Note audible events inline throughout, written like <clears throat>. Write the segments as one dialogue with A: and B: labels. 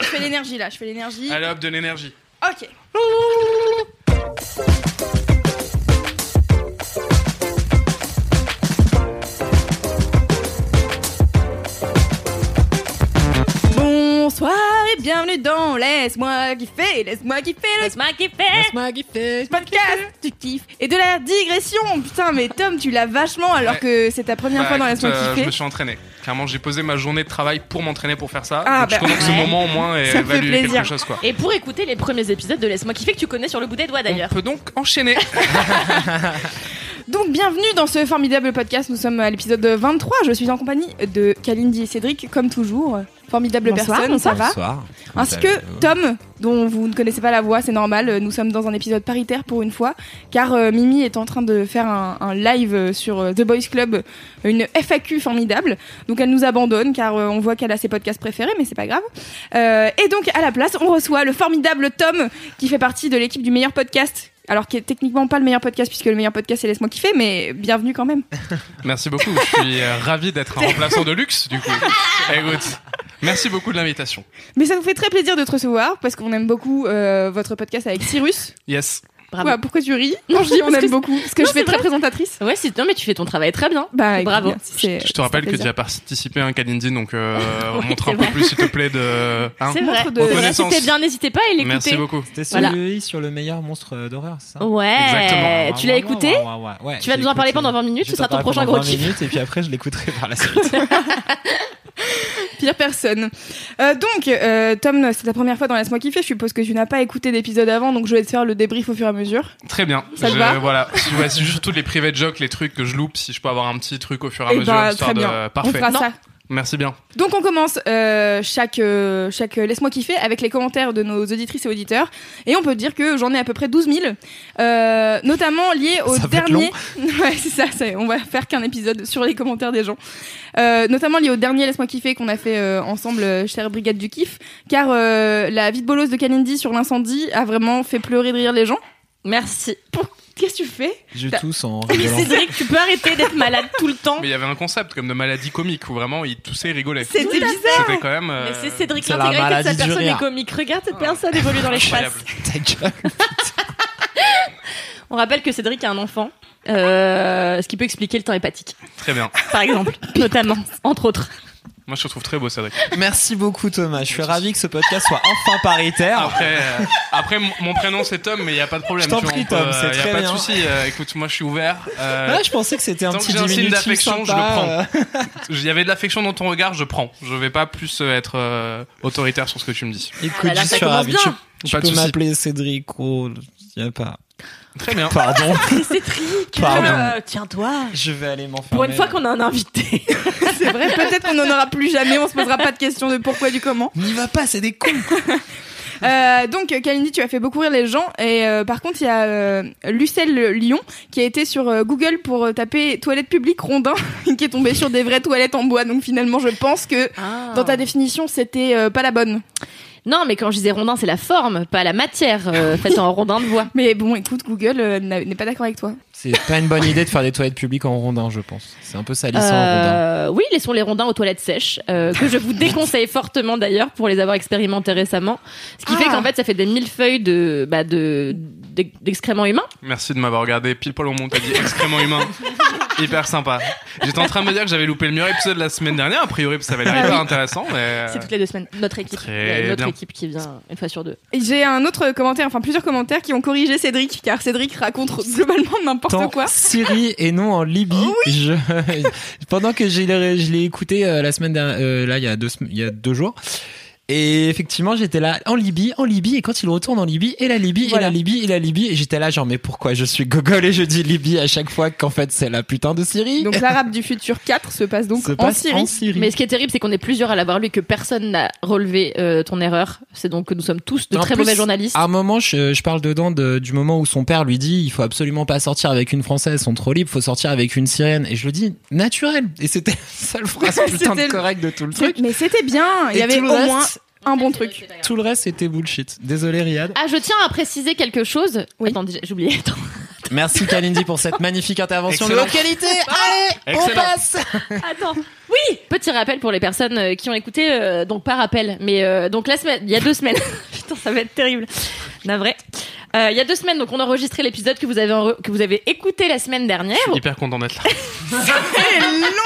A: Je fais l'énergie là, je fais l'énergie.
B: Allez hop, de l'énergie.
A: Ok. Bonsoir et bienvenue dans Laisse-moi kiffer, laisse-moi kiffer, laisse-moi kiffer, laisse-moi kiffer, podcast du kiff et de la digression. Putain, mais Tom, tu l'as vachement alors
B: Ouais.
A: que c'est ta première
B: Bah,
A: fois dans
B: écoute,
A: Laisse-moi
B: euh, je me
A: kiffer.
B: suis entraîné. Clairement, j'ai posé ma journée de travail pour m'entraîner pour faire ça.
A: Ah,
B: Donc, je
A: bah,
B: connais que ce
C: ouais.
B: moment au moins
A: Ça
B: est
A: me fait
B: valu quelque
A: plaisir.
B: chose quoi.
C: Et pour écouter les premiers épisodes de Laisse-moi kiffer que tu connais sur le bout des doigts
B: On
C: d'ailleurs.
B: peut donc enchaîner.
A: <laughs> Donc, bienvenue dans ce formidable podcast. Nous sommes à l'épisode 23. Je suis en compagnie de Kalindi et Cédric, comme toujours. Formidable
C: Bonsoir,
A: personne,
C: bonsoir.
A: ça va
D: Bonsoir.
A: Ainsi
D: Bah,
B: euh,
A: que Tom, dont vous ne connaissez pas la voix, c'est normal, euh, nous sommes dans un épisode paritaire pour une fois, car euh, Mimi est en train de faire un, un live euh, sur euh, The Boys Club, une FAQ formidable, donc elle nous abandonne car euh, on voit qu'elle a ses podcasts préférés, mais c'est pas grave. Euh, et donc à la place, on reçoit le formidable Tom, qui fait partie de l'équipe du meilleur podcast. Alors qui est techniquement pas le meilleur podcast puisque le meilleur podcast c'est laisse-moi kiffer mais bienvenue quand même.
B: Merci beaucoup. Je suis euh, ravi d'être un remplaçant de luxe
A: <laughs>
B: du coup. Écoute, merci beaucoup de l'invitation.
A: Mais ça nous fait très plaisir de te recevoir parce qu'on aime beaucoup euh, votre podcast avec Cyrus.
B: Yes.
C: Bravo.
A: Ouais, pourquoi tu ris Quand je dis on
C: Parce que
A: aime beaucoup Ah parce que
C: Non,
A: je fais
C: c'est
A: très
C: vrai.
A: présentatrice.
C: Ouais, c'est non mais tu fais ton travail très bien.
A: Bah, écoute,
C: Bravo.
A: merci, c'est-
B: Je te
A: ça
B: rappelle
A: fait
B: que tu
A: plaisir.
B: as participé à un Kalindi,
A: <laughs>
B: donc euh,
C: Oui,
B: montre
C: c'est
B: un peu
C: vrai.
B: plus s'il te plaît de.
D: Ah.
B: hein
C: c'est vrai.
A: montre de-
C: Voilà,
B: reconnaissance.
C: C'était bien, n'hésitez pas à
B: merci
C: l'écouter.
B: beaucoup.
D: C'était
C: Voilà.
D: celui sur le meilleur monstre d'horreur, c'est ça
C: Ouais.
B: Exactement.
C: Tu l'as écouté
D: Ouais, ouais, ouais, ouais.
C: Tu vas
D: J'ai
C: nous en parler
D: écouté.
C: pendant 20 minutes,
D: Je
C: ce sera
D: t'en
C: ton prochain
D: parlerai
C: gros
D: pendant 20
C: kiff.
D: minutes, et puis après je l'écouterai par
C: <laughs>
D: la suite.
A: Pire personne. Euh, donc, euh, Tom, c'est ta première fois dans Laisse-moi kiffer. Je suppose que tu n'as pas écouté d'épisode avant, donc je vais te faire le débrief au fur et à mesure.
B: Très bien.
A: Ça te
B: Je-
A: va
B: voilà. Si- ouais, c'est juste tous les private jokes, les trucs que je loupe, si je peux avoir un petit truc au fur et à
A: Eh
B: mesure,
A: ben,
B: histoire
A: très bien.
B: de.
A: On
B: Parfait.
A: fera
C: Non.
A: ça.
B: Merci bien.
A: Donc, on commence euh, chaque, euh, chaque euh, Laisse-moi kiffer avec les commentaires de nos auditrices et auditeurs. Et on peut dire que j'en ai à peu près 12 000, euh, notamment liés au
D: Ça va être
A: dernier. <laughs> ouais, c'est ça, c'est- on va faire qu'un épisode sur les commentaires des gens. Euh, notamment lié au dernier Laisse-moi kiffer qu'on a fait euh, ensemble, euh, chère Brigade du Kiff, car euh, la vie de bolos de Kalindi sur l'incendie a vraiment fait pleurer de rire les gens. <laughs>
C: Merci. <laughs>
A: Qu'est-ce que tu fais
D: Je
A: T'as-
D: tousse en
C: Mais
D: rigolant.
C: Cédric, tu peux arrêter d'être malade tout le temps.
B: Mais il y avait un concept comme de maladie comique où vraiment ils toussaient et rigolaient.
A: C'était
C: Tout à
A: bizarre.
B: C'était quand même. euh,
C: Mais c'est Cédric
D: C'est la
C: l'intégralité de sa
D: maladie du
C: personne
D: rire.
C: est comique. Regarde cette personne évolue dans l'espace.
B: incroyable.
D: Ta gueule.
C: On rappelle que Cédric a un enfant. euh, ce qui peut expliquer le temps hépatique,
B: Très bien.
C: par <laughs> exemple, notamment, entre autres.
B: Moi je te trouve très beau, Cédric.
D: Merci beaucoup Thomas, je suis ravi que ce podcast soit enfin paritaire.
B: Après, euh, après m- mon prénom c'est Tom, mais il n'y a pas de problème.
D: Ah. Je t'en
B: tu vois,
D: prie,
B: on peut-
D: Tom, c'est
B: y a
D: très
B: pas
D: bien.
B: de souci. euh, écoute, moi je suis ouvert.
C: Ah.
B: euh,
D: Ouais, Ah, je pensais que c'était un
B: Tant que
D: petit
B: j'ai un signe
D: diminutif
B: d'affection, je
D: sympa,
B: le prends.
D: euh.
B: Il y avait de l'affection dans ton regard, je prends. Je vais pas plus euh, être euh, autoritaire sur ce que tu me dis.
D: Écoute,
C: Ah là là,
D: je
C: ça
D: suis
C: commence
D: ravi.
C: bien.
D: Tu- Tu,
B: Pas de
D: peux
B: souci.
D: m'appeler Cédric, oh, y a pas.
B: Très bien.
C: <laughs>
D: Pardon,
C: Cédric,
D: Pardon.
C: euh, tiens-toi.
D: je vais aller m'enfermer.
C: Pour une fois
D: là.
C: qu'on a un invité.
A: C'est vrai, peut-être qu'on n'en aura plus jamais, on se posera pas de questions de pourquoi du comment.
D: N'y va pas, c'est des cons.
A: Euh, donc Kalindi, tu as fait beaucoup rire les gens et euh, par contre il y a euh, Lucelle Lyon qui a été sur euh, Google pour euh, taper toilette publique rondin <laughs> qui est tombée sur des vraies toilettes en bois. Donc finalement je pense que
C: <laughs>
A: dans
D: Ah.
A: ta définition c'était euh, pas la bonne.
C: Ah. Non, mais quand je disais rondin, c'est la forme, pas la matière euh, <laughs> faite en rondin de bois.
A: Mais bon écoute Google euh, n'a- n'est pas d'accord avec toi.
D: C'est pas une bonne idée de faire des toilettes publiques en rondin, je pense. C'est un peu salissant en rondin.
C: Euh, oui, laissons les rondins aux toilettes sèches, euh, que je <laughs> vous déconseille fortement d'ailleurs pour les avoir expérimentés récemment. Ce qui
A: Ah.
C: fait qu'en fait, ça fait des millefeuilles de, bah, de, d'ex- d'excréments humains.
B: Merci de m'avoir regardé pile poil au moment où t'as dit extrêmement
D: <laughs>
B: humain. Hyper sympa. J'étais en train de me dire que j'avais loupé le meilleur épisode de la semaine dernière, a priori, parce que ça avait
D: Ah
B: l'air hyper intéressant, mais. euh,
D: Euh,
C: C'est toutes les deux semaines. Notre équipe,
B: Très
C: euh, notre
B: bien.
C: équipe qui vient une fois sur deux.
A: Et J'ai un autre commentaire, enfin plusieurs commentaires qui ont corrigé Cédric car Cédric raconte
D: <laughs>
A: globalement n'importe
D: Tant
A: quoi.
D: Syrie et non en Libye.
A: <laughs>
D: Je, pendant que je l'ai je l'ai écouté euh, la semaine dernière, euh, là il y a deux sem- il y a deux jours. Et effectivement, j'étais là en Libye, en Libye, et quand il retourne en Libye, et la Libye,
C: Voilà.
D: et la Libye, et la Libye, et j'étais là genre mais pourquoi je suis gogol et je dis Libye à chaque fois qu'en fait c'est la putain de Syrie
A: Donc l'arabe du futur 4 se passe donc
D: Se
A: en
D: passe
A: Syrie.
C: Mais ce qui est terrible, c'est qu'on est plusieurs à l'avoir lu et que personne n'a relevé euh, ton erreur. C'est donc que nous sommes tous de
D: En
C: très
D: plus, ah.
C: mauvais journalistes.
D: À un moment, je, je parle dedans de- du moment où son père lui dit il faut absolument pas sortir avec une française, son trop libre, faut sortir avec une syrienne. Et je le dis naturel. Et c'était la
A: <laughs>
D: seule phrase putain de
A: C'était le-
D: correcte de tout le truc.
A: Mais c'était bien, il y
D: Et
A: avait
D: tout
A: au
D: le reste-
A: moins un bon truc.
D: Tout le reste c'était bullshit. Désolé Riyad.
C: Ah, je tiens à préciser quelque chose.
A: Oui.
C: Attends, déjà, j'ai oublié. Attends.
D: Merci Kalindi pour cette magnifique intervention de
B: Excellent.
D: haute qualité. Allez, on
B: Excellent.
D: passe.
C: Attends. Oui. Petit rappel pour les personnes euh, qui ont écouté, euh, donc pas rappel, mais euh, donc la semaine, il y a deux semaines. <laughs> Putain, ça va être terrible. Navré. Euh, Il y a deux semaines, donc on a enregistré l'épisode que vous avez enre- que vous avez écouté la semaine dernière,
B: Je suis hyper content
A: <laughs>
B: d'être là.
A: C'est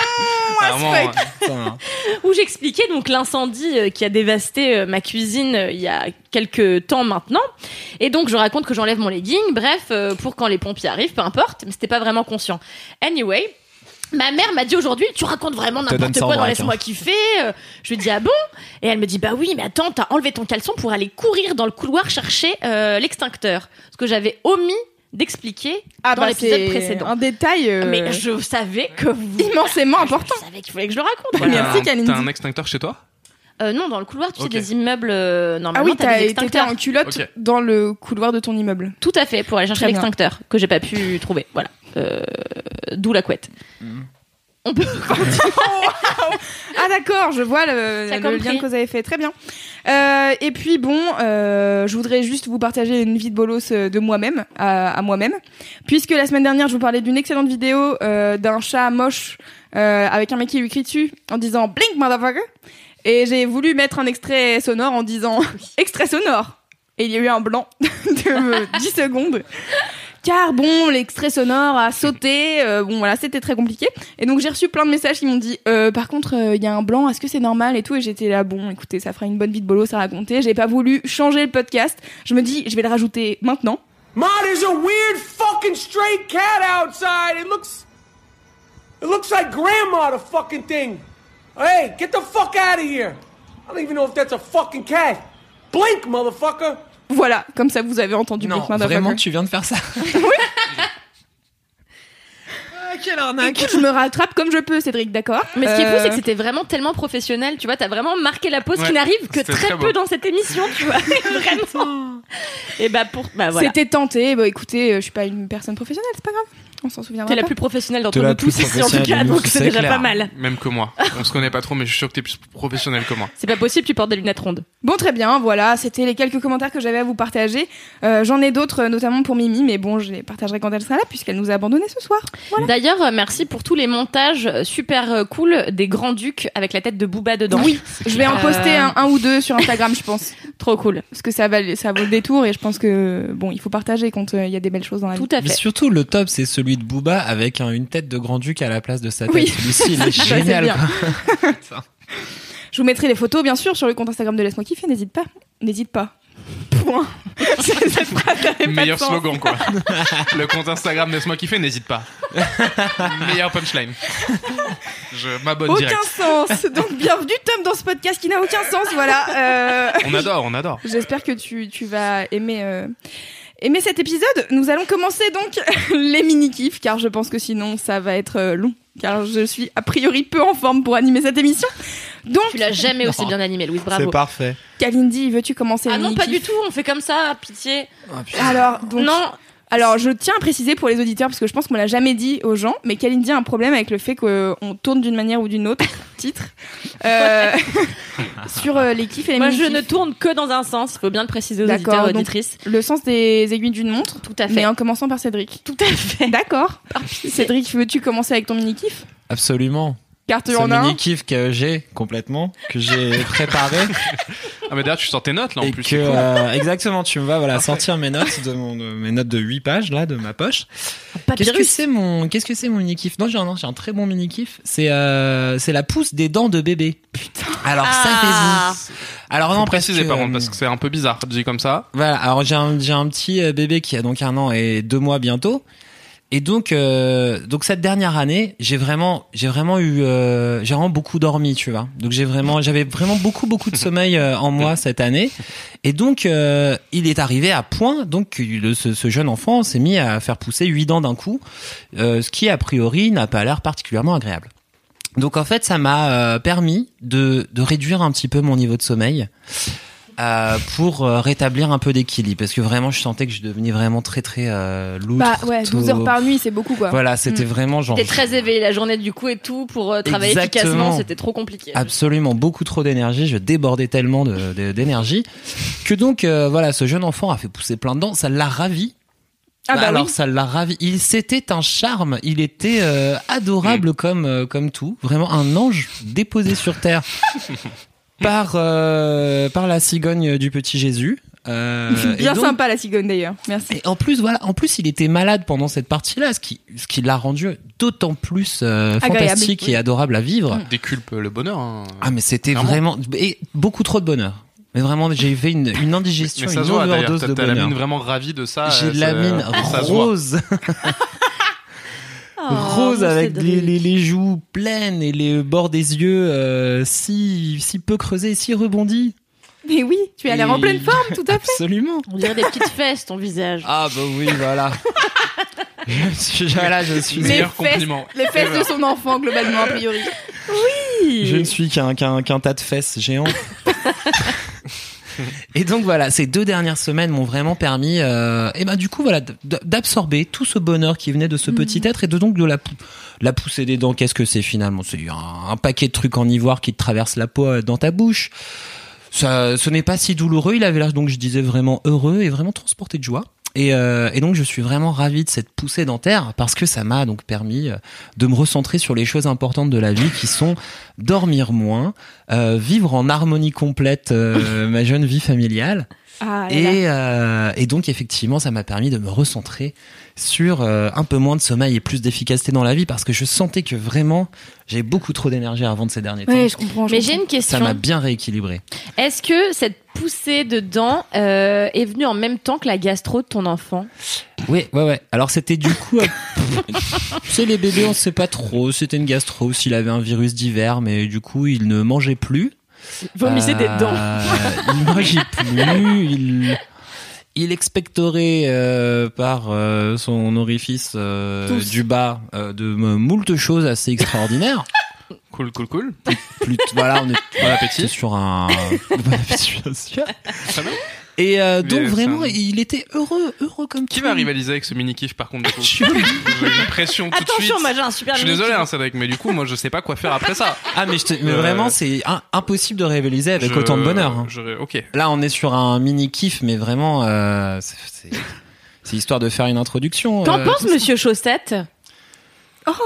A: long
B: Vraiment,
A: aspect.
B: ouais.
D: Putain.
C: où j'expliquais donc l'incendie euh, qui a dévasté euh, ma cuisine euh, il y a quelques temps maintenant. Et donc je raconte que j'enlève mon legging, bref, euh, pour quand les pompiers arrivent, peu importe, mais c'était pas vraiment conscient. Anyway. Ma mère m'a dit aujourd'hui, tu racontes vraiment
D: Te donne
C: n'importe
D: ça en
C: quoi dans
D: vrac, hein.
C: Laisse-moi kiffer. Euh, Je lui dis, ah bon Et elle me dit, bah oui, mais attends, t'as enlevé ton caleçon pour aller courir dans le couloir chercher euh, l'extincteur. Ce que j'avais omis d'expliquer
A: Ah
C: dans
A: bah,
C: l'épisode
A: c'est
C: précédent.
A: Un détail
D: Ah,
A: euh,
C: Mais je savais que vous...
A: immensément important.
C: <laughs> Je savais qu'il fallait que je le raconte.
B: T'as
A: Merci,
B: un-
A: Kalindi.
B: T'as un extincteur chez toi
C: Euh, non, dans le couloir, tu
B: Ok.
C: sais, des immeubles, euh,
A: Ah
C: normalement,
A: oui,
C: t'as des
A: t'as- t'étais
C: extincteurs.
A: en culotte
B: Ok.
A: dans le couloir de ton immeuble.
C: Tout à fait, pour aller chercher
A: Très bien.
C: l'extincteur, que j'ai pas pu trouver. Voilà. Euh, D'où la couette. On peut...
A: Ah d'accord, je vois le,
C: T'as
A: le
C: compris.
A: lien que vous avez fait, très bien. Euh, et puis bon, euh, je voudrais juste vous partager une vie de bolos euh, de moi-même, à, à moi-même, puisque la semaine dernière je vous parlais d'une excellente vidéo euh, d'un chat moche euh, avec un mec qui lui crie dessus en disant blink motherfucker, et j'ai voulu mettre un extrait sonore en disant <laughs> extrait sonore, et il y a eu un blanc <laughs> de euh, 10 secondes. Car bon, l'extrait sonore a sauté. euh, bon, voilà, c'était très compliqué. Et donc j'ai reçu plein de messages qui m'ont dit euh, par contre euh, il y a un blanc, est-ce que c'est normal et tout et j'étais là bon écoutez ça fera une bonne vie de bolos à raconter, j'ai pas voulu changer le podcast. Je me dis je vais le rajouter maintenant.
E: Ma, there's a weird fucking stray cat outside. It looks. It looks like grandma, the fucking thing. Hey, get the fuck out of here. I don't even know if that's a fucking cat. Blink, motherfucker.
A: Voilà, comme ça vous avez entendu
D: Non,
A: Big Motherfucker.
D: vraiment, tu viens de faire ça. Ah, quelle arnaque.
A: Écoute, je me rattrape comme je peux Cédric, d'accord
C: Mais ce qui est fou,
A: Euh,
C: c'est que c'était vraiment tellement professionnel, tu vois, t'as vraiment marqué la pause qui
B: Ouais,
C: n'arrive que
B: c'était
C: très,
B: très beau.
C: peu dans cette émission,
A: <laughs>
C: tu vois. vraiment. Et bah pour... Bah voilà.
A: c'était tenté. Bah écoutez, euh, je suis pas une personne professionnelle, c'est pas grave. On s'en souviendra
C: T'es la
A: pas.
C: plus professionnelle
D: T'es
C: d'entre
D: la
C: nous
D: plus
C: tous ici, en tout
D: professionnelle
C: cas,
D: de nous,
C: donc c'est
D: c'est
C: déjà
D: clair.
C: pas mal.
B: Même que moi. On se connaît pas trop, mais je suis sûr que t'es plus professionnel que moi.
C: C'est pas possible, tu portes des lunettes rondes.
A: Bon, très bien, voilà, c'était les quelques commentaires que j'avais à vous partager. Euh, J'en ai d'autres, euh, notamment pour Mimi, mais bon, je les partagerai quand elle sera là, puisqu'elle nous a abandonnés ce soir.
C: D'ailleurs, euh, merci pour tous les montages euh, super euh, cool des Grands Ducs avec la tête de Booba dedans. Oui,
A: Je vais en
C: Euh.
A: poster un, un ou deux sur Instagram, je pense.
C: trop cool.
A: Parce que ça, valait- ça vaut le détour et je pense que, bon, il faut partager quand euh, il y a des belles choses dans la vie.
C: Tout à
D: Mais
C: fait.
D: surtout, le top, c'est celui de Booba avec un- une tête de grand-duc à la place de sa tête.
A: Oui.
D: Celui-ci, il
A: <laughs>
D: est
A: Ça, c'est
D: génial.
A: bien.
D: quoi.
A: <laughs> Je vous mettrai les photos, bien sûr, sur le compte Instagram de Laisse-moi kiffer, n'hésite pas. N'hésite pas. Point. <laughs> C'est- cette phrase n'avait <laughs> pas de
B: Meilleur
A: sens.
B: slogan,
A: <laughs>
B: quoi. Le compte Instagram Laisse-moi kiffer, n'hésite pas. Meilleur punchline. Je m'abonne
A: Aucun
B: direct.
A: sens. Donc, bienvenue, Tom, dans ce podcast qui n'a aucun sens, voilà. Euh,
B: On adore, on adore.
A: J'espère que tu, tu vas aimer, euh, aimer cet épisode. Nous allons commencer donc <laughs> les mini-kifs, car je pense que sinon ça va être euh, long, car je suis a priori peu en forme pour animer cette émission. Donc,
C: Tu l'as jamais aussi
D: Non.
C: bien animé, Louise, bravo.
D: parfait.
A: Kalindi, veux-tu commencer
C: Ah
A: les
C: non, pas
A: mini-kifs
C: du tout, on fait comme ça, pitié.
A: Alors, donc,
C: non,
A: alors, je tiens à préciser pour les auditeurs, parce que je pense qu'on l'a jamais dit aux gens, mais Kalindi a un problème avec le fait qu'on tourne d'une manière ou d'une autre, <laughs> titre, euh, sur euh, les kifs et les
C: moi je
A: mini-kifs.
C: ne tourne que dans un sens, il faut bien le préciser aux
A: D'accord,
C: auditeurs et
A: donc-
C: auditrices.
A: Le sens des aiguilles d'une montre,
C: Tout à
A: mais
C: fait.
A: en commençant par Cédric.
C: Tout à fait.
A: D'accord. Cédric, veux-tu commencer avec ton mini-kiff
D: Absolument.
A: Car tu
D: Ce
A: en as un
D: mini-kiff que j'ai complètement, que j'ai
A: <laughs>
D: préparé.
B: Ah, mais d'ailleurs, tu sors tes notes, là, en
D: et
B: plus.
D: que, euh, exactement, tu me
B: <laughs>
D: vas voilà, sortir mes notes, de mon, de- mes notes de 8 pages, là, de ma poche. Qu'est-ce que
C: Papyrus.
D: c'est mon, qu'est-ce que c'est mon mini kiff Non, j'ai un, j'ai un très bon mini kiff. C'est, euh, c'est la pousse des dents de bébé. Putain. Alors
C: Ah.
D: ça fait Alors non,
B: Faut
D: parce
B: préciser,
D: que,
B: par contre,
D: euh,
B: parce que c'est un peu bizarre, dit comme ça.
D: Voilà. Alors j'ai un, j'ai un petit euh, bébé qui a donc un an et deux mois bientôt. Et donc, euh, donc cette dernière année, j'ai vraiment, j'ai vraiment eu, euh, j'ai vraiment beaucoup dormi, tu vois. Donc j'ai vraiment, j'avais vraiment beaucoup, beaucoup de sommeil euh, en moi cette année. Et donc, euh, il est arrivé à point, donc que le- ce, ce jeune enfant s'est mis à faire pousser huit dents d'un coup, euh, ce qui a priori n'a pas l'air particulièrement agréable. Donc en fait, ça m'a euh, permis de, de réduire un petit peu mon niveau de sommeil euh, pour euh, rétablir un peu d'équilibre, parce que vraiment, je sentais que je devenais vraiment très très euh, lourd.
A: Bah ouais, 12 heures par nuit, c'est beaucoup quoi.
D: Voilà, c'était vraiment genre
C: T'es très éveillé la journée du coup et tout pour euh, travailler
D: Exactement. Ah,
C: efficacement, c'était trop compliqué.
D: absolument beaucoup trop d'énergie. Je débordais tellement de- de- d'énergie que donc euh, voilà, ce jeune enfant a fait pousser plein de dents. Ça l'a ravi.
A: Ah bah
D: Alors
A: oui.
D: ça l'a ravi. Il c'était un charme. Il était euh, adorable
A: Hmm.
D: comme euh, comme tout. Vraiment un ange déposé sur
A: <laughs>
D: terre par euh, par la cigogne du petit Jésus. Euh, et
A: <laughs> Bien
D: donc,
A: sympa la cigogne d'ailleurs. Merci.
D: Et en plus, voilà, en plus, il était malade pendant cette partie-là, ce qui, ce qui l'a rendu d'autant plus euh,
A: Agréable.
D: fantastique et adorable à vivre.
B: Déculpe le bonheur. hein.
D: Ah, mais c'était
B: Clairement.
D: vraiment et beaucoup trop de bonheur. Mais vraiment, j'ai fait une, une indigestion,
B: Mais ça
D: une
B: se voit d'ailleurs.
D: overdose
B: T'as
D: de
B: t'as la
D: bonheur.
B: mine vraiment ravie de ça.
D: J'ai
B: euh,
D: de la
B: ça-
D: mine
B: Ça se voit.
D: rose,
C: Oh,
D: rose
C: mon
D: avec les,
C: Cédric.
D: les, les joues pleines et les bords des yeux euh, si si peu creusés, si rebondis.
A: Mais oui, tu as l'air en
D: Et-
A: pleine forme, tout à fait.
D: Absolument.
C: On dirait des petites fesses ton visage.
D: Ah bah oui, voilà. je suis, voilà, je suis.
A: Mais-
B: Meilleur
A: Les fesses-
B: compliment.
A: Les fesses de son enfant globalement a priori.
D: Je ne suis qu'un qu'un- qu'un tas de fesses géant. Et donc voilà, ces deux dernières semaines m'ont vraiment permis, euh, et ben du coup voilà, d- d'absorber tout ce bonheur qui venait de ce petit être et de donc de la, pou- la poussée des dents. Qu'est-ce que c'est finalement C'est un, un paquet de trucs en ivoire qui te traverse la peau euh, dans ta bouche. Ça, ce n'est pas si douloureux. Il avait l'air donc je disais vraiment heureux et vraiment transporté de joie. Et, euh, et donc je suis vraiment ravi de cette poussée dentaire parce que ça m'a donc permis euh, de me recentrer sur les choses importantes de la vie qui sont dormir moins, euh, vivre en harmonie
A: <laughs>
D: complète euh, ma jeune vie familiale.
A: Ah, là, là.
D: Et, euh, et donc effectivement, ça m'a permis de me recentrer sur euh, un peu moins de sommeil et plus d'efficacité dans la vie parce que je sentais que vraiment j'avais beaucoup trop d'énergie avant de ces derniers temps.
A: Ouais, je comprends. je
C: Mais j'ai une
D: Ça m'a
C: question.
D: bien rééquilibré.
C: Est-ce que cette poussée de dents euh, est venue en même temps que la gastro de ton enfant
D: Oui, ouais, ouais. Alors c'était du
A: <laughs>
D: coup, euh, pff, tu sais, les bébés, on sait pas trop. C'était une gastro, s'il avait un virus d'hiver, mais du coup, il ne mangeait plus.
C: Vomissez des
D: Euh,
C: dents.
D: il mangeait plus. Il, il expectorait euh, par euh, son orifice euh,
A: Tous.
D: du bas euh, de m- moult choses assez extraordinaires.
B: Cool, cool, cool.
D: Plus t- voilà, on est
B: <laughs> Bon appétit.
D: sur un. <laughs> Bon appétit, bien sûr.
B: Très bien.
D: Et euh,
B: Mais,
D: donc
B: euh,
D: vraiment,
B: ça-
D: il était heureux, heureux comme
B: Qui
D: tout.
B: va rivaliser avec ce mini kiff par contre
A: <laughs>
B: du coup
D: Je-
B: J'ai une pression tout de suite.
C: Attention, moi j'ai un super
B: Je suis
C: mini
B: désolé,
C: kiff.
B: hein, Cédric, mais du coup, moi, je sais pas quoi faire après ça.
D: Ah mais, je te- mais
B: Euh,
D: vraiment, c'est un- impossible de rivaliser avec
B: Je-
D: Eh, autant de bonheur. hein.
B: je- Ok.
D: Là, on est sur un mini kiff, mais vraiment, euh, c'est- c'est c'est histoire de faire une introduction.
C: Qu'en
D: euh,
C: pense Monsieur Chaussette
A: comprends.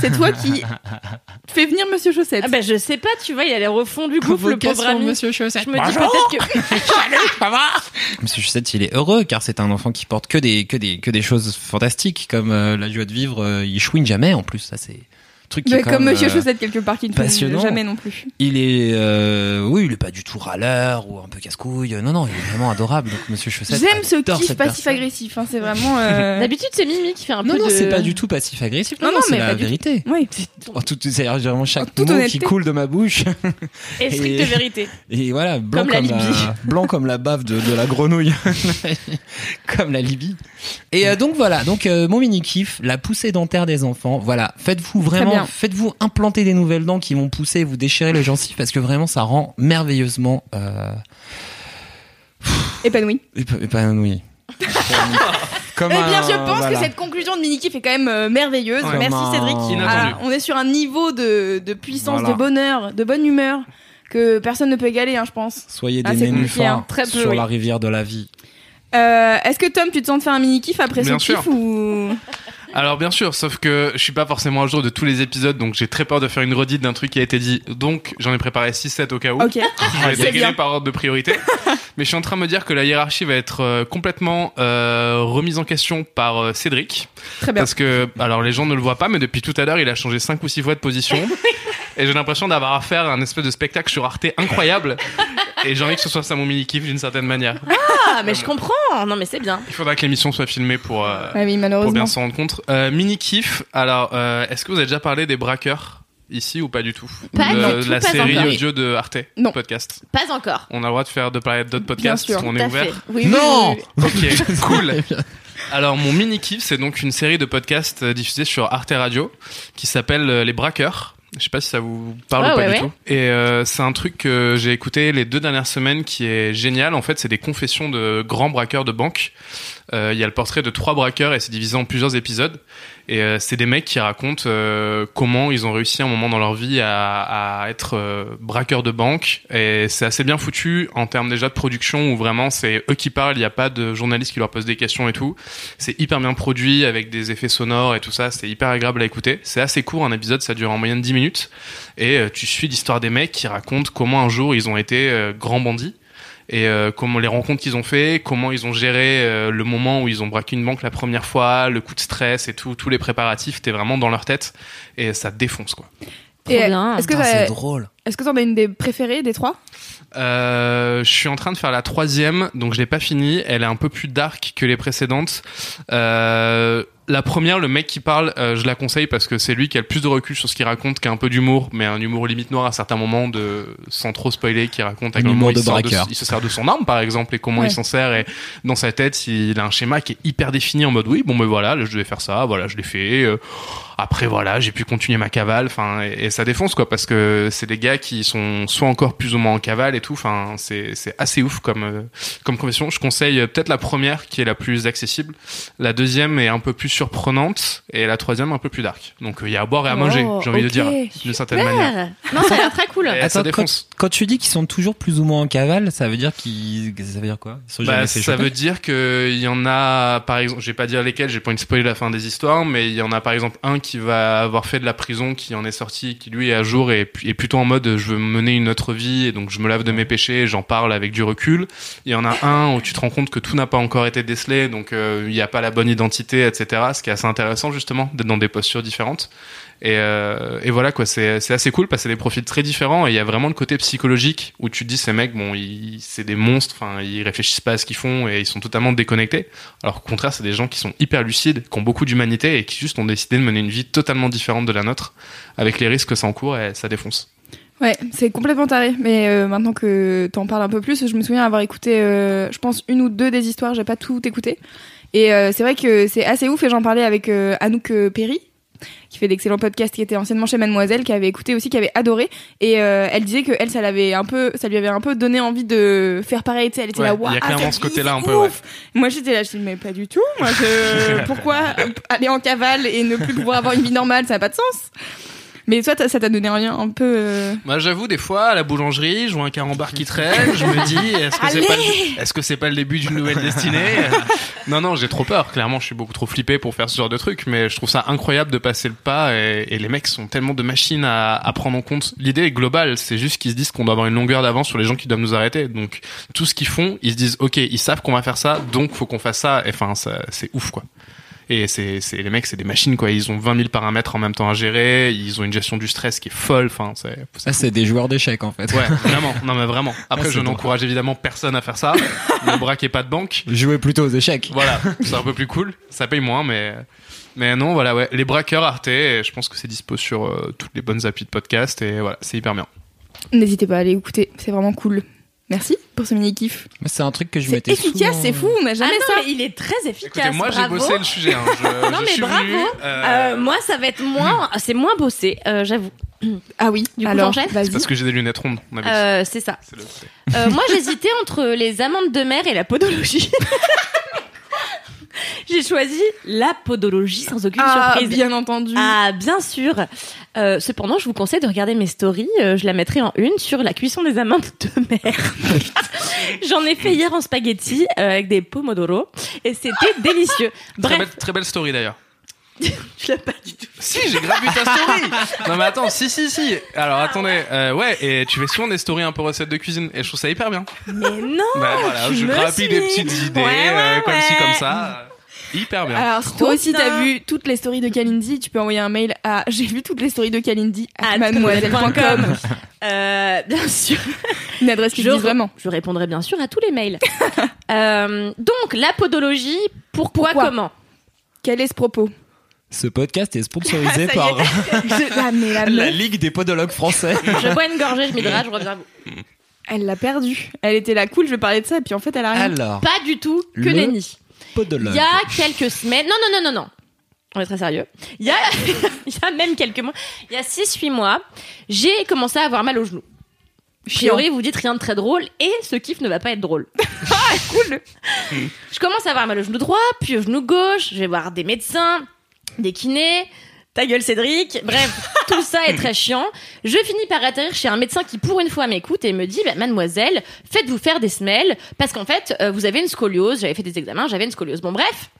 A: C'est toi
D: <laughs>
A: qui fais venir Monsieur Chaussette.
C: Ah bah je sais pas, tu vois, il a l'air au fond du gouffre, le pauvre
D: Convocation,
C: ami.
D: Monsieur Chaussette.
C: Je me dis peut-être que
D: Monsieur Chaussette, il est heureux car c'est un enfant qui porte que des que des que des choses fantastiques comme euh, la joie de vivre. euh, il chouine jamais en plus. Ça c'est un truc qui est
A: Mais
D: quand
A: comme
D: même,
A: Monsieur
D: euh,
A: Chaussette quelque part qui ne fait
D: passionnant.
A: jamais non plus.
D: Il est euh, oui, il est pas du tout râleur ou un peu casse-couille. Non non, il est vraiment adorable. Donc Monsieur Chaussette.
A: J'aime ce
D: adore
A: kiff
D: cette
A: passif-agressif. hein, c'est vraiment. euh,
C: d'habitude c'est Mimi qui fait un
D: personne. Non
C: peu
D: non,
C: de
D: c'est pas du tout passif agressif. Non
A: Non,
D: non,
A: non,
D: c'est
A: mais
D: la
A: pas du tout.
D: vérité.
A: Oui.
D: En tout, c'est vraiment
A: En
D: chaque
A: toute
D: mot qui
A: honnêteté.
D: coule de ma bouche.
C: et stricte
D: Et-
C: vérité.
D: Et voilà, blanc
C: Comme la
D: comme, la,
C: Libye.
D: blanc comme la bave de, de la grenouille, <laughs> comme la Libye. Et euh, donc voilà, donc euh, mon mini kiff, la poussée dentaire des enfants. Voilà, faites-vous vraiment,
A: bien.
D: faites-vous implanter des nouvelles dents qui vont pousser et vous déchirer les gencives parce que vraiment ça rend merveilleusement euh,
A: Épanoui.
D: épa- <laughs> épanoui. Comme
A: Eh bien,
D: un-
A: je pense
D: voilà.
A: que cette conclusion de Mini-Kiff est quand même euh, merveilleuse.
B: Ouais.
A: Merci
D: Comme un-
A: Cédric.
B: Inattendu.
A: Ah, on est sur un niveau de, de puissance,
D: Voilà.
A: de bonheur, de bonne humeur que personne ne peut égaler, hein, je pense.
D: Soyez
A: Ah,
D: des
A: c'est compliqué, hein.
D: nénuphars
C: Très peu,
D: sur
C: oui.
D: la rivière de la vie.
A: Euh, Est-ce que Tom, tu te sens de faire un mini-kiff après
B: Bien
A: ce
B: sûr.
A: kiff ou.
B: Alors bien sûr, sauf que je suis pas forcément à jour de tous les épisodes, donc j'ai très peur de faire une redite d'un truc qui a été dit. Donc j'en ai préparé 6-7 au cas où.
A: Ok.
B: Je vais
A: c'est
B: les
A: bien.
B: dégainer par ordre
A: <laughs>
B: de priorité. Mais je suis en train de me dire que la hiérarchie va être euh, complètement euh, remise en question par euh, Cédric.
A: Très bien.
C: <laughs>
B: Parce que, alors les gens ne le voient pas, mais depuis tout à l'heure, il a changé 5 ou 6 fois de position. Et j'ai l'impression d'avoir à faire un espèce de spectacle sur Arte
C: <laughs>
B: incroyable. Et j'ai envie que ce soit ça mon mini-kiff d'une certaine manière.
C: <laughs> Ah, mais je comprends. Non, mais c'est bien.
B: Il faudra que l'émission soit filmée pour, euh,
A: Ah oui,
B: pour bien
A: malheureusement.
B: s'en rendre compte. Euh, mini-kiff, alors, euh, est-ce que vous avez déjà parlé des braqueurs ici ou pas du tout
C: Pas
B: de,
C: du
B: de
C: tout,
B: la
C: pas
B: série
C: encore.
B: audio de Arte
A: Non.
B: podcast.
C: Pas encore.
B: On a le droit de faire de parler d'autres
A: Bien
B: podcasts,
A: sûr,
B: on
C: Tout
B: est
C: à
B: ouvert.
C: fait.
A: Oui, oui,
D: Non
A: oui, oui.
D: <laughs>
C: <laughs>
B: Ok, cool. Alors mon mini kiff, c'est donc une série de podcasts euh, diffusés sur Arte Radio qui s'appelle euh, Les Braqueurs. Je sais pas si ça vous parle
C: Ah Ouais,
B: ou pas
C: ouais,
B: du
C: ouais.
B: tout. Et euh, c'est un truc que j'ai écouté les deux dernières semaines qui est génial. En fait, c'est des confessions de grands braqueurs de banque. Euh, Il y a le portrait de trois braqueurs et c'est divisé en plusieurs épisodes. Et euh, c'est des mecs qui racontent euh, comment ils ont réussi à un moment dans leur vie à, à être euh, braqueurs de banque. Et c'est assez bien foutu en termes déjà de production où vraiment c'est eux qui parlent, il n'y a pas de journaliste qui leur pose des questions et tout. C'est hyper bien produit avec des effets sonores et tout ça. C'est hyper agréable à écouter. C'est assez court un épisode, ça dure en moyenne 10 minutes. Et euh, tu suis l'histoire des mecs qui racontent comment un jour ils ont été euh, grands bandits. Et euh, comment les rencontres qu'ils ont fait, comment ils ont géré euh, le moment où ils ont braqué une banque la première fois, le coup de stress et tout, tous les préparatifs, t'es vraiment dans leur tête et ça défonce quoi.
A: Et
C: Trop bien.
A: Est-ce que
D: Putain,
A: t'as-
D: Ah, c'est drôle.
A: est-ce que t'en as une des préférées des trois
B: Euh, je suis en train de faire la troisième, donc je l'ai pas finie. Elle est un peu plus dark que les précédentes. Euh, la première, le mec qui parle, euh, je la conseille parce que c'est lui qui a le plus de recul sur ce qu'il raconte, qui a un peu d'humour, mais un humour limite noir à certains moments, de sans trop spoiler, qui raconte à
D: Un
B: quel moment
D: humour
B: il,
D: de
B: sort
D: braqueur.
B: il se sert de son arme par exemple et comment
A: Ouais.
B: il s'en sert et dans sa tête, il a un schéma qui est hyper défini en mode oui, bon ben voilà, là, je devais faire ça, voilà, je l'ai fait. euh, après voilà j'ai pu continuer ma cavale enfin et, et ça défonce quoi parce que c'est des gars qui sont soit encore plus ou moins en cavale et tout enfin c'est c'est assez ouf comme euh, comme confession je conseille euh, peut-être la première qui est la plus accessible la deuxième est un peu plus surprenante et la troisième un peu plus dark donc euh, il y a à boire et à manger
A: Oh,
B: j'ai envie de
A: ok.
B: dire d'une certaine manière
C: Super. Non, ça a l'air
B: <laughs>
C: très cool.
B: Et ça
D: Attends,
B: défonce
D: quand, quand tu dis qu'ils sont toujours plus ou moins en cavale, ça veut dire qu'ils. Ça veut dire quoi Ils sont
B: Bah,
D: jamais fait
B: ça
D: choper
B: veut dire que il y en a, par exemple, je vais pas dire lesquels, j'ai pas envie de spoiler la fin des histoires, mais il y en a par exemple un qui va avoir fait de la prison, qui en est sorti, qui lui est à jour et pu- est plutôt en mode je veux mener une autre vie et donc je me lave de mes péchés, et j'en parle avec du recul. Il y en a un où tu te rends compte que tout n'a pas encore été décelé, donc euh, il n'y a pas la bonne identité, etc. Ce qui est assez intéressant justement d'être dans des postures différentes. Et, euh, et voilà quoi, c'est c'est assez cool parce que c'est des profils très différents et il y a vraiment le côté psychologique où tu te dis ces mecs, bon, ils- c'est des monstres, enfin, ils réfléchissent pas à ce qu'ils font et ils sont totalement déconnectés. Alors qu'au contraire, c'est des gens qui sont hyper lucides, qui ont beaucoup d'humanité et qui juste ont décidé de mener une vie totalement différente de la nôtre avec les risques que ça encourt et ça défonce.
A: Ouais, c'est complètement taré. Mais euh, maintenant que t'en parles un peu plus, je me souviens avoir écouté, euh, je pense, une ou deux des histoires. J'ai pas tout écouté. Et euh, c'est vrai que c'est assez ouf. Et j'en parlais avec euh, Anouk euh, Perry, qui fait d'excellents podcasts, qui était anciennement chez Mademoiselle, qui avait écouté aussi, qui avait adoré. Et euh, elle disait que elle, ça l'avait un peu, ça lui avait un peu donné envie de faire pareil. Tu sais, elle était
B: Ouais,
A: là,
B: il y a
A: Waouh,
B: clairement
A: cette
B: ce
A: vie,
B: côté-là
A: c'est
B: un peu, ouais.
A: ouf. Moi, j'étais là, je dis mais pas du tout. Moi,
B: <laughs>
A: je... pourquoi aller en cavale et ne plus pouvoir avoir une vie normale, ça n'a pas de sens. Mais toi, t'as- ça t'a donné un lien un peu. euh,
B: Moi, j'avoue, des fois, à la boulangerie, je vois un carambar qui traîne, je me dis, est-ce que c'est pas, est-ce que c'est pas le début d'une nouvelle destinée Non, non, j'ai trop peur. Clairement, je suis beaucoup trop flippé pour faire ce genre de truc, mais je trouve ça incroyable de passer le pas. Et, et les mecs sont tellement de machines à, à prendre en compte. L'idée est globale, c'est juste qu'ils se disent qu'on doit avoir une longueur d'avance sur les gens qui doivent nous arrêter. Donc, tout ce qu'ils font, ils se disent, ok, ils savent qu'on va faire ça, donc faut qu'on fasse ça. Et enfin, ça- c'est ouf, quoi. Et c'est, c'est- les mecs, c'est des machines, quoi. Ils ont 20 000 paramètres en même temps à gérer. Ils ont une gestion du stress qui est folle. Enfin, c'est,
D: Ça, c'est des joueurs d'échecs en fait.
B: Ouais, vraiment. Non, mais vraiment. Après,
D: Ah, c'est
B: je
D: drôle.
B: n'encourage évidemment personne à faire ça. ne braquez pas de banque.
D: <laughs> Jouer plutôt aux échecs.
B: Voilà, c'est un peu plus cool. Ça paye moins, mais. Mais non, voilà, ouais. Les braqueurs Arte, et je pense que c'est dispo sur euh, toutes les bonnes applis de podcast et voilà, c'est hyper bien.
A: N'hésitez pas à aller écouter, c'est vraiment cool. Merci pour ce mini kiff.
D: Mais C'est un truc que je
A: C'est
D: m'étais.
A: efficace,
D: souvent-
A: c'est fou, on n'a
C: Ah
A: jamais
C: non,
A: ça.
C: mais il est très efficace.
B: Écoutez, moi j'ai
C: bravo.
B: bossé le sujet. hein. Je,
C: <laughs> Non,
B: je
C: mais
B: suis
C: bravo.
B: venu, euh,
C: Euh, moi, ça va être moins,
B: Hmm.
C: c'est moins bossé, euh, j'avoue.
A: Ah oui,
C: Du coup,
A: alors
C: j'enchaîne
A: vas-y.
B: c'est parce que j'ai des lunettes rondes, on avait dit.
C: Euh, c'est ça.
B: C'est le côté.
C: Euh,
B: <laughs>
C: moi, j'hésitais entre les amandes de mer et la podologie. <laughs> J'ai choisi la podologie sans aucune
A: Ah,
C: surprise.
A: bien entendu.
C: Ah, bien sûr. Euh, cependant, je vous conseille de regarder mes stories. euh, je la mettrai en une sur la cuisson des amandes de mer. J'en ai fait hier en spaghetti euh, avec des pomodoro et c'était délicieux.
B: Très,
C: Bref,
B: belle, très belle story d'ailleurs.
C: je l'ai pas du tout.
B: Si, j'ai grave vu ta story
C: <laughs>
B: Non mais attends, si, si, si Alors attendez, euh, ouais, et tu fais souvent des stories un peu recettes de cuisine, et je trouve ça hyper bien.
C: Mais non.
B: Bah voilà,
C: Ah, tu
B: je
C: me
B: grappille des
C: suis.
B: petites idées,
C: Ouais, ouais,
B: euh, comme ci,
C: ouais.
B: comme ça. hyper bien.
A: Alors, si toi aussi,
C: bien.
A: t'as vu toutes les stories de Kalindi, tu peux envoyer un mail à <laughs> j'ai vu toutes les stories de Kalindi
C: Ah,
A: à mademoiselle.com.
C: Euh, bien sûr.
A: Une adresse qui
C: Je
A: dit
C: re-
A: vraiment.
C: Je répondrai bien sûr à tous les mails. Euh, donc, la podologie, pourquoi,
A: Pourquoi
C: comment
A: Quel est ce propos
C: <laughs>
D: Ce podcast est sponsorisé par
A: Je- Ah, mais la
D: la
A: meuf,
D: Ligue des podologues français.
C: Je bois une gorgée, je m'hydrate, je reviens à vous.
A: elle l'a perdu. Elle était là, cool, je vais parler de ça, et puis en fait, elle a rien.
D: Alors,
C: Pas du tout, que
D: Le-
C: nenni. Il
D: podologue.
C: y a quelques semaines. Non, non, non, non, non. On est très sérieux. Il y a, <laughs> il y a même quelques mois. Il y a 6-8 mois, j'ai commencé à avoir mal au genou. Priori, vous dites rien de très drôle et ce kiff ne va pas être
D: <laughs>
C: drôle.
A: Ah, cool
C: Je commence à avoir mal au genou droit, puis au genou gauche. Je vais voir des médecins, des kinés. Ta gueule, Cédric.
D: <laughs>
C: Bref, tout ça est très chiant. Je finis par atterrir chez un médecin qui, pour une fois, m'écoute et me dit bah, Mademoiselle, faites-vous faire des semelles parce qu'en fait, euh, vous avez une scoliose. J'avais fait des examens, j'avais une scoliose. Bon, bref.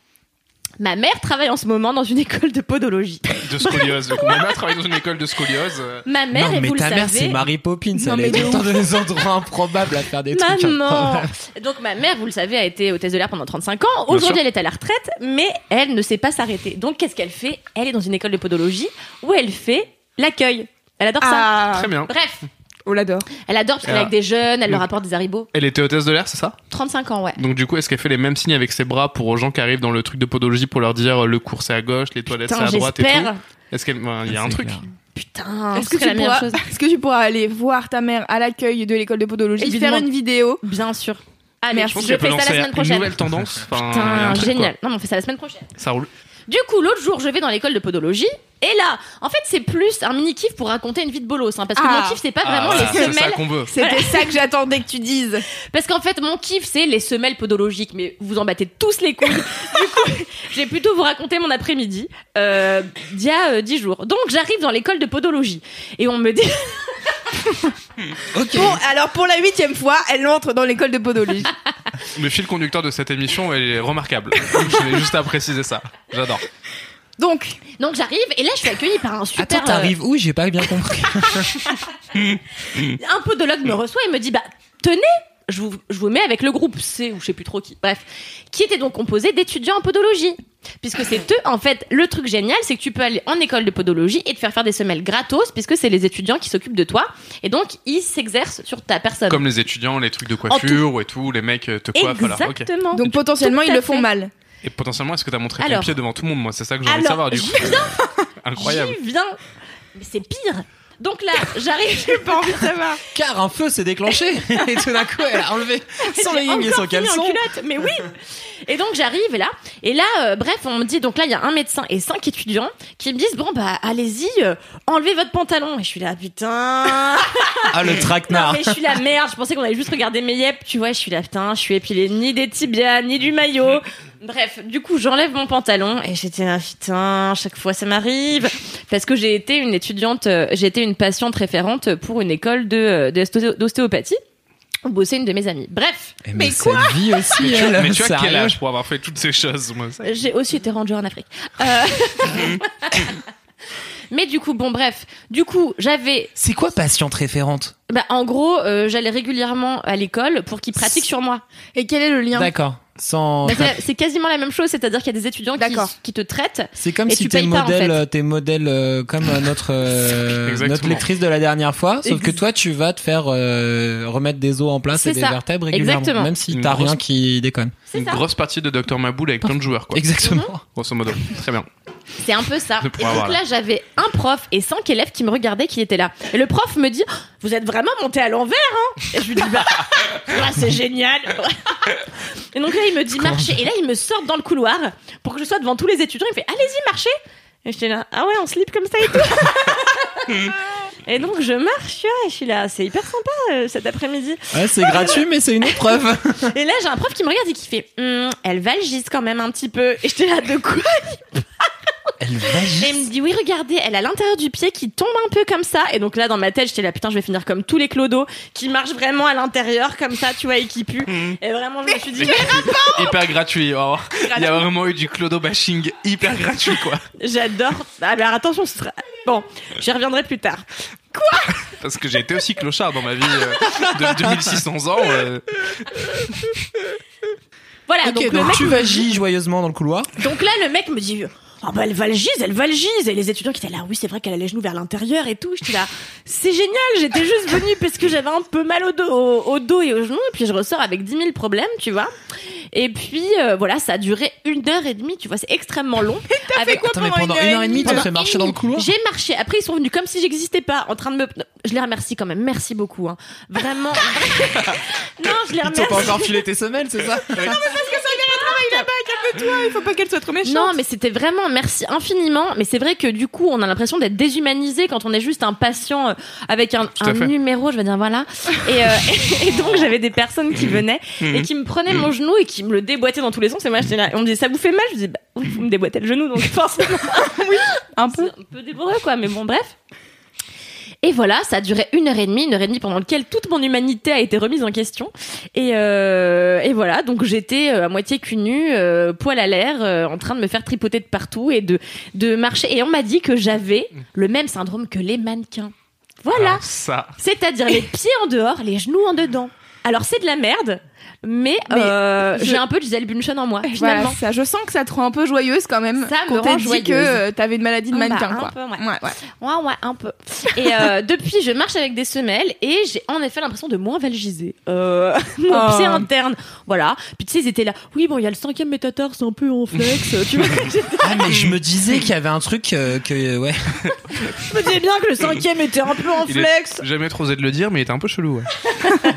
C: Ma mère travaille en ce moment dans une <laughs> école de podologie.
B: De scoliose.
C: <laughs>
B: Donc, Ma mère travaille dans une école de scoliose. euh,
C: Ma mère,
D: Non,
C: et
D: mais
C: vous
D: ta
C: le
D: mère, c'est
C: savez,
D: Mary Poppins.
A: Non,
D: elle
A: mais
D: est tout
A: de
D: le temps dans les endroits improbables à faire des trucs. hein.
B: <laughs>
C: Maman
D: improbables.
C: Donc ma mère, vous le savez, a été hôtesse de l'air pendant 35 ans.
B: hein. Bien sûr.
C: Aujourd'hui, elle est à la retraite, mais elle ne sait pas s'arrêter. Donc qu'est-ce qu'elle fait Elle est dans une école de podologie où elle fait l'accueil. Elle adore
A: Ah,
B: Très bien.
C: ça. Bref,
A: on l'adore.
C: elle adore parce qu'elle est
B: Ah.
C: avec des jeunes, elle
B: Donc-
C: leur apporte des haribots.
B: Elle était hôtesse de l'air, c'est ça
C: 35 ans, ouais.
B: Donc du coup, est-ce qu'elle fait les mêmes signes avec ses bras pour aux gens qui arrivent dans le truc de podologie pour leur dire euh, le cours c'est à gauche, les toilettes c'est
C: Putain,
B: à droite et tout
C: j'espère.
B: Est-ce qu'elle, ben, il y a un
D: C'est
B: truc.
D: clair.
C: Putain,
A: Est-ce que,
C: Ah, c'est la
A: tu
C: meilleure
A: pourras-
C: chose.
A: est-ce que tu pourras aller voir ta mère à l'accueil de l'école de podologie,
C: Évidemment.
A: faire une vidéo
C: Bien sûr. Allez,
A: Merde,
B: Je
C: je,
B: pense
C: fais
B: qu'elle peut
C: ça la
B: lancer
C: semaine
B: une
C: prochaine.
B: nouvelle tendance. Enfin, il y a un
C: Putain,
B: truc,
C: génial. Non, mais on fait ça la semaine prochaine.
B: quoi. Ça roule.
C: Du coup, l'autre jour, je vais dans l'école de podologie. Et là, en fait, c'est plus un mini kiff pour raconter une vie de bolos. hein, parce que
A: Ah.
C: mon kiff, c'est pas vraiment
B: Ah,
C: les
B: c'est ça
C: semelles
B: qu'on veut.
A: C'était ça que j'attendais que tu dises.
C: Parce qu'en fait, mon kiff, c'est les semelles podologiques, mais vous en battez tous les couilles.
B: <laughs>
C: du coup, j'ai plutôt vous raconter mon après-midi euh, d'il y a euh, dix jours. Donc, j'arrive dans l'école de podologie et on me dit <laughs>
D: Ok.
A: Bon, alors pour la huitième fois, elle entre dans l'école de <laughs> podologie.
B: Le fil conducteur de cette émission elle est
C: <laughs>
B: remarquable. Je vais juste à préciser ça. J'adore.
A: Donc,
C: donc j'arrive et là, je suis accueillie par un super.
D: Attends, t'arrives où J'ai pas bien compris. <laughs>
C: euh, un podologue me reçoit et me dit bah tenez. Je vous, je vous mets avec le groupe C ou je sais plus trop qui. Bref, qui était donc composé d'étudiants en podologie. Puisque c'est eux, en fait, le truc génial, c'est que tu peux aller en école de podologie et te faire faire des semelles gratos, puisque c'est les étudiants qui s'occupent de toi. Et donc, ils s'exercent sur ta personne.
B: Comme les étudiants, les trucs de
C: tout.
B: coiffure et tout, les mecs te coiffent. voilà. Ok.
C: Exactement.
A: donc potentiellement,
C: Tout
A: ils
C: à
A: le font
C: fait.
A: mal.
B: Et potentiellement, est-ce que t'as montré ton
C: Alors.
B: pied devant tout le monde Moi, c'est ça que j'ai envie de
C: Alors,
B: savoir du coup.
C: j'y <laughs>
B: Incroyable.
C: J'y viens. Mais c'est pire. Donc là, j'arrive. J'ai pas envie de savoir.
D: Car un feu s'est déclenché <laughs> et tout d'un coup, elle a enlevé son legging et son
C: En
D: caleçon.
C: culotte, mais
D: <laughs>
C: oui. Et donc j'arrive là. Et là, euh, bref, on me dit donc là, il y a un médecin et cinq étudiants qui me disent bon bah allez-y, euh, enlevez votre pantalon. Et je suis là
D: <laughs>
C: putain.
D: Ah, le
C: Non,
D: traquenard.
C: mais je suis la merde. Je pensais qu'on allait juste regarder mes yep. Tu vois, je suis là, putain, je suis épilée ni des tibias, ni du
D: <laughs>
C: maillot. Bref, du coup, j'enlève mon pantalon et j'étais là, putain, chaque fois ça m'arrive. Parce que j'ai été une étudiante, euh, j'ai été une patiente référente pour une école de, euh, d'ostéo- d'ostéopathie. où bossait une de mes amies. Bref,
D: Eh,
A: Mais quoi
D: cette vie aussi,
B: Mais tu,
D: elle,
B: mais tu as quel
D: sérieux.
B: âge pour avoir fait toutes ces choses moi, ça-
C: j'ai aussi été ranger en Afrique. Euh, <laughs> Mais du coup, bon, bref. Du coup, j'avais,
D: C'est quoi patiente référente
C: bah, en gros, euh, j'allais régulièrement à l'école pour qu'ils pratiquent sur moi.
A: Et quel est le lien
D: D'accord. Sans.
C: Bah, c'est- c'est quasiment la même chose, c'est-à-dire qu'il y a des étudiants qui,
A: D'accord.
C: qui te traitent.
D: C'est comme
C: Et
D: si
C: tu
D: t'es
C: payes pas, en
D: modèle,
C: fait.
D: euh, t'es modèle euh, comme euh, notre euh, <laughs>
B: Exactement.
D: notre lectrice de la dernière fois, sauf
A: Ex-
D: que toi tu vas te faire euh, remettre des os en place et
C: C'est
D: des
C: ça.
D: vertèbres régulièrement,
C: Exactement.
D: même si
B: Une
D: t'as
B: grosse-
D: rien qui déconne.
C: C'est
B: Une
C: ça.
B: grosse partie de Dr Maboul avec plein de joueurs, quoi.
D: Exactement.
C: Mhm.
B: Grosso modo. Très bien.
C: C'est un peu ça.
B: Je
C: Et
B: pourrais
C: donc
B: avoir
C: là, j'avais un prof et cinq élèves qui me regardaient, qui étaient là. Et le prof me dit, vous êtes vraiment monté à l'envers, hein Et je lui dis, bah, <laughs> ouais, c'est génial. <laughs> et donc là, il me dit, marchez. Et là, il me sort dans le couloir pour que je sois devant tous les étudiants. Il me fait, allez-y, marchez. Et j'étais là, ah ouais, on slip comme ça et tout. <laughs> et donc, je marche, tu vois, et je suis là, c'est hyper sympa euh, cet après-midi.
D: <laughs> Ouais, c'est gratuit, mais c'est une épreuve.
C: Et là, j'ai un prof qui me regarde et qui fait Hum, Elle valgise quand même un petit peu. Et j'étais là, de quoi
D: <laughs> Elle
C: Et il me dit Oui, regardez, elle a l'intérieur du pied qui tombe un peu comme ça. Et donc là, dans ma tête, j'étais là, putain, je vais finir comme tous les clodos qui marchent vraiment à l'intérieur, comme ça, tu vois, et qui puent.
D: Mhm.
C: Et vraiment, je me suis dit
B: hyper gratuit. oh. Il y a vraiment eu du clodo bashing hyper gratuit, quoi.
C: J'adore. Ah, mais alors, attention, ce sera. Bon, j'y reviendrai plus tard.
B: Parce que j'ai été aussi
C: <laughs>
B: clochard dans ma vie euh, de 2600 ans. euh.
C: Voilà,
D: Ok,
C: donc, le
D: donc
C: mec
D: tu
C: me
D: vas
C: dit-
D: gî joyeusement dans le couloir.
C: donc là, le mec me dit. Ah bah elle valgise, elle valgise Et les étudiants qui étaient là, oui c'est vrai qu'elle a les genoux vers l'intérieur et tout. J'étais là, c'est génial, j'étais juste venue parce que j'avais un peu mal au dos, au, au dos et aux genoux. Et puis je ressors avec 10 000 problèmes, tu vois. Et puis euh, voilà, ça a duré une heure et demie, tu vois, c'est extrêmement
D: <laughs>
C: long. avec
D: Attends, mais pendant une heure et demie, t'as
C: Pendant
D: fait
C: une
D: marcher dans le couloir
C: J'ai marché. Après, ils sont venus comme si j'existais pas, en train de me. Je les remercie quand même. Merci beaucoup. hein.
D: <laughs>
C: Vraiment. non, je les
D: Ils
C: remercie.
D: t'ont pas encore filé tes semelles, c'est ça
A: Il faut pas qu'elle soit trop méchante.
C: Non, mais c'était vraiment merci infiniment. Mais c'est vrai que du coup, on a l'impression d'être déshumanisé quand on est juste un patient euh, avec un,
B: à
C: un
B: fait.
C: numéro, je vais dire voilà. Et, euh, <laughs> et donc j'avais des personnes qui venaient
B: Mhm.
C: et qui me prenaient mon genou et qui me le déboîtaient dans tous les sens. Et moi, j'étais là. Et on me disait ça vous fait mal Je disais bah oui, vous me déboîtez le genou, donc <laughs> forcément.
A: un peu.
C: C'est un peu débourreux, quoi, mais bon, bref. Et voilà, ça a duré une heure et demie, une heure et demie pendant laquelle toute mon humanité a été remise en question. Et, euh, et voilà, donc j'étais euh, à moitié cul nu, euh, poil à l'air, euh, en train de me faire tripoter de partout et de, de marcher. Et on m'a dit que j'avais le même syndrome que les mannequins. Voilà.
B: Alors Ah, ça.
A: Ah.
C: C'est-à-dire les pieds en dehors, les genoux en dedans. Alors c'est de la merde, mais,
A: Mais
C: euh,
A: je-
C: j'ai un peu de Gisèle Bunchen en moi,
A: Voilà,
C: finalement.
A: ça, je sens que ça te rend un peu joyeuse quand même.
C: Ça me
A: qu'on
C: rend
A: t'ait dit
C: joyeuse.
A: que euh, t'avais une maladie de
C: Ah bah,
A: mannequin,
C: un
A: quoi.
C: peu, ouais.
A: Ouais, ouais.
C: Ouais, ouais, un peu. Et euh, depuis, je marche avec des semelles et j'ai en effet l'impression de moins valgiser. Euh, <laughs> mon
A: Oh.
C: pied interne. Voilà. Puis tu sais, ils étaient là. Oui, bon, il y a le cinquième métatarse un peu en flex. tu vois, <laughs> je
D: Ah, mais je me disais qu'il y avait un truc euh, que. euh, Ouais.
C: me disais bien que le cinquième était un peu en
B: Il est-
C: flex.
B: Jamais trop osé de le dire, mais il était un peu chelou. ouais.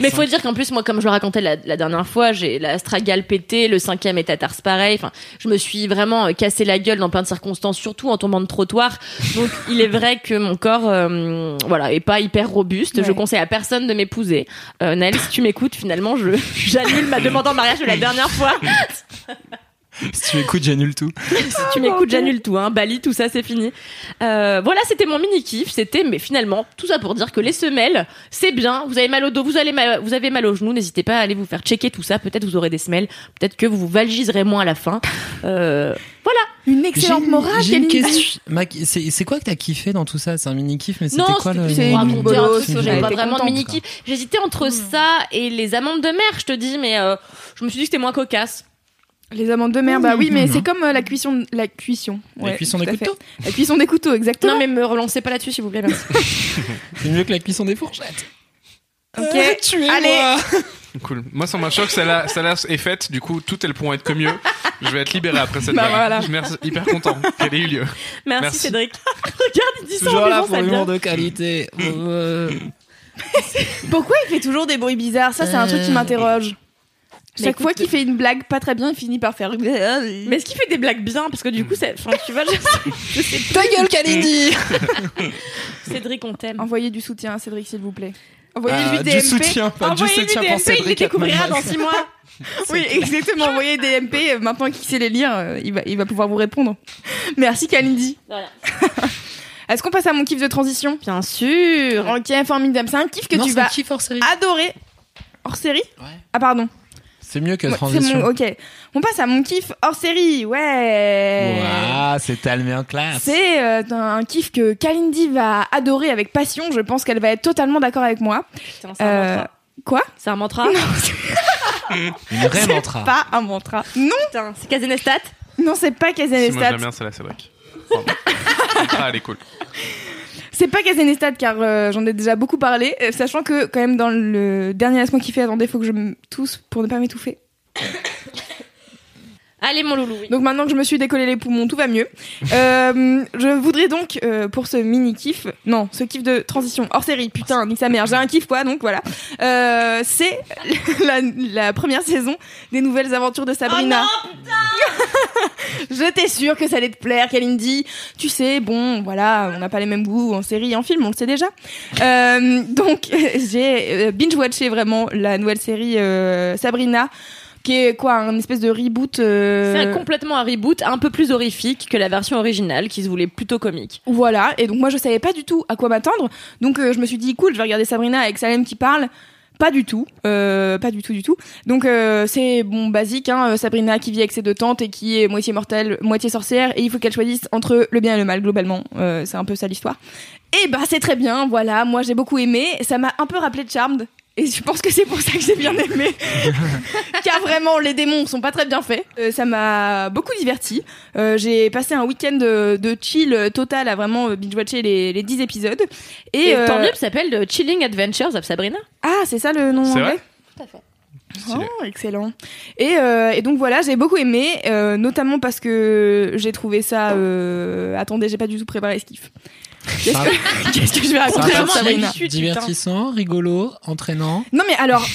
C: Mais faut dire qu'en plus, moi, comme je le racontais la, la dernière fois, j'ai la stragale pété, le cinquième métatarse pareil. Enfin, je me suis vraiment euh, cassé la gueule dans plein de circonstances, surtout en tombant de trottoir. Donc, il est vrai que mon corps, euh, voilà, est pas hyper robuste. Je
A: Ouais.
C: conseille à personne de m'épouser. Euh, Naël, si tu m'écoutes, finalement, je <laughs> j'annule ma demande en mariage de la dernière fois.
D: Si tu écoutes, j'annule tout.
C: si tu m'écoutes, j'annule tout. Hein. Bali, tout ça, c'est fini. Euh, voilà, c'était mon mini kiff. C'était, mais finalement, tout ça pour dire que les semelles, c'est bien. Vous avez mal au dos, vous, allez mal- vous avez mal aux genoux. N'hésitez pas à aller vous faire checker tout ça. Peut-être vous aurez des semelles. Peut-être que vous vous valgiserez moins à la fin. Euh, voilà.
A: Une
D: J'ai
A: excellente
D: une,
A: morale,
D: j'ai une
A: Camille.
D: question. Ma- C'est c'est quoi que t'as kiffé dans tout ça C'est un mini kiff, mais <laughs> c'était
C: Non,
D: quoi le.
A: c'est
C: c'était
A: une
C: pour raconter
A: bolos,
C: un truc
A: une
C: que j'avais pas
A: bolos.
C: vraiment de
A: T'es
C: mini kiff. J'hésitais
D: Hmm.
C: entre ça et les amandes de mer, je te dis, mais euh, je me suis dit que c'était moins cocasse.
A: Les amandes de mer, bah oui,
D: Mmh.
A: mais c'est comme euh, la cuisson, la cuisson.
D: La
A: ouais,
D: cuisson
A: tout
D: des
A: à fait.
D: couteaux
A: La cuisson des couteaux, exactement.
C: Non, mais me relancez pas là-dessus, s'il vous plaît, merci.
D: <laughs> C'est mieux que la cuisson des fourchettes.
A: Ok.
D: Euh, tuez-moi.
A: Allez.
B: Cool. Moi, ça m'a choqué. Celle-là celle-là est faite. Du coup, toutes elles pourront être que mieux. Je vais être libéré après cette
A: Bah
B: blague.
A: voilà.
B: Je suis hyper content qu'elle ait eu lieu.
C: Merci,
B: Merci.
D: <laughs>
C: Cédric. <laughs> Regarde, il dit ça en
D: Toujours là
C: buvant
D: pour
C: sa bière.
D: l'humour de qualité. Euh,
A: Pourquoi il fait toujours des bruits bizarres Ça, c'est un truc qui
D: Euh.
A: m'interroge.
C: Mais
A: Chaque
C: écoute-
A: fois qu'il fait une blague pas très bien, il finit par faire.
C: Mais
A: Mais
C: est-ce qu'il fait des blagues bien Parce que du coup,
D: Hmm.
C: ça, enfin, tu vois, je- je sais
D: Ta gueule, Kalindi
A: <laughs>
C: plus. Cédric, on t'aime.
A: envoyez du soutien à Cédric, s'il vous plaît. Envoyez
D: Euh,
A: du
D: du
A: DMP.
D: soutien, pas du
A: Envoyez
D: soutien
A: DMP,
D: pour
A: Il les
D: Cédric
A: découvrira dans
D: Atman.
A: six
D: <laughs>
A: mois. oui, exactement. Envoyez des MP. euh, Maintenant qu'il sait les lire, euh, il va, il va pouvoir vous répondre. <laughs> Merci, Kalindi.
C: De rien.
A: Est-ce qu'on passe à mon kiff de transition
C: Bien sûr.
A: Ok, formidable. C'est un kiff que
D: Non,
A: tu
D: c'est un
A: vas
D: kiff hors série.
A: adorer. Hors série
D: Ouais.
A: Ah, pardon.
D: C'est mieux que
A: Ouais, C'est
D: transition.
A: mon. Ok. On passe à mon kiff hors série. Ouais.
D: Ouah, c'est talmé en classe.
A: C'est euh, un kiff que Kalindi va adorer avec passion. Je pense qu'elle va être totalement d'accord avec moi.
C: Putain, c'est un
A: Euh,
C: mantra.
A: Quoi
C: C'est un mantra.
A: <laughs>
D: Une vraie
A: C'est
D: mantra.
A: Pas un mantra. Non,
C: Putain, c'est Kazenestat.
A: non, c'est pas
B: Si moi, je l'aime
A: Kazenestat.
B: bien, celle-là, Cédric. Pardon. <laughs> Ah, elle est cool.
A: C'est pas Kazenestat car euh, j'en ai déjà beaucoup parlé, euh, sachant que quand même dans le dernier lancement qui fait, attendez, faut que je me tousse pour ne pas m'étouffer.
C: Allez, mon loulou. oui.
A: Donc maintenant que je me suis décollé les poumons, tout va
C: <laughs>
A: mieux. Euh, je voudrais donc euh, pour ce mini kiff, non, ce kiff de transition hors série, putain, ni sa mère, j'ai un kiff quoi, donc voilà. Euh, c'est <laughs> la, la première saison des nouvelles aventures de Sabrina.
C: Oh
A: <laughs> J'étais sûre que ça allait te plaire, Kalindi. Tu sais, bon, voilà, on n'a pas les mêmes goûts en série et en film, on le sait déjà. Euh, donc, <laughs> j'ai euh, binge-watché vraiment la nouvelle série euh, Sabrina, qui est quoi, un espèce de reboot. euh,
C: C'est un- complètement un reboot, un peu plus horrifique que la version originale qui se voulait plutôt comique.
A: Voilà, et donc moi je savais pas du tout à quoi m'attendre, donc euh, je me suis dit cool, je vais regarder Sabrina avec Salem qui parle. Pas du tout, euh, pas du tout du tout. Donc euh, c'est bon basique, hein, euh, Sabrina qui vit avec ses deux tantes et qui est moitié mortelle, moitié sorcière, et il faut qu'elle choisisse entre le bien et le mal globalement. Euh, c'est un peu ça l'histoire. Eh ben, c'est très bien, voilà, moi j'ai beaucoup aimé. Ça m'a un peu rappelé Charmed. Et je pense que c'est pour ça que j'ai bien aimé.
C: <laughs>
A: Car vraiment, les démons sont pas très bien faits. Euh, ça m'a beaucoup diverti. Euh, j'ai passé un week-end de, de chill euh, total à vraiment euh, binge-watcher les, les 10 épisodes. Et,
C: Et tant
A: euh,
C: mieux, ça s'appelle euh, Chilling Adventures of Sabrina.
A: Ah, c'est ça le nom
B: C'est
A: anglais
B: vrai Stylé.
A: Oh, excellent. Et, euh, et donc voilà, j'ai beaucoup aimé, euh, notamment parce que j'ai trouvé ça. euh, Attendez, j'ai pas du tout préparé ce kiff. Qu'est-ce que, qu'est-ce que je vais raconter
C: Contrairement
A: sur
C: à
A: Sabrina
C: l'habitude, putain.
D: Divertissant, rigolo, entraînant.
A: Non mais alors,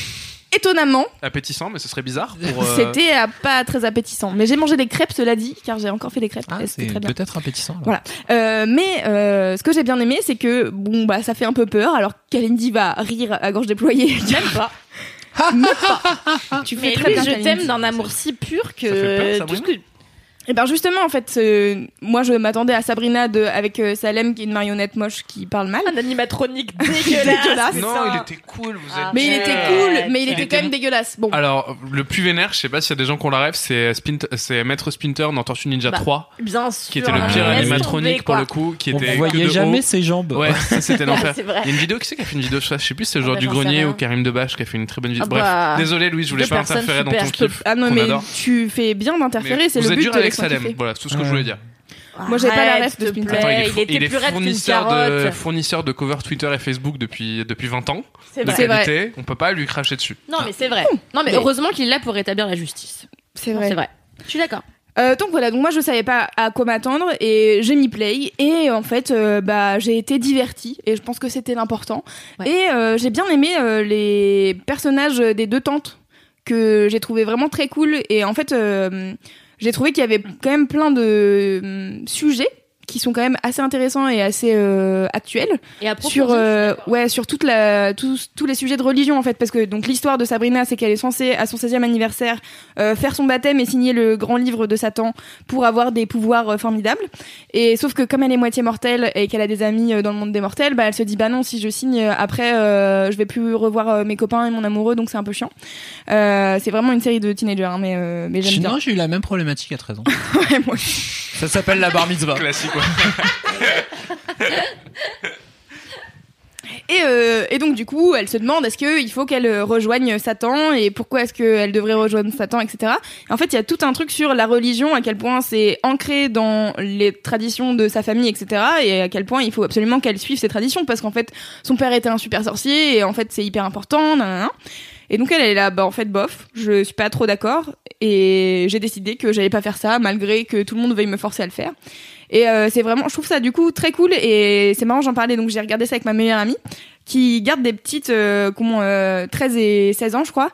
A: étonnamment,
B: Appétissant, mais ce serait bizarre
C: <laughs>
B: pour. euh,
A: c'était euh, pas très appétissant. Mais j'ai mangé des crêpes, cela dit, car j'ai encore fait des crêpes.
D: Ah,
A: et
D: c'est
A: c'était très bien.
D: peut-être appétissant. alors.
A: Voilà. Euh, mais euh, ce que j'ai bien aimé, c'est que bon bah ça fait un peu peur. Alors Kalindi va rire à gorge déployée.
C: Même pas.
A: tu fais
C: Mais
A: Ah, très
C: Louis,
A: bien.
C: je
A: Kalindi.
C: t'aime d'un amour si pur que
B: Ça fait peur,
C: tout ce
B: Sabrina
C: que
A: Et ben justement en fait, euh, moi je m'attendais à Sabrina de, avec euh, Salem qui est une marionnette moche qui parle mal.
C: un
A: <laughs>
C: animatronique dégueulasse.
A: Dégueulasse.
B: Non, il était cool, vous
C: Ah,
B: êtes.
A: Mais il
C: Ouais.
A: était cool, mais il
C: Il
A: était
B: était-
A: quand même dégueulasse. Bon.
B: Alors, le plus vénère, je sais pas s'il y a des gens qui ont la rêve, c'est Spint- c'est Maître Splinter dans Tortue Ninja
C: Bah,
B: 3,
C: Bien sûr.
B: qui était le pire
C: laisse
B: animatronique
C: tomber,
B: pour
C: quoi.
B: le coup, qui
D: On
B: était. que
D: voyait
B: de
D: jamais
B: haut.
D: ses jambes.
B: Ouais, ça,
C: <laughs>
B: c'était l'enfer.
C: c'est vrai.
B: Il y a une vidéo, qui c'est qui a fait une vidéo de ça Je sais plus, c'est le
C: Ah
B: joueur
C: bah,
B: du
C: j'en sais
B: grenier
C: rien.
B: ou Karim Debache qui a fait une très bonne vidéo.
C: Ah
B: Bref,
C: bah,
B: désolé Louis, je voulais
C: deux
B: pas
C: personnes
B: interférer dans
C: super,
B: ton
C: je te-
B: kiff.
A: Ah non
B: qu'on
A: mais
B: adore.
A: tu fais bien d'interférer,
B: Mais
A: c'est
B: vous
A: le
B: êtes
A: but
B: dur
A: de
B: avec
A: l'action
B: Salem,
A: kiffée.
B: voilà, c'est tout ce que
D: Ouais.
B: je voulais dire.
A: Moi, j'ai pas la
C: Arrête,
A: ref de
C: s'il te
A: Splinter.
C: plaît,
B: Attends,
C: il,
B: fou-
C: était
B: il est
C: plus raide qu'une
B: fournisseur de,
C: carotte.
B: fournisseur de cover Twitter et Facebook depuis, depuis 20 ans.
C: C'est
B: de
C: vrai.
A: C'est vrai.
B: qualité, on peut pas lui cracher dessus.
C: Non, mais c'est vrai. Non, mais
A: Mais-
C: heureusement qu'il est là pour rétablir la justice.
A: C'est
C: Non,
A: vrai.
C: C'est vrai. Je suis d'accord.
A: Euh, donc voilà, donc moi je savais pas à quoi m'attendre et j'ai mis play et en fait euh, bah j'ai été divertie et je pense que c'était l'important
C: Ouais.
A: et euh, j'ai bien aimé euh, les personnages des deux tantes que j'ai trouvé vraiment très cool et en fait euh, j'ai trouvé qu'il y avait quand même plein de euh, sujets qui sont quand même assez intéressants et assez euh, actuels
C: Et à propos
A: sur euh, ouais sur toute la tous tous les sujets de religion en fait parce que donc l'histoire de Sabrina c'est qu'elle est censée à son 16e anniversaire euh, faire son baptême et signer le grand livre de Satan pour avoir des pouvoirs euh, formidables et sauf que comme elle est moitié mortelle et qu'elle a des amis euh, dans le monde des mortels bah elle se dit bah non si je signe euh, après euh, je vais plus revoir euh, mes copains et mon amoureux donc c'est un peu chiant euh, c'est vraiment une série de teenagers hein, mais euh, mais j'aime bien
D: Non, j'ai eu la même problématique à 13 ans.
A: <laughs> Ouais, moi aussi.
D: Ça s'appelle la bar
A: <laughs>
D: mitzvah.
B: Ah. Classique, ouais.
A: Et, euh, et donc du coup, elle se demande est-ce qu'il faut qu'elle euh, rejoigne Satan et pourquoi est-ce qu'elle devrait rejoindre Satan, etc. Et en fait, il y a tout un truc sur la religion, à quel point c'est ancré dans les traditions de sa famille, etc. Et à quel point il faut absolument qu'elle suive ses traditions parce qu'en fait, son père était un super sorcier et en fait, c'est hyper important. nanana. Et donc elle, elle est là, bah en fait, bof, je suis pas trop d'accord et j'ai décidé que j'allais pas faire ça malgré que tout le monde veuille me forcer à le faire. Et euh, c'est vraiment, je trouve ça du coup très cool et c'est marrant, j'en parlais donc j'ai regardé ça avec ma meilleure amie qui garde des petites euh, qui ont euh, 13 et 16 ans je crois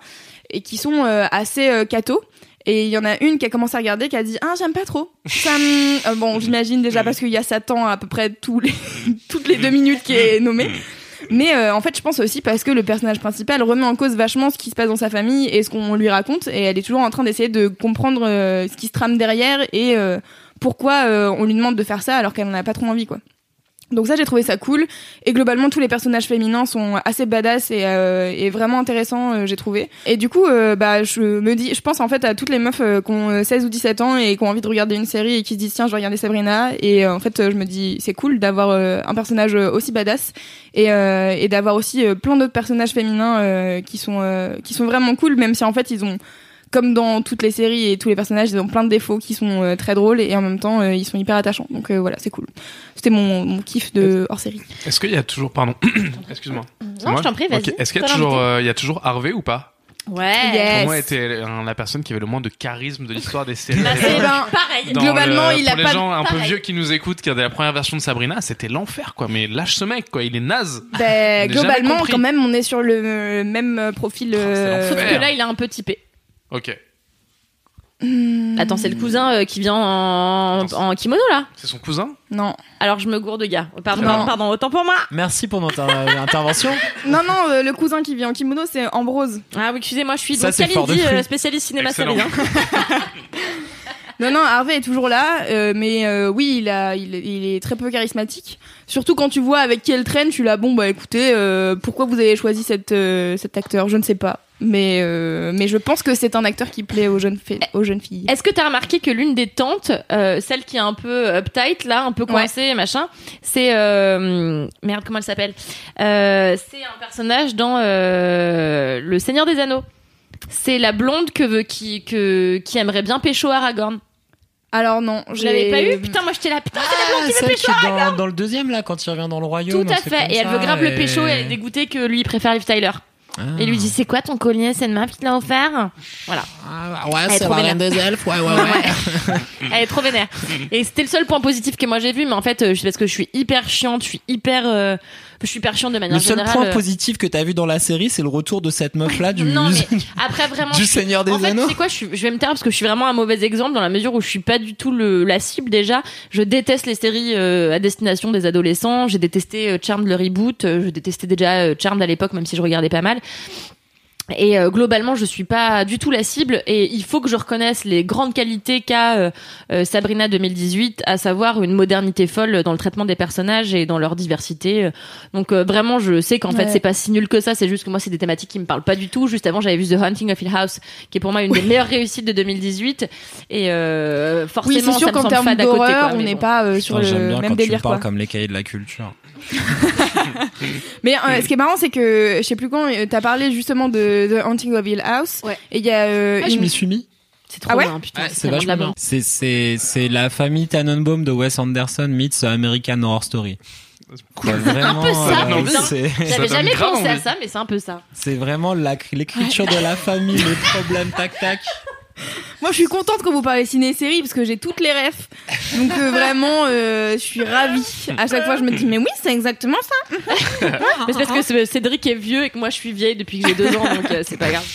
A: et qui sont euh, assez euh, cathos. Et il y en a une qui a commencé à regarder, qui a dit ah j'aime pas trop. Ça me- Euh, bon j'imagine déjà parce qu'il y a Satan à peu près tous les <laughs> toutes les deux minutes qui est nommé. Mais euh, en fait je pense aussi parce que le personnage principal remet en cause vachement ce qui se passe dans sa famille et ce qu'on lui raconte et elle est toujours en train d'essayer de comprendre euh, ce qui se trame derrière et euh, pourquoi euh, on lui demande de faire ça alors qu'elle en a pas trop envie quoi. Donc ça j'ai trouvé ça cool et globalement tous les personnages féminins sont assez badass et, euh, et vraiment intéressants euh, j'ai trouvé. Et du coup euh, bah je me dis je pense en fait à toutes les meufs euh, qui ont euh, 16 ou 17 ans et qui ont envie de regarder une série et qui se disent tiens je vais regarder Sabrina et euh, en fait euh, je me dis c'est cool d'avoir euh, un personnage euh, aussi badass et, euh, et d'avoir aussi euh, plein d'autres personnages féminins euh, qui sont euh, qui sont vraiment cool même si en fait ils ont comme dans toutes les séries et tous les personnages, ils ont plein de défauts qui sont euh, très drôles et en même temps euh, ils sont hyper attachants. Donc euh, voilà, c'est cool. C'était mon, mon kiff de hors série.
B: Est-ce qu'il y a toujours. Pardon, <coughs> excuse-moi. C'est
C: Non,
B: moi
C: je t'en prie, vas-y.
B: Ok, Est-ce qu'il y a
C: T'as
B: toujours,
C: l'invité.
B: euh, il y a toujours Harvey ou pas
C: Ouais.
A: Yes.
B: Pour moi, était un- la personne qui avait le moins de charisme de l'histoire des séries.
C: Bah,
A: Eh
C: c'est
A: ben,
C: pareil.
B: Dans
A: globalement,
B: le-
A: il
B: pour
A: a
B: les
A: pas-
B: gens un peu
C: pareil.
B: vieux qui nous écoutent, qui regardaient la première version de Sabrina, c'était l'enfer, quoi. Mais lâche ce mec, quoi. Il est naze.
A: Ben,
B: On n'a jamais
A: globalement,
B: compris. Oh,
A: quand même, on est sur le euh, même euh, profil. euh,
B: c'est
C: <laughs> Sauf
B: l'enfer.
C: que là, il a un peu typé.
B: Ok.
C: Attends, c'est le cousin euh, qui vient en,
B: Attends,
C: en kimono là.
B: C'est son cousin
A: non,
C: Alors je me gourde de gars. Pardon,
A: Non.
C: pardon, autant pour moi.
D: Merci pour
A: <laughs>
D: notre euh, intervention.
A: non, non, euh, le cousin qui vient en kimono, c'est Ambrose.
C: Ah oui, excusez-moi, je suis
D: Ça,
C: donc
D: c'est fort de
C: Kalindi,
B: <laughs>
D: fruits.
C: euh, spécialiste cinéma
B: Excellent.
C: sabrina.
A: Non, non, Harvey est toujours là, euh, mais euh, oui, il, a, il, il est très peu charismatique. Surtout quand tu vois avec qui elle traîne, tu là, bon, bah écoutez, euh, pourquoi vous avez choisi cette, euh, cet acteur Je ne sais pas. Mais, euh, mais je pense que c'est un acteur qui plaît aux jeunes, fi- aux jeunes filles.
C: Est-ce que t'as remarqué que l'une des tantes, euh, celle qui est un peu uptight là, un peu coincée machin, c'est euh, merde comment elle s'appelle Euh, C'est un personnage dans euh, Le Seigneur des Anneaux. C'est la blonde que veut qui que qui aimerait bien pécho Aragorn.
A: Alors non,
C: Je
A: je
C: l'avais pas eu. Putain moi j'étais là.
A: Ah,
C: Putain c'est la blonde qui veut
D: celle qui
C: pécho.
D: est dans, dans le deuxième là quand il revient dans le royaume.
C: Tout à
D: un truc
C: fait.
D: comme
C: Et elle
D: ça,
C: veut grave le pécho et elle est dégoûtée que lui il préfère Liv Tyler.
D: Ah.
C: Et lui dit c'est quoi ton collier c'est de ma qui te l'a offert. Voilà.
D: Ah, ouais,
C: Elle est
D: c'est
C: trop
D: la <laughs> reine des elfes. Ouais, ouais, ouais.
C: Elle est trop vénère. Et c'était le seul point positif que moi j'ai vu, mais en fait, euh, je- parce que je suis hyper chiante, je suis hyper, euh, je suis hyper chiante de manière
D: Le seul
C: générale.
D: point
C: euh.
D: positif que t'as vu dans la série, c'est le retour de cette meuf là <laughs> du,
C: Non, mais après vraiment.
D: du
C: je suis-
D: Seigneur des
C: en fait,
D: Anneaux.
C: c'est quoi je, suis- je vais me taire parce que je suis vraiment un mauvais exemple dans la mesure où je suis pas du tout le, la cible déjà. Je déteste les séries euh, à destination des adolescents. J'ai détesté euh, Charmed le reboot. euh, je détestais déjà euh, Charmed à l'époque, même si je regardais pas mal. Et euh, globalement, je suis pas du tout la cible. Et il faut que je reconnaisse les grandes qualités qu'a euh, euh, Sabrina 2018, à savoir une modernité folle dans le traitement des personnages et dans leur diversité. euh, donc euh, vraiment, je sais qu'en fait,
A: Ouais.
C: c'est pas si nul que ça. C'est juste que moi, c'est des thématiques qui me parlent pas du tout. Juste avant, j'avais vu The Haunting of Hill House, qui est pour moi une des meilleures réussites de 2018. Et euh, forcément,
A: Oui, c'est sûr
C: ça me
A: qu'en
C: semble
A: termes
C: fade à côté.
A: d'horreur,
C: quoi,
A: on
C: mais
A: n'est
C: bon.
A: pas euh, sur
D: Putain, J'aime bien
A: le
D: quand
A: même
D: tu me
A: délire.
D: parles
A: quoi.
D: comme les cahiers de la culture.
A: Mais euh, ce qui est marrant, c'est que je sais plus quand, euh, t'as parlé justement de The Haunting of Hill House.
C: Ouais.
A: Et il y a. euh,
D: Ah, je
A: une-
D: m'y suis mis.
C: C'est trop
A: Ah ouais
C: bien, putain.
D: Ouais,
C: c'est
D: c'est
C: vraiment de la
D: vachement bien.
C: bombe.
D: C'est- C'est c'est la famille Tannenbaum de Wes Anderson meets American Horror Story. Quoi, vraiment,
C: peu ça,
D: euh,
B: putain.
D: c'est-
B: Ça
C: J'avais
B: donne
C: jamais
B: grave
C: pensé à
B: envie.
C: ça, mais c'est un peu ça.
D: c'est vraiment la- l'écriture de la famille, les problèmes tac tac.
A: Moi, je suis contente quand vous parlez ciné-série parce que j'ai toutes les refs. Donc
D: <laughs>
A: euh, vraiment, euh, je suis ravie. À chaque fois, je me dis, mais oui, c'est exactement ça.
C: Mais c'est parce que Cédric est vieux et que moi je suis vieille depuis que j'ai deux ans, donc euh, c'est pas grave.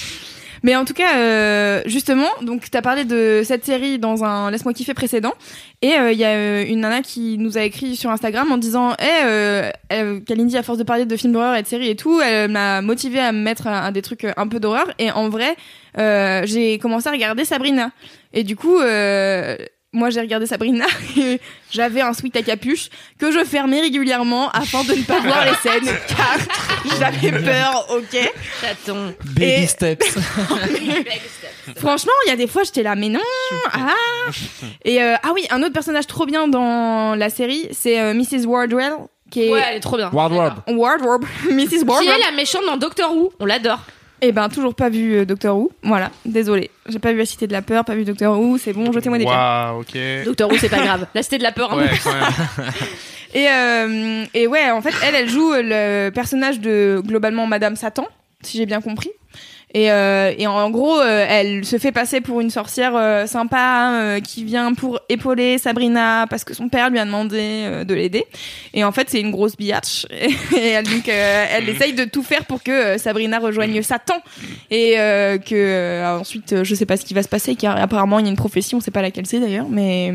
A: Mais en tout cas, euh, justement, donc t'as parlé de cette série dans un laisse-moi kiffer précédent, et euh, il y a euh, une nana qui nous a écrit sur Instagram en disant, Eh, euh, euh, Kalindi, à force de parler de films d'horreur et de séries et tout, elle m'a motivée à me mettre à, à des trucs euh, un peu d'horreur. Et en vrai, euh, j'ai commencé à regarder Sabrina. Et du coup, euh, moi j'ai regardé Sabrina. <laughs> et J'avais un sweat à capuche que je fermais régulièrement afin de ne pas voir les scènes, car j'avais peur. Ok.
C: <laughs> Chaton.
D: Baby
A: Et-
D: steps.
A: Franchement, il y a des fois, j'étais là, mais non ah. Et euh, ah oui, un autre personnage trop bien dans la série, c'est euh, Mrs. Wardwell, qui est
C: Ouais, elle est trop bien.
D: Wardrobe.
A: <laughs> Wardrobe, Mrs.
C: Qui
A: Wardwell.
C: est la méchante dans Doctor Who On l'adore.
A: Eh ben, toujours pas vu euh, Doctor Who. Voilà, désolé, j'ai pas vu la Cité de la peur, pas vu Doctor Who. C'est bon, jetez-moi des pierres.
B: Waouh, ok. Ouais,
C: Doctor Who, c'est pas grave. Là, c'était de la peur. hein.
B: quand même.
C: <laughs>
A: Et euh, et ouais, en fait, elle, elle joue euh, le personnage de globalement Madame Satan, si j'ai bien compris. Et, euh, et en gros, euh, elle se fait passer pour une sorcière euh, sympa euh, qui vient pour épauler Sabrina parce que son père lui a demandé euh, de l'aider. Et en fait, c'est une grosse biatch. <laughs> Et elle, donc, euh, elle essaye de tout faire pour que euh, Sabrina rejoigne Satan et euh, que euh, ensuite, euh, je sais pas ce qui va se passer car apparemment il y a une prophétie, on sait pas laquelle c'est d'ailleurs, mais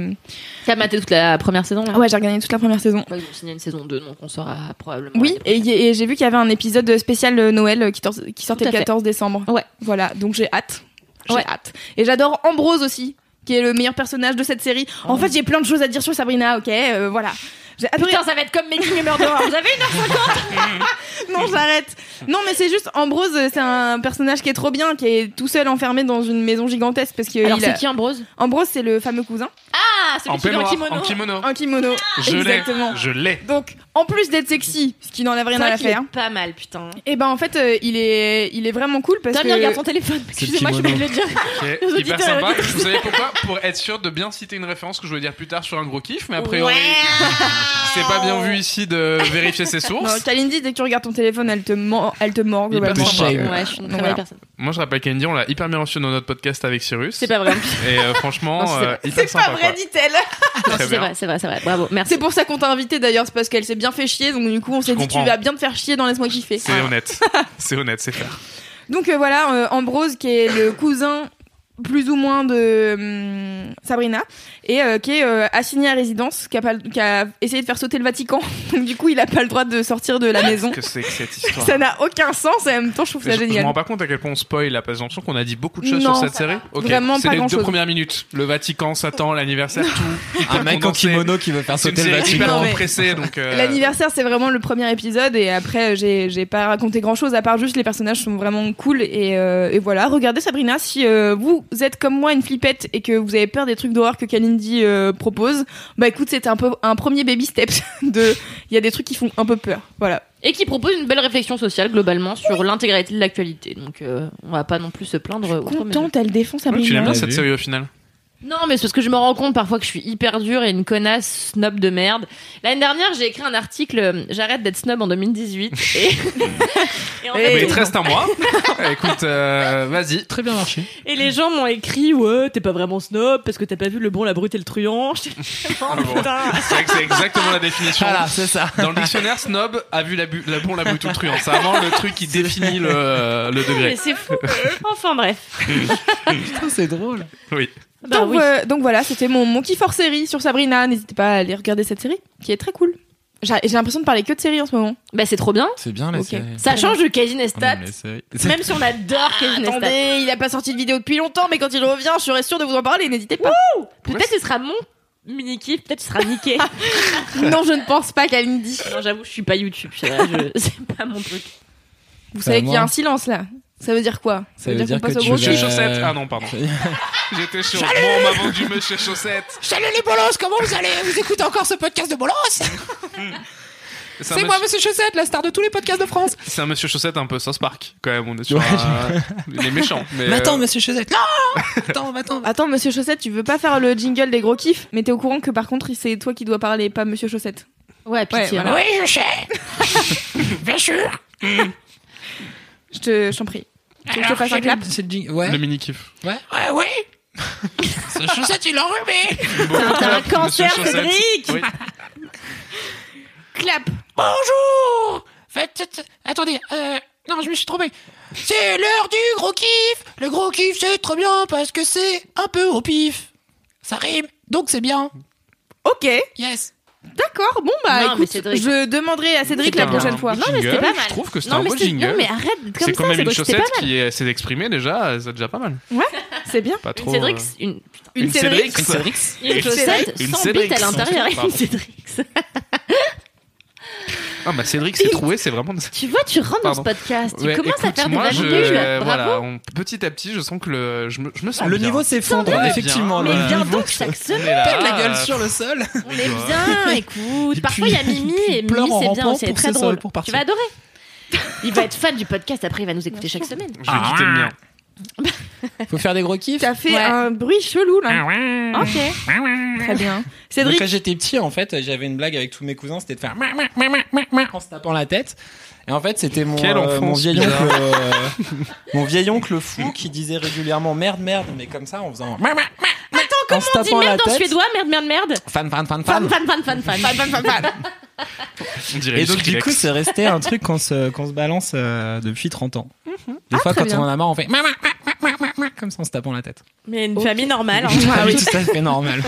C: T'as maté toute la première saison là
A: Ah ouais, j'ai regardé toute la première saison.
C: Ils ont signé une saison 2, donc on saura probablement.
A: Oui, et, y- et j'ai vu qu'il y avait un épisode spécial euh, Noël euh, qui, tor- qui sortait
C: Tout à
A: le
C: fait.
A: 14 décembre.
C: Ouais.
A: Voilà, donc j'ai hâte. J'ai
C: Ouais.
A: hâte. Et j'adore Ambrose aussi, qui est le meilleur personnage de cette série. En fait, j'ai plein de choses à dire sur Sabrina, ok euh, Voilà. J'ai adoré-
C: Oh. Putain, ça va être comme Making a Murderer. Vous avez une heure
A: Non, j'arrête. Non, mais c'est juste Ambrose, euh, c'est un personnage qui est trop bien, qui est tout seul enfermé dans une maison gigantesque parce que
C: Alors,
A: il a-
C: c'est qui Ambrose
A: Ambrose, c'est le fameux cousin
C: Ah, celui
B: En
C: qui est en
B: peignoir,
C: kimono.
B: en kimono.
A: en kimono.
B: Je l'ai.
A: Exactement.
B: Je
C: <laughs>
B: l'ai.
A: Donc, en plus d'être sexy, ce qui n'en a
C: C'est
A: rien
C: vrai
A: à
C: qu'il est
A: faire.
C: pas mal, putain.
A: Et ben en fait, euh, il est, il est vraiment cool parce
C: Damien,
A: que.
C: regarde ton téléphone.
D: C'est le
C: Excusez-moi, je voulais
D: kimono.
C: le dire.
B: Ok,
C: Nos
B: Hyper
C: auditeurs et
B: sympa.
C: auditrices.
B: Vous savez pourquoi Pour être sûr de bien citer une référence que je voulais dire plus tard sur un gros kiff, mais a priori, <laughs> c'est pas bien vu ici de vérifier
A: <laughs>
B: ses
A: Non,
B: sources.
A: Kalindi, dès que tu regardes ton téléphone, elle te ment, elle te mord
B: Il
A: globalement.
B: passe en
D: shame.
C: Ouais, je suis une très
A: Voilà.
C: belle personne.
B: Moi, je rappelle qu'Andy, on l'a hyper bien reçu dans notre podcast avec Cyrus.
C: C'est pas vrai.
B: Et
A: <laughs>
B: euh, franchement,
C: Non, c'est
B: euh, hyper sympa. quoi.
A: dit-elle.
B: Très
C: C'est
B: bien.
C: vrai, c'est vrai, c'est vrai. Bravo, merci.
A: C'est pour ça qu'on t'a invité d'ailleurs, c'est parce qu'elle s'est bien fait chier, donc du coup on s'est dit
B: comprends.
A: tu vas bien te faire chier dans Laisse-moi kiffer. <laughs>
B: C'est honnête. C'est honnête, c'est faire.
A: Donc euh, voilà, euh, Ambrose qui est le cousin plus ou moins de hum, Sabrina et euh, qui est euh, assigné à résidence, qui a, pas le- qui a essayé de faire sauter le Vatican. <laughs> Donc du coup, il a pas le droit de sortir de la
B: <laughs>
A: maison.
B: que c'est que cette histoire
A: Ça n'a aucun sens et en même temps, je trouve
B: Je,
A: ça
B: je me
A: génial.
B: rends pas compte à quel point on spoil la parce que j'ai l'impression qu'on a dit beaucoup de choses
A: Non,
B: sur cette
A: ça va.
B: série. Ok,
A: Vraiment
B: c'est
A: pas
B: les deux
A: grand-chose.
B: premières minutes. Le Vatican,
A: <laughs>
B: Satan, l'anniversaire, tout.
D: Un mec en
B: condensé.
D: kimono qui veut faire
B: C'est une
D: sauter Ah, le
B: série hyper
D: Vatican.
A: Non, mais-
B: empressée, donc. euh,
A: L'anniversaire, c'est vraiment le premier épisode et après, euh, j'ai j'ai pas raconté grand chose à part juste les personnages sont vraiment cool et, euh, et voilà. Regardez Sabrina, si euh, vous êtes comme moi une flippette et que vous avez peur des trucs d'horreur que Kalindi euh, propose, bah écoute, c'était un peu un premier baby step <laughs> de. Il y a des trucs qui font un peu peur. Voilà.
C: Et qui propose une belle réflexion sociale globalement sur l'intégralité de l'actualité. Donc euh, on va pas non plus se plaindre. outre mesure.
A: Contente, elle défend
B: ouais, tu l'aimes
A: Sabrina.
B: bien
D: Sabrina.
B: cette série au final
C: Non, mais c'est parce que je me rends compte parfois que je suis hyper dure et une connasse snob de merde. L'année dernière, j'ai écrit un article euh, J'arrête d'être snob en <laughs> 2018. Et, et en
A: Eh,
C: fait,
B: Eh ben,
A: Et-
B: Il te reste un
C: <laughs>
B: mois. Écoute, euh, vas-y.
D: Très bien marché.
C: Et les gens m'ont écrit ouais t'es pas vraiment snob parce que t'as pas vu le bon la brute et le truand. J'étais là,
B: Ah
C: Oh,
B: bon.
C: putain.
B: C'est vrai que c'est exactement la définition.
D: Voilà,
B: <laughs>
D: c'est ça.
B: Dans le dictionnaire, snob a vu la, bu- la bon, la brute ou le truand. C'est vraiment le truc qui définit le, euh, le
C: Mais
B: degré.
C: c'est fou. Enfin bref.
D: Putain, c'est drôle.
B: Oui.
C: Bah
A: donc,
C: oui.
A: euh, donc voilà, c'était mon, mon kiff hors série sur Sabrina. N'hésitez pas à aller regarder cette série qui est très cool. J'ai j'ai l'impression de parler que de séries en ce moment.
C: Bah c'est trop bien.
D: C'est bien la
A: Ok.
D: série.
C: Ça change de Casinestat. <laughs> Même si on adore Casinestat.
A: Attendez, il a pas sorti de vidéo depuis longtemps, mais quand il revient, je serai sûre de vous en parler. N'hésitez pas.
C: Peut-être ce sera mon mini kiff. Peut-être ce sera <laughs> niqué.
A: non, je ne pense pas qu'elle me dit.
C: non j'avoue je suis pas YouTube. C'est vrai, je- <laughs> c'est pas mon truc.
A: Vous
D: Bah,
A: savez qu'il y a
D: moi.
A: un silence là. Ça veut dire quoi
D: Ça veut dire
A: qu'on
D: que
A: passe au
D: tu
A: gros
D: vas-
B: Chez
A: kiff.
D: Euh,
B: chaussettes. Ah non, pardon. J'étais sur. Bon, on m'a vendu mes chez chaussettes.
D: Salut les bolos, comment vous allez Vous écoutez encore ce podcast de bolos
B: C'est un
D: C'est
B: monsieur-
D: moi, Monsieur Chaussette, la star de tous les podcasts de France.
B: C'est un monsieur chaussette un peu South Park, quand même. On est sur.
D: Ouais,
B: un- Il est méchant. Mais,
D: Mais attends,
B: euh,
D: Monsieur Chaussette. Non Attends, attends.
A: Attends, Monsieur Chaussette, tu veux pas faire le jingle des gros kiffs Mais t'es au courant que par contre, c'est toi qui dois parler, pas Monsieur Chaussette.
C: Ouais pitié.
A: Ouais, voilà.
C: alors.
D: je sais. Bien sûr.
A: Je te, je t'en prie. Tu veux que je te fasse un clap
D: C'est le jingle. Ouais.
B: Le mini kiff.
D: Ouais. Ouais, Eh oui. Ce Chaussette, il est enrhumé.
C: T'as un cancer Cédric.
B: Oui.
A: Clap.
D: Bonjour Faites... Attendez, euh... Non, je me suis trompé. C'est l'heure du gros kiff Le gros kiff, c'est trop bien parce que c'est un peu au pif. Ça rime, donc c'est bien.
A: Ok,
D: Yes.
A: d'accord. Bon bah,
C: Non, mais
A: écoute,
C: Cédric.
A: je demanderai à Cédric
C: C'est
A: la
C: pas
A: prochaine
C: mal.
A: fois.
C: Non, mais c'était
B: Jingle,
C: pas mal.
B: Je trouve que c'est
C: Non
B: un
C: mais
B: beau
C: c'est-
B: jingle.
C: non mais arrête comme
B: C'est
C: ça.
B: quand même
C: c'est
B: une
C: pas- c'était
B: chaussette
C: pas mal.
B: qui est- s'est exprimée déjà, c'est déjà pas mal.
A: C'est bien.
B: Pas
C: Une
B: trop.
C: Cédric,
B: euh,
C: une
A: Une Cédric.
B: Cédric.
C: Une chaussette
B: Une
C: sans
B: Cédric.
C: bite à l'intérieur.
B: Pardon.
C: Une Cédric.
B: Ah bah Cédric s'est trouvé, c'est vraiment.
C: Tu vois, tu rentres dans ce
B: Pardon.
C: podcast. Tu
B: Ouais,
C: commences à
B: écoute,
C: faire des
B: moi,
C: valides.
B: je- euh,
C: Bravo.
B: voilà, on- petit à petit, je sens que le, je me, je me sens
D: Le
B: bien.
D: niveau s'effondre,
B: On est bien,
D: effectivement.
C: Mais
B: voilà.
D: le
C: viens
D: niveau
C: donc chaque
B: On <laughs>
C: semaine.
B: est là,
D: pète la gueule
B: euh,
D: sur le sol.
C: On est bien, écoute.
D: Et
C: Parfois,
D: puis-
C: il y a
D: <laughs>
C: Mimi
D: puis
C: et
D: il
C: Mimi,
D: pleure en
C: c'est bien,
D: rampant
C: c'est
D: pour
C: très
D: se-
C: drôle.
D: pour
C: Tu
D: partir.
C: vas adorer. Il va être fan du podcast, après, il va nous écouter chaque semaine.
B: Je vais hein. quitter le mien.
D: Ah. Faut faire des gros kiffs.
A: T'as fait
C: Ouais.
A: un bruit chelou
B: Ah
C: Ah
A: là.
C: Ok. Oh,
A: Très bien.
D: Donc,
A: Cédric,
D: quand j'étais petit, en fait, j'avais une blague avec tous mes cousins, c'était de faire mouah, mouah, mouah, mouah, mouah en se tapant la tête. Et en fait, c'était mon,
B: Quelle
D: euh, mon
B: enfance
D: vieil
B: bizarre.
D: oncle, euh, mon vieil oncle fou qui disait régulièrement merde, merde, mais comme ça, en faisant mouah, mouah, mouah, mouah, en se
C: On dit
D: tapant la
C: merde en
D: tête.
C: suédois, merde, merde, merde.
D: Fan, fan,
C: Fan,
D: fan, fan.
C: fan, fan, fan, fan.
B: On dirait
D: Et
B: une
D: donc, du
B: Skrillex.
D: coup, c'est resté un truc qu'on se, qu'on se balance euh, depuis 30 ans.
C: Mm-hmm.
D: Des
C: Ah,
D: fois,
A: très
D: quand
A: bien.
D: on en a marre, on fait mouah, mouah, mouah, mouah, mouah, mouah, comme ça en se tapant la tête.
C: Mais une
A: Ok.
C: famille normale. hein.
D: <laughs> Ah oui, tout à fait normal.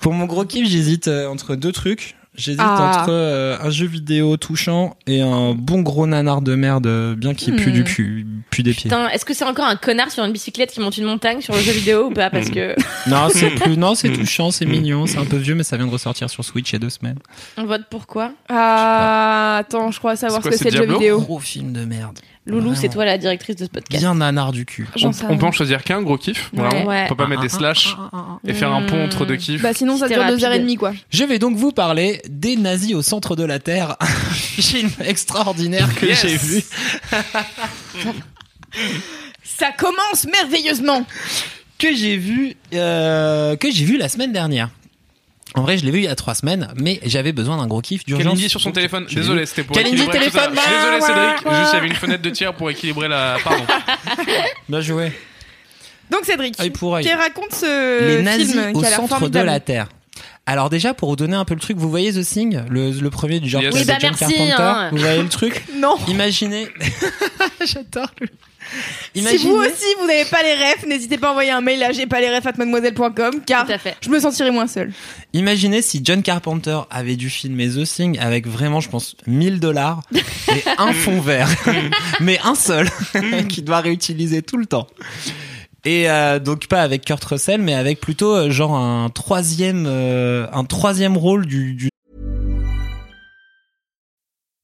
D: Pour mon gros kiff, j'hésite euh, entre deux trucs. J'hésite
A: Ah.
D: entre euh, un jeu vidéo touchant et un bon gros nanar de merde euh, bien qui pue
A: Hmm.
D: du pu- pue des pieds.
C: Putain, est-ce que c'est encore un connard sur une bicyclette qui monte une montagne sur le jeu vidéo ou pas
D: <laughs>
C: Parce que
D: Non,
A: <laughs>
D: c'est plus non, c'est touchant, c'est mignon, c'est un peu vieux mais ça vient de ressortir sur Switch il y a deux semaines.
C: on vote pourquoi
A: Ah, attends, je crois savoir
B: C'est quoi,
A: ce que c'est le
B: c'est
A: jeu
B: Diablo
A: vidéo.
D: Gros film de merde.
C: Loulou,
D: Vraiment.
C: c'est toi la directrice de ce podcast.
D: Bien nanar du cul.
A: J'en
B: on,
A: sais
B: on peut
A: rien. Ah,
B: en choisir qu'un gros kiff. Vraiment.
C: Ouais.
B: On peut pas mettre des slash et faire un pont entre deux kiffs.
A: Bah sinon ça
C: C'était
A: dure deux heures et
C: rapide.
A: demie quoi.
D: Je vais donc vous parler des nazis au centre de la Terre, <laughs> un film extraordinaire que
B: Yes.
D: j'ai vu.
A: Ça commence merveilleusement.
D: que j'ai vu euh, que j'ai vu la semaine dernière. En vrai, je l'ai vu il y a trois semaines, mais j'avais besoin d'un gros kiff d'urgence.
B: Kalindi sur son téléphone.
D: Je l'ai
B: Désolé,
D: vu.
B: c'était pour
D: Kalindi,
B: équilibrer tout
D: téléphone,
B: ça. Je suis Désolé,
D: bah,
B: Cédric.
D: bah,
B: Juste, il y avait une fenêtre de tir pour équilibrer la. Pardon.
D: <laughs> Bien joué.
A: Donc Cédric,
D: Bah, Œil pour œil.
A: qui raconte ce
D: Ah, Les nazis
A: film
D: au
A: qui a l'air
D: centre de
A: formidable.
D: la Terre. Alors déjà, pour vous donner un peu le truc, vous voyez The Thing, le, le premier du genre
B: Yes.
D: de
B: Oui,
C: bah
D: John
C: merci,
D: Carpenter.
C: hein.
D: Vous voyez
A: <laughs>
D: le truc
A: Non.
D: Imaginez. J'adore le.
A: Si vous aussi vous n'avez pas les refs, n'hésitez pas à envoyer un mail à j'ai pas les refs at mademoiselle.com car
C: Tout à fait.
A: je me sentirai moins seule.
D: Imaginez si John Carpenter avait dû filmer The Thing avec vraiment, je pense,
A: <laughs>
D: 1000 dollars et un fond vert, mais un seul,
A: Mm.
D: <laughs> qu'il doit réutiliser tout le temps. Et euh, donc pas avec Kurt Russell, mais avec plutôt euh, genre un troisième, euh, un troisième rôle du, du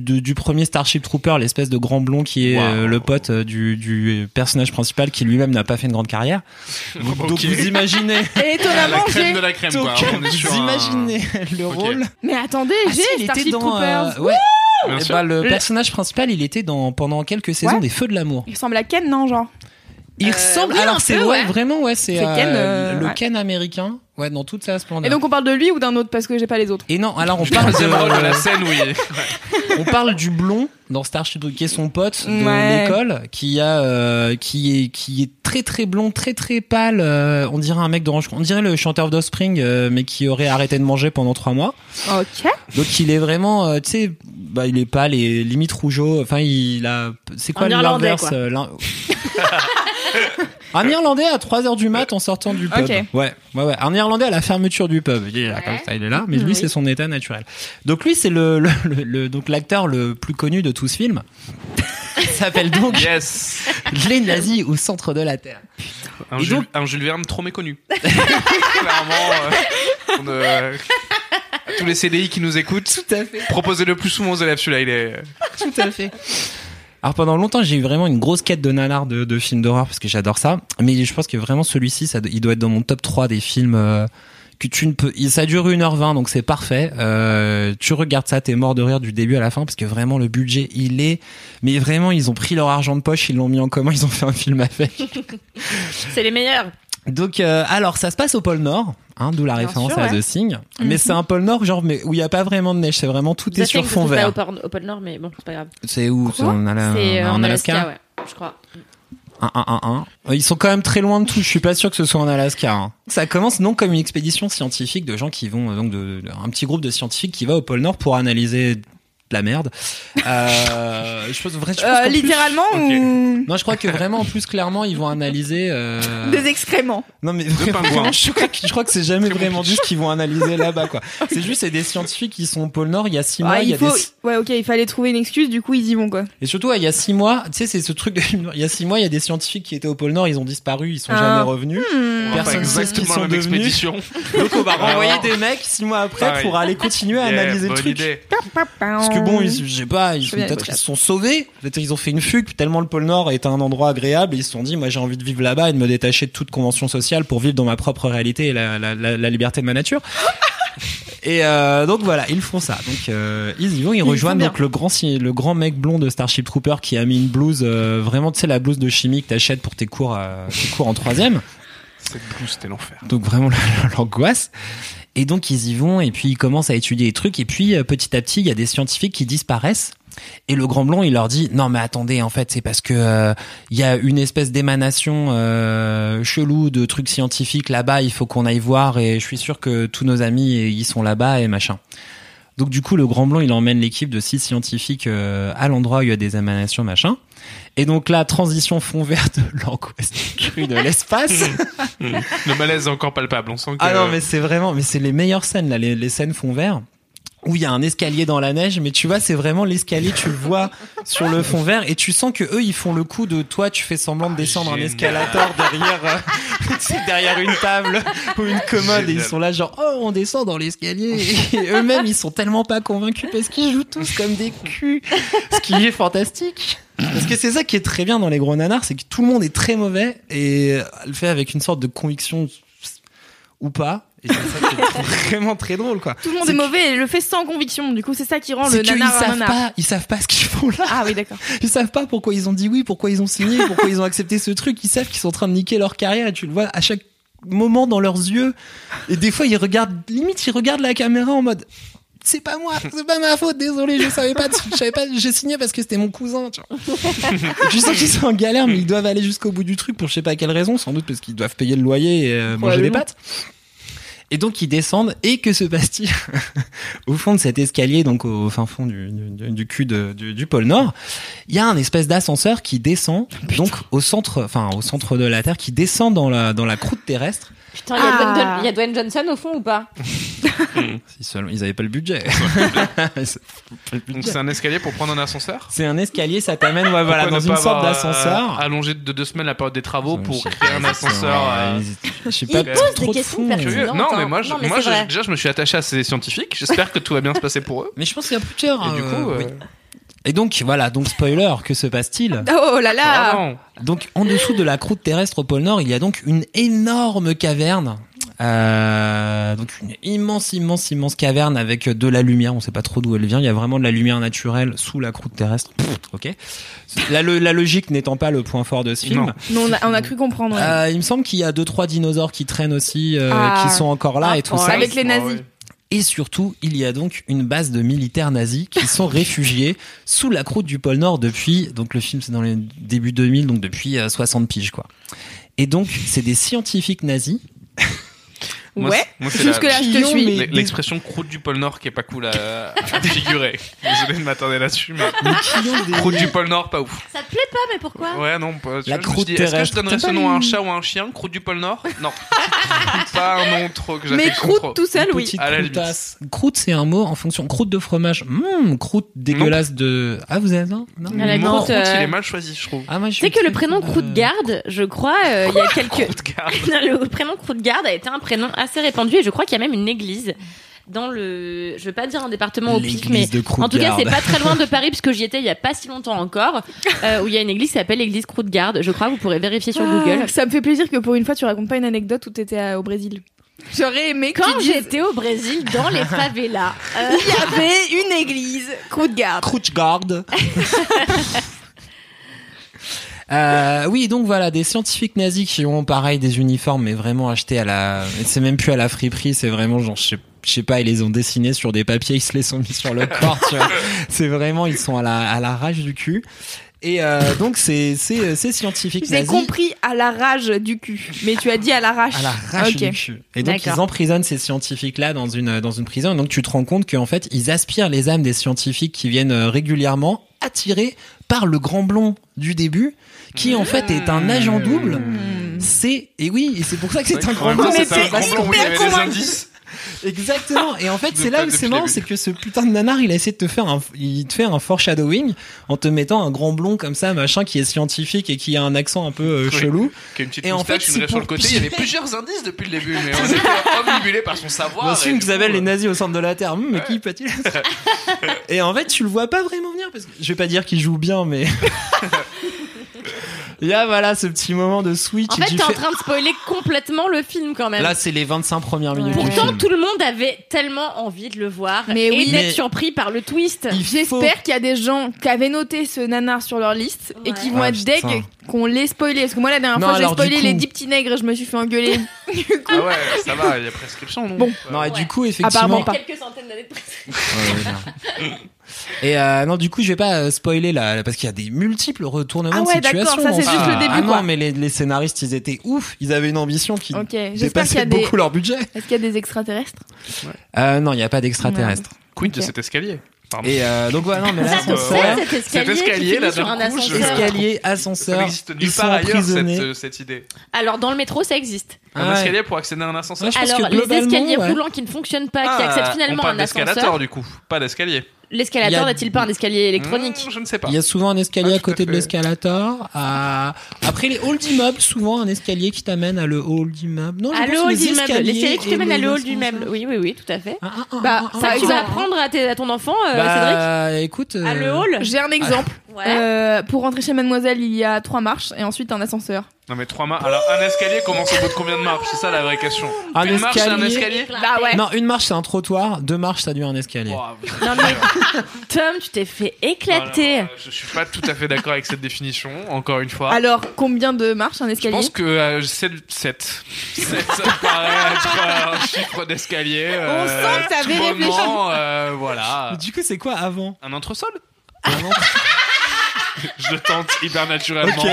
D: de- du premier Starship Trooper, l'espèce de grand blond qui est
B: Wow.
D: euh, le pote euh, du, du personnage principal qui lui-même n'a pas fait une grande
B: <laughs>
D: carrière. Donc
B: Ok. <laughs>
D: vous imaginez, <laughs>
A: Et
B: la
A: étonnamment,
B: crème
A: j'ai.
B: de la crème,
D: donc,
B: quoi. On est sur
D: vous
B: un-
D: imaginez le
B: Ok.
D: rôle.
A: Mais attendez,
D: Ah si,
A: j'ai
D: il était
A: Starship
D: dans. euh,
A: Troopers.
D: ouais.
B: Bien
D: Eh
B: sûr.
D: ben, le personnage principal, il était dans pendant quelques saisons
A: Ouais.
D: des Feux de l'amour.
A: Il ressemble à Ken, non, genre
D: Il
C: Euh,
D: ressemble.
C: oui, un
D: Euh, alors c'est
C: peu,
D: ouais,
C: ouais.
D: vraiment ouais, c'est
A: C'est
D: euh,
A: Ken, euh,
D: le
A: ouais.
D: Ken américain. Ouais, dans toute sa splendeur.
A: Et donc on parle de lui ou d'un autre parce que j'ai pas les autres.
D: Et non, alors on
B: Le
D: parle
B: deuxième rôle de <laughs> la
D: de,
B: scène, oui.
D: on parle du blond dans Starship Troopers, qui est son pote de
A: Ouais.
D: l'école qui a euh, qui est qui est très très blond, très très pâle, euh, on dirait un mec d'Orange, on dirait le chanteur d'Offspring euh, mais qui aurait arrêté de manger pendant trois mois.
A: Ok.
D: Donc il est vraiment, euh, tu sais, bah, il est pas les limites rougeaux. Enfin, il a, c'est quoi
C: Un Irlandais,
D: l'inverse
C: quoi.
D: euh, l'in- Un Irlandais à 3h du mat en sortant du pub.
A: Ok.
D: Ouais, ouais, ouais. Un Irlandais à la fermeture du pub. Il est là, comme ça, il est là. Mais lui,
C: Oui.
D: c'est son état naturel. Donc lui, c'est le, le- le- le- donc l'acteur le plus connu de tout ce film. <laughs> Il s'appelle
C: <laughs>
D: donc
B: Yes.
D: Les nazis au centre de la Terre.
B: Un,
D: Et
B: Jules,
D: donc-
B: un Jules Verne trop méconnu. Clairement. euh, on, euh, à tous les CDI qui nous écoutent,
D: Tout à fait.
B: proposez-le plus souvent aux élèves, celui-là, il est.
D: Tout à fait. Alors pendant longtemps, j'ai eu vraiment une grosse quête de nanar de, de films d'horreur parce que j'adore ça. Mais je pense que vraiment celui-ci, ça, il doit être dans mon top 3 des films euh, que tu ne peux. il- Ça dure 1h20, donc c'est parfait. Euh, tu regardes ça, t'es mort de rire du début à la fin parce que vraiment le budget, il est. Mais vraiment, ils ont pris leur argent de poche, ils l'ont mis en commun, ils ont fait un film avec.
C: C'est les meilleurs.
D: Donc, euh, alors, ça se passe au pôle Nord, hein, d'où la
C: Bien
D: référence
C: sûr,
D: à
C: ouais. Mhm.
D: The Thing. Mais c'est un pôle Nord, genre, mais où il n'y a pas vraiment de neige, c'est vraiment tout est
C: Ça
D: sur
C: fait que
D: fond
C: c'est pas
D: vert.
C: au Pôle- au Pôle Nord, mais bon, c'est pas grave.
D: C'est où
A: Quoi
D: C'est en, Ala-
C: C'est euh,
D: en Alaska
C: ouais, je crois.
D: Un, un, un, un. Euh, Ils sont quand même très loin de tout. Je suis pas sûr que ce soit en Alaska. hein. Ça commence non comme une expédition scientifique de gens qui vont euh, donc de, de- un petit groupe de scientifiques qui va au pôle Nord pour analyser de la merde. <laughs> Euh, je pense, vrai, je pense
A: Euh,
D: qu'en plus-
A: littéralement
B: Ok.
A: ou
D: Non, je crois que vraiment en plus clairement ils vont analyser. euh,
A: des excréments.
D: non mais vraiment,
B: pingouins.
D: <laughs> je crois que, je crois que c'est jamais
B: bon
D: vraiment dit ce qu'ils vont analyser là-bas
A: <laughs>
D: quoi. C'est juste c'est des scientifiques qui sont au pôle Nord. Il y a six mois,
A: Ouais,
D: il y
A: Ah, il
D: a
A: faut.
D: des
A: Ouais, ok, il fallait trouver une excuse. Du coup, ils y vont quoi.
D: Et surtout, ouais, il y a six mois, tu sais, c'est ce truc de. Il y a six mois, il y a des scientifiques qui étaient au pôle Nord, ils ont disparu, ils sont
A: Ah.
D: jamais revenus.
B: on va
D: Personne
B: faire
D: sait ce qu'ils
B: exactement
D: sont
B: la même
D: devenus.
B: expédition.
D: <laughs> Donc, on va
B: Ah,
D: renvoyer
B: ouais.
D: des mecs six mois après
B: Pareil.
D: pour aller continuer à
B: Yeah,
D: analyser le
B: bonne
D: truc.
B: idée.
D: Parce que bon, ils, je sais pas, ils,
A: Je viens
D: peut-être
A: de
D: ils se sont sauvés, peut-être ils ont fait une fugue, tellement le pôle Nord est un endroit agréable, ils se sont dit, moi j'ai envie de vivre là-bas et de me détacher de toute convention sociale pour vivre dans ma propre réalité et la, la- la- la liberté de
A: <laughs>
D: ma nature. Et euh, donc voilà, ils font ça. Donc euh, ils y vont, ils, rejoignent
A: font
D: donc le grand si- le grand mec blond de Starship Trooper qui a mis une blouse euh, vraiment tu sais la blouse de chimie que t'achètes pour tes cours euh, tes cours en troisième.
B: Cette blouse, c'était l'enfer.
D: Donc vraiment <laughs> l'angoisse. Et donc ils y vont et puis ils commencent à étudier les trucs et puis euh, petit à petit il y a des scientifiques qui disparaissent et le grand blond il leur dit non mais attendez en fait c'est parce que euh, il y a une espèce d'émanation euh, chelou de trucs scientifiques là-bas il faut qu'on aille voir et je suis sûr que tous nos amis eh, ils sont là-bas et machin. Donc du coup le grand blond il emmène l'équipe de six scientifiques euh, à l'endroit où il y a des émanations machin et donc là transition fond vert de <laughs> l'angoisse. crue de l'espace.
B: Le malaise est encore palpable. On sent que.
D: Ah non, mais c'est vraiment, mais c'est les meilleures scènes là, les, les scènes fond vert où il y a un escalier dans la neige, mais tu vois, c'est vraiment l'escalier, tu le vois sur le fond vert et tu sens que eux, ils font le coup de toi, tu fais semblant de descendre un
B: génial.
D: escalator derrière, euh, tu sais, derrière une table ou une commode et ils
B: Génial.
D: sont là genre, oh, on descend dans l'escalier et eux-mêmes, ils sont tellement pas convaincus parce qu'ils jouent tous comme des culs, ce qui est fantastique. Parce que c'est ça qui est très bien dans les gros nanars, c'est que tout le monde est très mauvais et euh, le fait avec une sorte de conviction ou pas. Et c'est <laughs> ça qui est vraiment très drôle, quoi.
A: Tout le monde est,
D: C'est que-
A: mauvais et le fait sans conviction. Du coup, c'est ça qui rend le
D: c'est qu'ils
A: nanar un
D: savent
A: nanar.
D: pas, ils savent pas ce qu'ils font là.
A: Ah oui, d'accord.
D: Ils savent pas pourquoi ils ont dit oui, pourquoi ils ont signé, pourquoi ils ont accepté ce truc. Ils savent qu'ils sont en train de niquer leur carrière et tu le vois à chaque moment dans leurs yeux. Et des fois, ils regardent, limite, ils regardent la caméra en mode. C'est pas moi, c'est pas ma faute, désolé, je savais pas, je savais pas, j'ai signé parce que c'était mon cousin, tu vois. Et tu sens qu'ils sont en galère, mais ils doivent aller jusqu'au bout du truc pour je sais pas quelle raison, sans doute parce qu'ils doivent payer le loyer et euh, manger des pâtes. Et donc ils descendent, et que se passe-t-il <laughs> Au fond de cet escalier, donc au fin fond du, du- du cul de- du- du pôle Nord, il y a un espèce d'ascenseur qui
B: <laughs>
D: descend donc au centre enfin au centre de la terre qui descend dans la dans la croûte terrestre
C: Putain, il y a
A: Ah.
C: Dwayne- il y a Dwayne Johnson au fond ou pas
D: si seulement ils avaient pas le budget
B: Donc c'est un escalier pour prendre un ascenseur
D: <laughs> c'est un escalier ça t'amène ouais, voilà
B: Pourquoi
D: dans
B: ne
D: une
B: pas
D: sorte
B: avoir, euh,
D: d'ascenseur
B: Allongé de deux semaines la période des travaux pour
D: Je sais
B: créer
D: pas,
B: un
D: c'est-
B: ascenseur. euh,
D: je sais
C: Il
D: pas
B: pose
C: des
D: trop de
C: questions
D: fond,
C: pertinentes.
B: curieux.
C: Non,
B: Non, mais
C: attends.
B: moi, je,
C: Non, mais
B: moi
C: c'est
B: je-
C: vrai.
B: déjà, je me suis attaché à ces scientifiques. J'espère que tout va bien se passer pour eux.
D: mais je pense qu'il y a plus cher
B: Et du coup, euh,
D: et donc voilà donc spoiler que se passe-t-il
A: Oh là là
D: Ah,
B: vraiment,
D: Donc en dessous de la croûte terrestre au pôle Nord, il y a donc une énorme caverne. Euh, donc une immense, immense, immense caverne avec de la lumière. On sait pas trop d'où elle vient. Il y a vraiment de la lumière naturelle sous la croûte terrestre. Pff, ok. La, lo- la logique n'étant pas le point fort de ce film.
B: Non.
A: Non, on, a, on a cru comprendre. ouais.
D: Euh, il me semble qu'il y a deux trois dinosaures qui traînent aussi, euh,
A: Ah.
D: qui sont encore là et tout ça.
A: Avec les
B: Ah
A: nazis.
D: Et surtout, il y a donc une base de militaires nazis qui sont réfugiés sous la croûte du pôle Nord depuis, donc le film c'est dans les débuts 2000, donc depuis euh, 60 piges quoi. Et donc, c'est des scientifiques nazis.
B: Moi,
A: ouais.
B: c'est- moi, c'est la-
A: Jusque-là, je te
D: Guillaume,
A: suis.
D: mais-
B: L- L'expression croûte du pôle Nord qui est pas cool à, à figurer. Désolé de m'attarder là-dessus, mais
D: mais qui ont des-
B: croûte du pôle Nord, pas ouf.
C: Ça te plaît pas, mais pourquoi
B: Ouais, non, pas, tu
D: La
B: vois, je me suis
D: croûte
B: dit, Est-ce que je
D: terrestre.
B: donnerais
D: T'as
B: ce
D: pas
B: nom à un
D: une-
B: chat ou à un chien Croûte du pôle Nord
D: <laughs>
B: Non. pas un nom trop que
A: Mais
B: j'appelle trop.
A: croûte tout seul,
D: une
A: oui.
D: petite
B: À la
D: croûtasse. Croûte, c'est un mot en fonction. Croûte de fromage. Hum, croûte dégueulasse de. Ah, vous avez un Non.
C: À la
B: Mon
C: croûte,
B: croûte,
C: euh,
B: il est mal choisi, je trouve.
D: Ah, moi, je
C: Tu sais
D: suis
C: que le
D: très-
C: prénom
D: euh,
C: Croûte-Garde, je crois, euh, il y a quelques. <laughs>
B: Croûte garde.
C: Non, le prénom Croûte-Garde a été un prénom assez répandu et je crois qu'il y a même une église dans le. Je veux pas dire un département au pif,
D: L'église
C: mais.
D: de
C: En tout cas, c'est
D: Croûte-Garde.
C: pas
B: <laughs>
C: très loin de Paris, puisque j'y étais il y a pas si longtemps encore, euh, où il y a une église qui s'appelle l'église Croûte-Garde. Je crois, vous pourrez vérifier sur Google.
A: Ah, Ça me fait plaisir que pour une fois, tu racontes pas une anecdote où t'étais à- au Brésil. J'aurais aimé que
C: Quand
A: tu dises-
C: j'étais au Brésil, dans
A: <laughs>
C: les favelas, euh,
A: il y avait une église, coup de garde. <laughs>
D: Croûte-garde. Euh, oui, donc voilà, des scientifiques nazis qui ont pareil des uniformes, mais vraiment achetés à la, c'est même plus à la friperie, c'est vraiment genre, je sais, je sais pas, ils les ont dessinés sur des papiers, ils se les sont mis sur le corps,
A: <laughs>
D: tu vois. C'est vraiment, ils sont à la, à la rage du cul. Et euh, donc c'est, c'est, c'est scientifiques
A: J'ai
D: nazis.
A: compris à la rage du cul, mais tu as dit à l'arrache.
D: À
A: <laughs>
D: la rage
A: Ok.
D: du cul. Et donc
C: D'accord.
D: ils emprisonnent ces scientifiques-là dans une dans une prison. Et donc tu te rends compte qu'en fait ils aspirent les âmes des scientifiques qui viennent euh, régulièrement attirés par le grand blond du début, qui en fait est
B: Mmh.
D: un agent double. C'est et oui, et c'est pour ça que c'est un grand blond.
A: Mmh. Mais
B: C'est un
A: c'est
B: grand blond, oui, il y avait des
A: hyper
B: indices.
D: Exactement.
B: <laughs>
D: Et en fait,
B: De
D: c'est là
B: pas
D: où
B: depuis
D: c'est
B: le
D: marrant,
B: début.
D: c'est que ce putain de nanar, il a essayé de te faire un, il te fait un foreshadowing en te mettant un grand blond comme ça, machin, qui est scientifique et qui a un accent un peu euh,
B: Oui.
D: chelou.
B: Qui a une petite
D: Et en fait,
B: moustache, une
D: c'est
B: rêve sur le
D: pour-
B: côté. Il y avait plusieurs indices depuis le début, mais on était omnibulé par son savoir.
D: Dans
B: et
D: ce film
B: du
D: qui
B: coup,
D: s'appelle
B: euh,
D: Les nazis au centre de la Terre. Hum, mais qui peut-il
B: <laughs>
D: être Et en fait, tu le vois pas vraiment venir parce que je vais pas dire qu'il joue bien,
B: <laughs>
D: mais. <laughs> Là, voilà ce petit moment de switch.
C: en
D: et
C: fait,
D: tu
C: t'es en
D: fais-
C: train de spoiler complètement le film quand même.
D: Là, c'est les 25 premières minutes. du
C: Pourtant,
D: film.
C: tout le monde avait tellement envie de le voir
A: Mais
C: et
A: oui.
C: d'être
D: Mais-
C: surpris par le twist.
D: Il faut-
A: J'espère qu'il y a des gens qui avaient noté ce nanar sur leur liste et qui vont
D: Ouais.
A: être
D: Ah,
A: deg
D: putain.
A: qu'on l'ait spoilé. Parce que moi, la dernière
D: Non,
A: fois, j'ai
D: alors, du
A: spoilé
D: coup-
A: les 10 petits nègres, je me suis fait engueuler.
B: Ah ouais, ça va, il y a prescription, non
A: Bon.
D: Non,
C: Ouais.
D: et du coup,
A: Apparemment
D: effectivement.
A: pas.
C: Quelques centaines d'années de pression.
D: Ouais,
A: <laughs>
D: ouais, non. Et euh, non, du coup, je vais pas euh, spoiler là, là, parce qu'il y a des multiples retournements
A: Ah ouais,
D: de situation.
A: d'accord, ça,
D: dans
A: c'est
D: ce
A: juste
D: film.
A: le début,
D: Ah non,
A: quoi.
D: mais les, les scénaristes, ils étaient ouf. Ils avaient une ambition qui
A: ok, j'espère qu'il y
D: dépassait
A: a des.
D: beaucoup leur budget.
A: Est-ce qu'il y a des extraterrestres
D: Euh, non, il y a pas d'extraterrestres.
B: Quid de
A: Ok.
B: cet escalier Pardon.
D: Et euh, donc voilà, non,
A: <laughs>
D: mais là,
C: Ça tombe
D: sont
C: bien,
D: là.
C: cet escalier,
B: Cet escalier,
C: qui finit
B: là,
C: sur
B: d'un
C: un
B: coup, je-
C: ascenseur.
D: Escalier,
B: Ça
D: ascenseur,
B: n'existe
D: ils
B: nulle
D: sont
B: part ailleurs cette,
D: emprisonnés.
B: euh, cette idée.
C: Alors dans le métro, ça existe.
B: Un
D: Ah ouais.
B: escalier pour accéder à un ascenseur.
D: Ouais, je pense
C: Alors
D: que
C: les
D: globalement,
C: escaliers
D: ouais.
C: roulants qui ne fonctionnent pas, qui
B: Ah,
C: acceptent
B: on
C: finalement
B: parle
C: un
B: d'escalator
C: ascenseur.
B: du coup, pas d'escalier.
D: Il y
C: L'escalator
D: a-
C: n'est-il pas un escalier électronique
B: Mmh, je ne sais pas.
D: Il y a souvent un
B: Ah,
D: escalier à
B: tout à
D: côté de
B: fait.
D: l'escalator. à- Après les halls d'immeubles, souvent un escalier qui t'amène à le hall d'immeuble. Non, je
C: À
D: pense
C: le
D: que
C: hall
D: les
C: d'immeuble,
D: escaliers
C: l'escalier qui
D: et
C: te mène à
D: les
C: le hall
D: ascenseurs.
C: d'immeuble. Oui, oui, oui, tout à fait.
D: Ah, ah, ah,
A: Bah,
D: ah, ah,
C: Ça,
D: ah,
C: tu vas
D: ah.
C: apprendre à, tes- à ton enfant, euh, Cédric,
D: Bah, écoute.
C: à le
D: euh,
C: hall.
A: J'ai un exemple.
C: Ouais.
A: Euh, pour rentrer chez Mademoiselle, il y a trois marches et ensuite un ascenseur.
B: Non mais trois marches. Alors un escalier commence au bout de combien de marches C'est ça la vraie question.
D: Un
B: Une marche, c'est un
D: escalier.
B: escalier
C: Bah ouais.
D: Non, une marche c'est un trottoir, deux marches ça devient un escalier.
B: Wow.
C: Non, mais Tom, tu t'es fait éclater.
B: Alors, euh, je suis pas tout à fait d'accord avec cette définition, encore une fois.
A: Alors, combien de marches un
B: Ah. je
A: escalier
B: pense que euh, c'est le 7. 7, ça me paraît être euh, un chiffre d'escalier.
A: On sent que t'avais
B: tout
A: réfléchi.
B: bonnement, euh, voilà.
D: Mais Du coup, c'est quoi avant
B: Un entresol <laughs>
D: Avant,
B: Je le tente hyper naturellement.
D: Ok.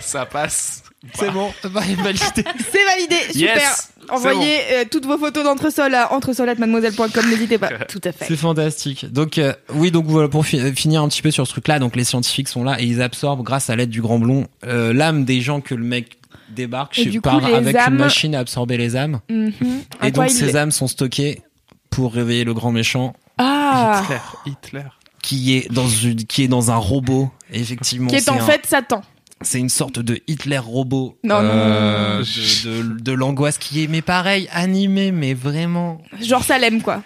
B: Ça passe.
D: C'est bon, Bah, <laughs> validé.
A: C'est validé, super.
B: Yes, c'est
A: Envoyez euh, toutes vos photos d'entresol à entresolatmademoiselle.com, n'hésitez pas.
C: Tout à fait.
D: C'est fantastique. Donc euh, oui, donc voilà pour fi- euh, finir un petit peu sur ce truc-là. Donc les scientifiques sont là et ils absorbent grâce à l'aide du grand blond euh, l'âme des gens que le mec débarque
A: Et
D: je sais
A: du
D: pas,
A: coup, les
D: avec
A: âmes-
D: une machine à absorber les âmes.
A: Mhm. À
D: Et
A: quoi
D: donc
A: il-
D: ces âmes sont stockées pour réveiller le grand méchant
A: Ah
B: Hitler.
D: qui est dans une qui est dans un robot. Et effectivement,
A: Qui est
D: c'est
A: en
D: un-
A: fait Satan.
D: c'est une sorte de Hitler robot
A: Non, non,
D: euh,
B: non, non.
D: de, de- de l'angoisse qui est mais pareil animé mais vraiment
A: Genre Salem, quoi.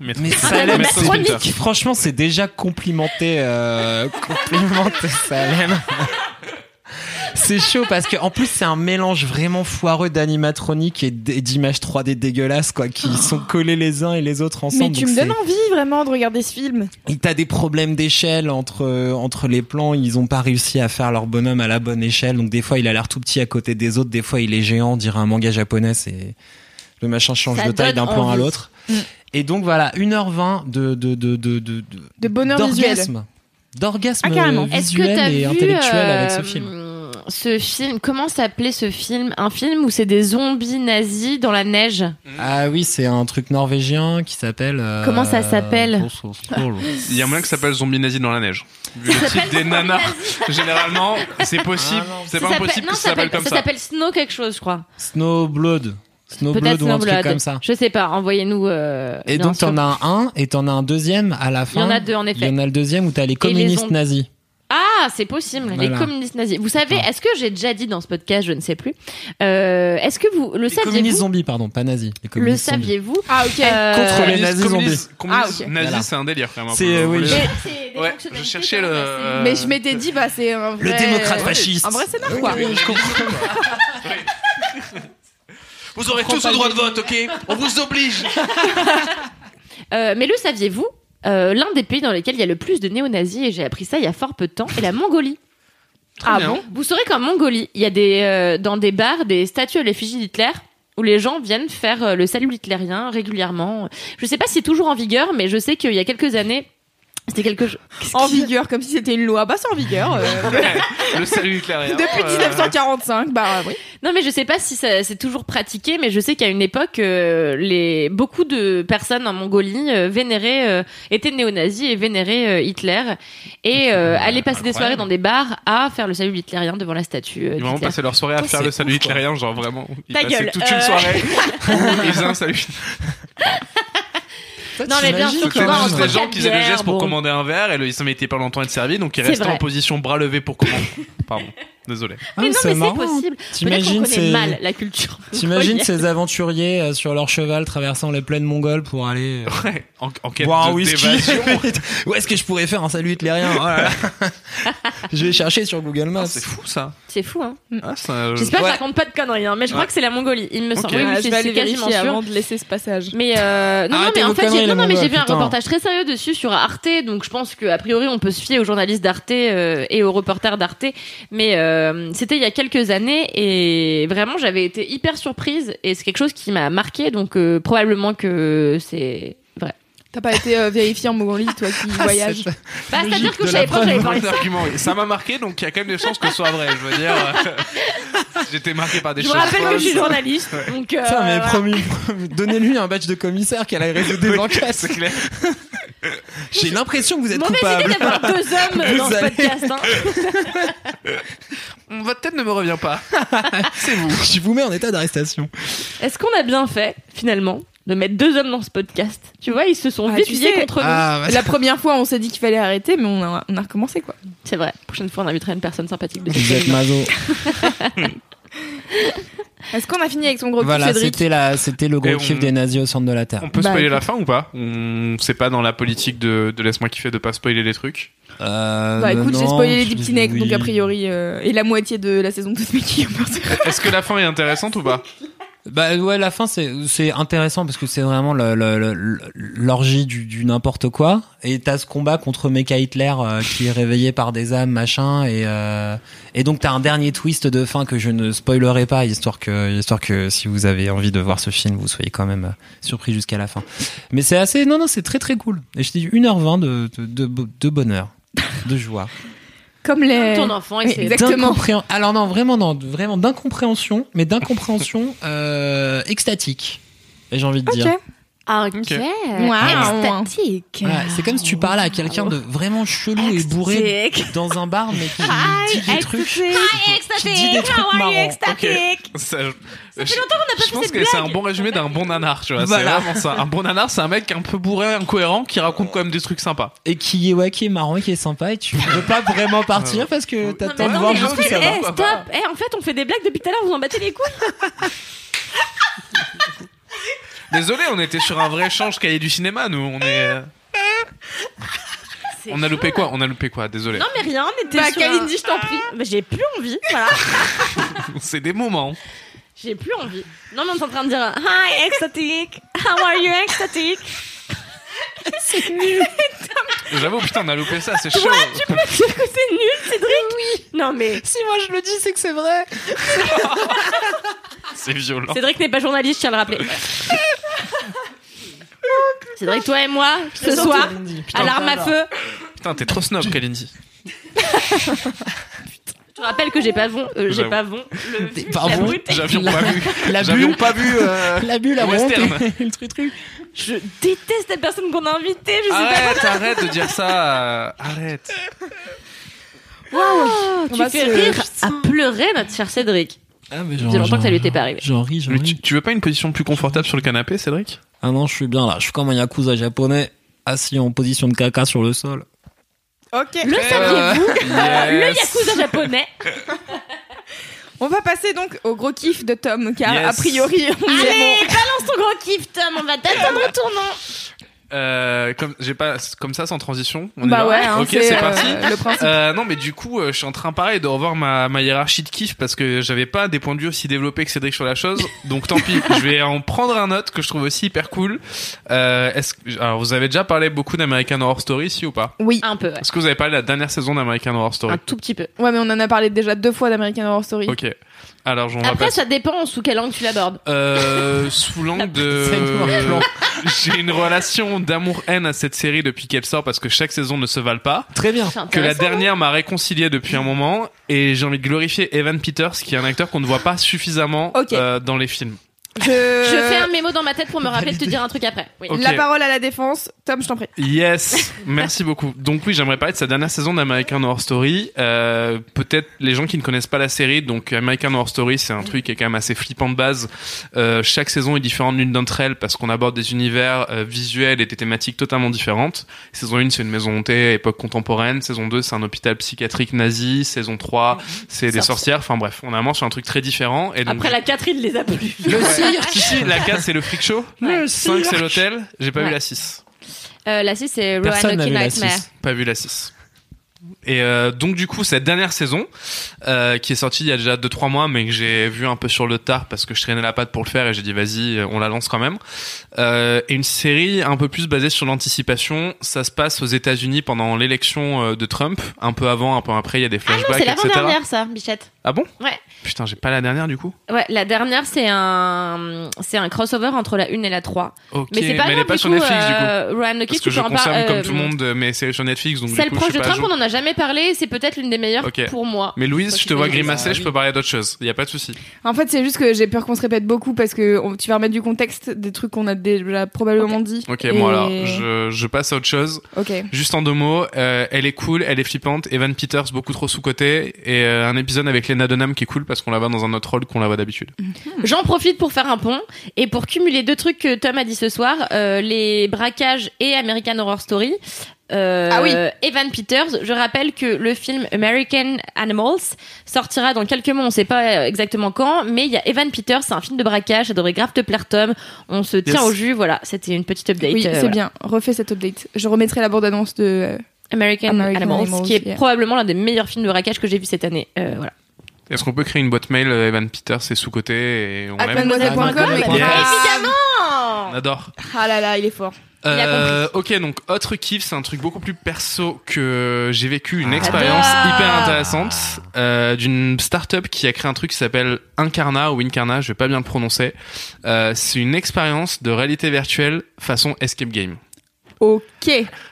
D: Mais Salem, c'est qui, franchement, c'est déjà complimenté, euh, <laughs> complimenté Salem. C'est chaud parce que en plus c'est un mélange vraiment foireux d'animatronique et d- et d'images 3D dégueulasses quoi, qui sont collés les uns et les autres ensemble.
A: Oh. Mais tu
D: Donc
A: me
D: c'est-
A: donnes envie vraiment de regarder ce film.
D: il T'as des problèmes d'échelle entre euh, entre les plans. Ils ont pas réussi à faire leur bonhomme à la bonne échelle. Donc des fois il a l'air tout petit à côté des autres. Des fois il est géant. On dirait un manga japonais. C'est le machin change
C: Ça
D: de taille d'un
C: donne
D: plan à
C: envie.
D: l'autre.
A: Mm.
D: Et donc voilà 1h20 de de de de de,
A: De bonheur
D: d'orgasme. D'orgasme
A: Ah, carrément.
C: Est-ce que t'as
D: visuel et
C: vu
D: intellectuel
C: euh,
D: avec ce film.
C: ce film, comment s'appelait ce film Un film où c'est des zombies nazis dans la neige.
D: Ah oui, c'est un truc norvégien qui s'appelle. euh,
C: Comment ça s'appelle
B: Il y a moyen que ça s'appelle Zombie Nazi dans la neige. Vu le titre des nanas, généralement, c'est possible.
D: Ah non.
B: c'est
C: Ça
B: pas
C: s'appelle-
B: impossible
C: non,
B: que ça s'appelle comme ça.
C: s'appelle Snow quelque chose, je crois.
D: Snowblood. Snowblood
C: Peut-être
D: ou un truc
C: Snowblood.
D: comme ça.
C: Je sais pas, envoyez-nous. euh,
D: Et
C: bien
D: donc,
C: sûr.
D: t'en as un et t'en as un deuxième à la fin.
C: en a deux, en effet.
D: Il y en a le deuxième où t'as les communistes
C: ont-
D: nazis.
C: Ah, c'est possible, les
D: Voilà.
C: communistes nazis. Vous savez,
D: Ah.
C: est-ce que j'ai déjà dit dans ce podcast, je ne sais plus. euh, est-ce que vous le
D: Les communistes
C: saviez-vous
D: zombies, pardon, pas nazis.
C: Le
D: Les communistes zombies.
C: saviez-vous
A: Ah, ok.
C: Euh,
D: Contre les
B: Communiste-
D: nazis
B: communiste- communiste
A: Ah, ok.
B: nazi,
D: Voilà.
B: c'est un délire quand même. hein, un
D: C'est,
B: peu.
D: euh, oui.
B: Vous voulez-
C: Mais c'est des
B: Ouais, je
C: fonctionnalités
B: cherchais
C: quand
B: le.
C: même assez-
B: euh,
A: Mais je m'étais dit, bah, c'est un
D: Le
A: vrai- euh,
D: démocrate fasciste.
A: Un vrai scénar, quoi.
D: Oui, je comprends.
B: Vous aurez tous le droit de vote, ok On vous oblige.
C: Euh, mais le saviez-vous Euh, L'un des pays dans lesquels il y a le plus de néo-nazis, et j'ai appris ça il y a fort peu de temps, est la Mongolie.
B: Ah bien. bon
C: Vous saurez qu'en Mongolie, il y a des, euh, dans des bars des statues à l'effigie d'Hitler où les gens viennent faire euh, le salut hitlérien régulièrement. Je sais pas si c'est toujours en vigueur, mais je sais qu'il y a quelques années, c'était quelque chose.
A: En vigueur, comme si c'était une loi. Bah, c'est en vigueur. euh,
B: <laughs>
A: <laughs>
B: Le salut euh, Hitler.
A: depuis 1945, bah, oui.
C: Non, mais je sais pas si ça- c'est toujours pratiqué, mais je sais qu'à une époque, euh, les beaucoup de personnes en Mongolie euh, vénéraient, euh, étaient néo-nazis et vénéraient euh, Hitler
D: Ah,
C: et euh, allaient passer des
B: Incroyable.
C: soirées dans des bars à faire le salut hitlérien devant la statue. euh,
B: Ils vont
C: d'Hitler.
B: passer leur soirée à faire
D: c'est
B: le salut
D: ouf, quoi.
B: hitlérien, genre vraiment. Ils
C: Ta
B: passaient
C: gueule,
B: toute
C: euh.
B: une soirée. Ils faisaient un salut.
C: Non, mais bien sûr,
B: C'était
C: tu vois,
B: juste
C: entre
B: des gens
C: quatre
B: qui faisaient le
C: bières,
B: geste pour
C: bon.
B: commander un verre et le, ils se mettaient pas longtemps à être servis, donc ils
C: C'est
B: restaient
C: vrai.
B: en position bras levés pour commander.
C: <laughs>
B: Pardon, désolé.
D: Ah,
C: Mais non, mais c'est
D: marrant.
C: possible. Peut-être qu'on
D: T'imagines
C: connaît
D: ces...
C: mal la culture.
D: <laughs> T'imagines
C: mongolienne.
D: ces aventuriers euh, sur leur cheval traversant les plaines mongoles pour aller euh,
B: Ouais, en, en quête
D: boire un
B: de
D: whisky
B: d'évasion.
D: <laughs> Où est-ce que je pourrais faire un salut hitlérien Oh là <laughs> là. Je vais chercher sur Google Maps.
B: Ah, c'est fou ça.
C: C'est fou, hein.
B: Ah, ça-
C: J'espère que
D: Euh, ouais.
C: je raconte pas de conneries, hein, mais je crois
B: Ouais.
C: que c'est la Mongolie, il me semble.
B: Ok.
C: Oui, oui,
A: Ah,
C: c'est-
A: je vais aller
C: c'est quasiment
A: vérifier
C: sûr.
A: avant de laisser ce passage.
C: Mais euh, non, non,
D: Arrêtez
C: mais en
D: vos
C: fait,
D: conneries,
C: j'ai, non,
D: les
C: non, mais
D: Mongols,
C: j'ai vu un
D: putain.
C: reportage très sérieux dessus sur Arte, donc je pense que a priori on peut se fier aux journalistes d'Arte euh, et aux reporters d'Arte. Mais euh, c'était il y a quelques années et vraiment j'avais été hyper surprise et c'est quelque chose qui m'a marqué, donc euh, probablement que c'est vrai.
A: T'as pas été euh, vérifié en Mongolie, <laughs> toi qui
D: Ah,
A: voyage.
D: c'est-
C: Bah,
D: Logique
C: c'est-à-dire que
D: de
C: je savais
D: la
C: pas, que j'avais parlé
B: Bon
C: de ça.
B: argument, oui. Ça m'a marqué, donc il y a quand même des chances que ce soit vrai. Je veux
C: <laughs>
B: dire, euh, j'étais marqué par des
C: Je vous
B: choses.
C: rappelle que je suis
B: folles.
C: journaliste, donc. euh,
D: Putain, mais
C: voilà.
D: promis, promis, donnez-lui un badge de commissaire qu'elle a résoudre des enquêtes.
B: C'est clair.
D: J'ai l'impression que vous êtes
C: Mauvaise
D: coupable.
C: idée
D: <laughs>
C: d'avoir deux hommes dans
D: Vous
C: ce
D: allez-
C: podcast. hein.
B: Votre tête ne me revient pas. C'est vous.
D: <laughs> Je vous mets en état d'arrestation.
C: Est-ce qu'on a bien fait, finalement, de mettre deux hommes dans ce podcast Tu vois, ils se sont
A: Ah,
C: vite
A: tu
C: liés
A: sais-
C: contre nous.
D: Ah,
A: La première fois, on s'est dit qu'il fallait arrêter, mais on a, on a recommencé quoi.
C: C'est vrai. Prochaine fois, on invitera une personne sympathique de
D: vous êtes mazo.
A: Est-ce qu'on a fini avec son gros kiff,
D: Voilà,
A: Cédric
D: c'était la, c'était le
B: Et
D: gros
B: on-
D: kiff des nazis au centre de la terre.
B: On peut
A: Bah,
B: spoiler la fin ou pas On- C'est pas dans la politique de, de laisse-moi kiffer de pas spoiler les trucs.
D: Euh,
A: Bah écoute, j'ai
D: non,
A: spoilé les
D: je-
A: 10 petits necks,
D: oui.
A: donc a priori, euh, et la moitié de la saison de Tout qui
B: Est-ce que la fin est intéressante ou pas
D: Bah ouais, la fin c'est c'est intéressant parce que c'est vraiment le- le- le- l'orgie du, du n'importe quoi. Et t'as ce combat contre Mecha Hitler euh, qui est réveillé par des âmes machin et euh, et donc t'as un dernier twist de fin que je ne spoilerai pas histoire que histoire que si vous avez envie de voir ce film vous soyez quand même euh, surpris jusqu'à la fin. Mais c'est assez non non c'est très très cool. Et je dis 1h20 de de, de, bo- de bonheur, de joie.
A: <laughs> Comme les.
C: ton enfant. Et
A: Oui,
C: c'est-
A: exact. Exactement.
D: D'incompréhen- Alors non, vraiment non, vraiment d'incompréhension, mais d'incompréhension euh, extatique. Et j'ai envie de
A: Ok.
D: dire.
C: Ok.
A: Wow.
C: Extatique.
D: Voilà, c'est comme si tu parlais à quelqu'un de vraiment chelou et bourré
C: Extatique.
D: dans un bar, mais qui dit des trucs.
C: Hi,
D: Qui dit des
C: extatique.
D: trucs
C: How are you,
D: marrants.
C: extatique
B: Ça, je-
C: Ça fait longtemps qu'on n'a pas
B: Je
C: fait
B: pense
C: cette
B: que c'est un
C: blague.
B: bon résumé d'un bon nanar, tu vois.
D: Voilà.
B: C'est vraiment ça. Un bon nanar, c'est un mec un peu bourré, incohérent, qui raconte quand même des trucs sympas.
D: Et qui est, ouais, qui est marrant, qui est sympa, et tu veux pas vraiment partir parce que
C: Non,
D: t'attends
C: mais
D: de
C: non,
D: voir
C: mais en
D: jusqu'où
C: fait,
D: ça va.
C: eh,
B: va.
C: stop. Eh, en fait, on fait des blagues depuis tout à l'heure, vous en battez les couilles.
B: Désolé, on était sur un vrai échange cahier du cinéma, nous. On est.
C: C'est
B: On a loupé quoi On a loupé quoi Désolé.
C: Non, mais rien, on était
A: Bah,
C: sur
A: Kalindi,
C: un-
A: je t'en prie.
C: Bah, j'ai plus envie, voilà.
B: <laughs> C'est des moments.
C: J'ai plus envie. Non, mais on est en train de dire Hi, extatique. How are you, extatique
B: J'avoue, putain, on a loupé ça, c'est chaud.
C: C'est nul, Cédric Oui Non, mais
D: Si moi je le dis, c'est que c'est vrai.
B: C'est violent.
C: Cédric n'est pas journaliste, je tiens à le rappeler. Cédric, toi et moi, ce soir, à l'arme à feu,
B: Putain, t'es trop snob, Kalindi.
C: je te rappelle que j'ai pas von, euh, j'ai
B: J'avoue.
C: pas von, le
D: T'es
C: vu,
D: pas
C: la
D: von.
C: brute.
B: J'avions
D: La-
B: pas vu.
C: eh.
D: La
B: J'avions
D: bulle,
B: pas vu. euh,
D: la bulle, la
B: Western.
D: honte et <laughs> le truc truc.
C: Je déteste la personne qu'on a invitée, je sais pas.
B: Arrête, arrête de dire ça. euh, Arrête.
C: Waouh,
A: On
C: Oh, tu
A: va
C: fais
A: se-
C: rire à pleurer notre cher Cédric.
D: Ah, mais
C: J'ai longtemps que ça lui était pas arrivé.
D: J'en ris, j'en
B: Mais
D: ris.
B: tu, tu veux pas une position plus confortable sur le canapé, Cédric
D: Ah non, je suis bien là. Je suis comme un yakuza japonais assis en position de caca sur le sol.
A: Ok.
C: Le saviez-vous Euh, Le
B: Yes. <laughs>
C: yakuza japonais.
A: On va passer donc au gros kiff de Tom, car
B: Yes.
A: a priori, on est
C: Allez, balance ton gros kiff, Tom, on va
B: Ah
C: t'attendre
B: bah.
C: au tournant.
B: Euh, comme j'ai pas comme ça sans transition. On
A: bon.
B: y
A: Bah
B: va
A: ouais, hein,
B: ok, c'est
A: euh,
B: parti.
A: le principe.
B: Euh, non, mais du coup, euh, je suis en train, pareil, de revoir ma, ma hiérarchie de kiff parce que j'avais pas des points de vue aussi développés que Cédric sur la chose. Donc tant pis, je vais en prendre un autre que je trouve aussi hyper cool. Euh, est-ce que- alors, vous avez déjà parlé beaucoup d'American Horror Story, ici ou pas
A: Oui.
C: Un peu, ouais.
B: Est-ce que vous avez parlé de la dernière saison d'American Horror Story
A: Ah,
C: Un tout petit peu.
A: Ouais, mais on en a parlé déjà deux fois d'American Horror Story.
B: Ok. Alors, j'en vais
C: Après,
B: passer.
C: ça dépend sous quelle langue tu l'abordes.
A: <laughs>
B: Euh, sous l'angle de. <laughs> J'ai une relation d'amour-haine à cette série depuis qu'elle sort parce que chaque saison ne se valent pas.
D: Très bien.
C: C'est
B: que la
C: intéressant.
B: dernière m'a réconcilié depuis un moment et j'ai envie de glorifier Evan Peters qui est un acteur qu'on ne voit pas suffisamment
A: Ok.
B: euh, dans les films.
A: Je,
C: Je fais un mémo dans ma tête pour me rappeler de te dire un truc après. Oui.
B: Ok.
A: La parole à la défense. Tom, je t'en prie.
B: Yes, merci beaucoup. Donc oui, j'aimerais parler de sa dernière saison d'American Horror Story. Euh, Peut-être les gens qui ne connaissent pas la série, donc American Horror Story, c'est un truc qui est quand même assez flippant de base. Euh, chaque saison est différente l'une d'entre elles parce qu'on aborde des univers euh, visuels et des thématiques totalement différentes. Saison 1, c'est une maison hantée, époque contemporaine. Saison 2, c'est un hôpital psychiatrique nazi. Saison 3, c'est des
C: Sorcières.
B: sorcières. Enfin bref, on a vraiment sur un truc très différent. Et donc,
C: Après, la Catherine les a plus.
D: Le cirque.
B: Si, si, la 4, c'est le freak show.
C: Ouais.
B: Le 5, c'est l'hôtel. J'ai pas
C: Ouais.
B: vu la 6.
C: Euh, la 6, c'est
D: Personne n'a
C: Roanoke
D: vu la
C: Nightmare.
D: six.
B: Pas vu la 6. Et euh, donc du coup cette dernière saison euh, qui est sortie il y a déjà 2-3 mois mais que j'ai vu un peu sur le tard parce que je traînais la patte pour le faire et j'ai dit vas-y euh, on la lance quand même euh, et une série un peu plus basée sur l'anticipation ça se passe aux États-Unis pendant l'élection euh, de Trump un peu avant un peu après il y a des
C: Ah non,
B: flashbacks
C: c'est
B: etc
C: l'avant-dernière, ça, Bichette.
B: ah bon
C: Ouais.
B: putain j'ai pas la dernière du coup
C: Ouais, la dernière, c'est un, c'est un crossover entre la 1 et la 3.
B: ok
C: Mais c'est pas
B: mais elle
C: grave,
B: est pas
C: du
B: sur
C: coup,
B: Netflix du coup
C: euh, Roanoke,
B: parce
C: tu
B: que je
C: peux en
B: consomme
C: parler.
B: comme tout le monde euh, mes séries sur Netflix donc du
C: Celle
B: coup je
C: proche
B: suis
C: de
B: pas à
C: Trump, Bah,
B: jour.
C: on en a a jamais parlé. C'est peut-être l'une des meilleures
B: Ok.
C: pour moi.
B: Mais Louise,
D: Toi,
B: je
D: tu
B: te vois
D: fais des
B: grimacer,
D: avis.
B: je peux parler d'autre chose. Il n'y a pas de souci.
A: En fait, c'est juste que j'ai peur qu'on se répète beaucoup parce que on- tu vas remettre du contexte des trucs qu'on a déjà probablement dit.
B: Ok,
A: Et-
B: bon alors, je, je passe à autre chose.
A: Ok.
B: Juste en deux mots, euh, elle est cool, elle est flippante. Evan Peters, beaucoup trop sous-côté. Et euh, un épisode avec Lena Dunham qui est cool parce qu'on la voit dans un autre rôle qu'on la voit d'habitude.
C: J'en profite pour faire un pont et pour cumuler deux trucs que Tom a dit ce soir euh, les braquages et American Horror Story. Euh,
A: Ah oui.
C: Evan Peters, je rappelle que le film American Animals sortira dans quelques mois, on sait pas exactement quand, mais il y a Evan Peters, c'est un film de braquage, ça devrait grave te plaire Tom, on se tient
B: Yes.
C: au jus, voilà, c'était une petite update.
A: Oui,
C: euh,
A: c'est
C: voilà.
A: bien. Refais cette update. Je remettrai la bande-annonce de. euh,
C: American,
A: American
C: Animals,
A: Animals,
C: qui est
A: yeah.
C: probablement l'un des meilleurs films de braquage que j'ai vu cette année. Euh, voilà.
B: Est-ce qu'on peut créer une boîte mail euh, Evan Peters, c'est sous-côté et on l'aime
A: mademoiselle.com,
D: Ah,
A: mais-
D: yes.
A: Ah,
B: On adore.
A: ah là là, il est fort.
C: a
B: Euh, ok, donc autre kiff, c'est un truc beaucoup plus perso que j'ai vécu une
D: Ah.
B: expérience
C: J'adore.
B: hyper intéressante euh, d'une startup qui a créé un truc qui s'appelle Incarna ou Incarna, je vais pas bien le prononcer. Euh, c'est une expérience de réalité virtuelle façon escape game.
A: Ok.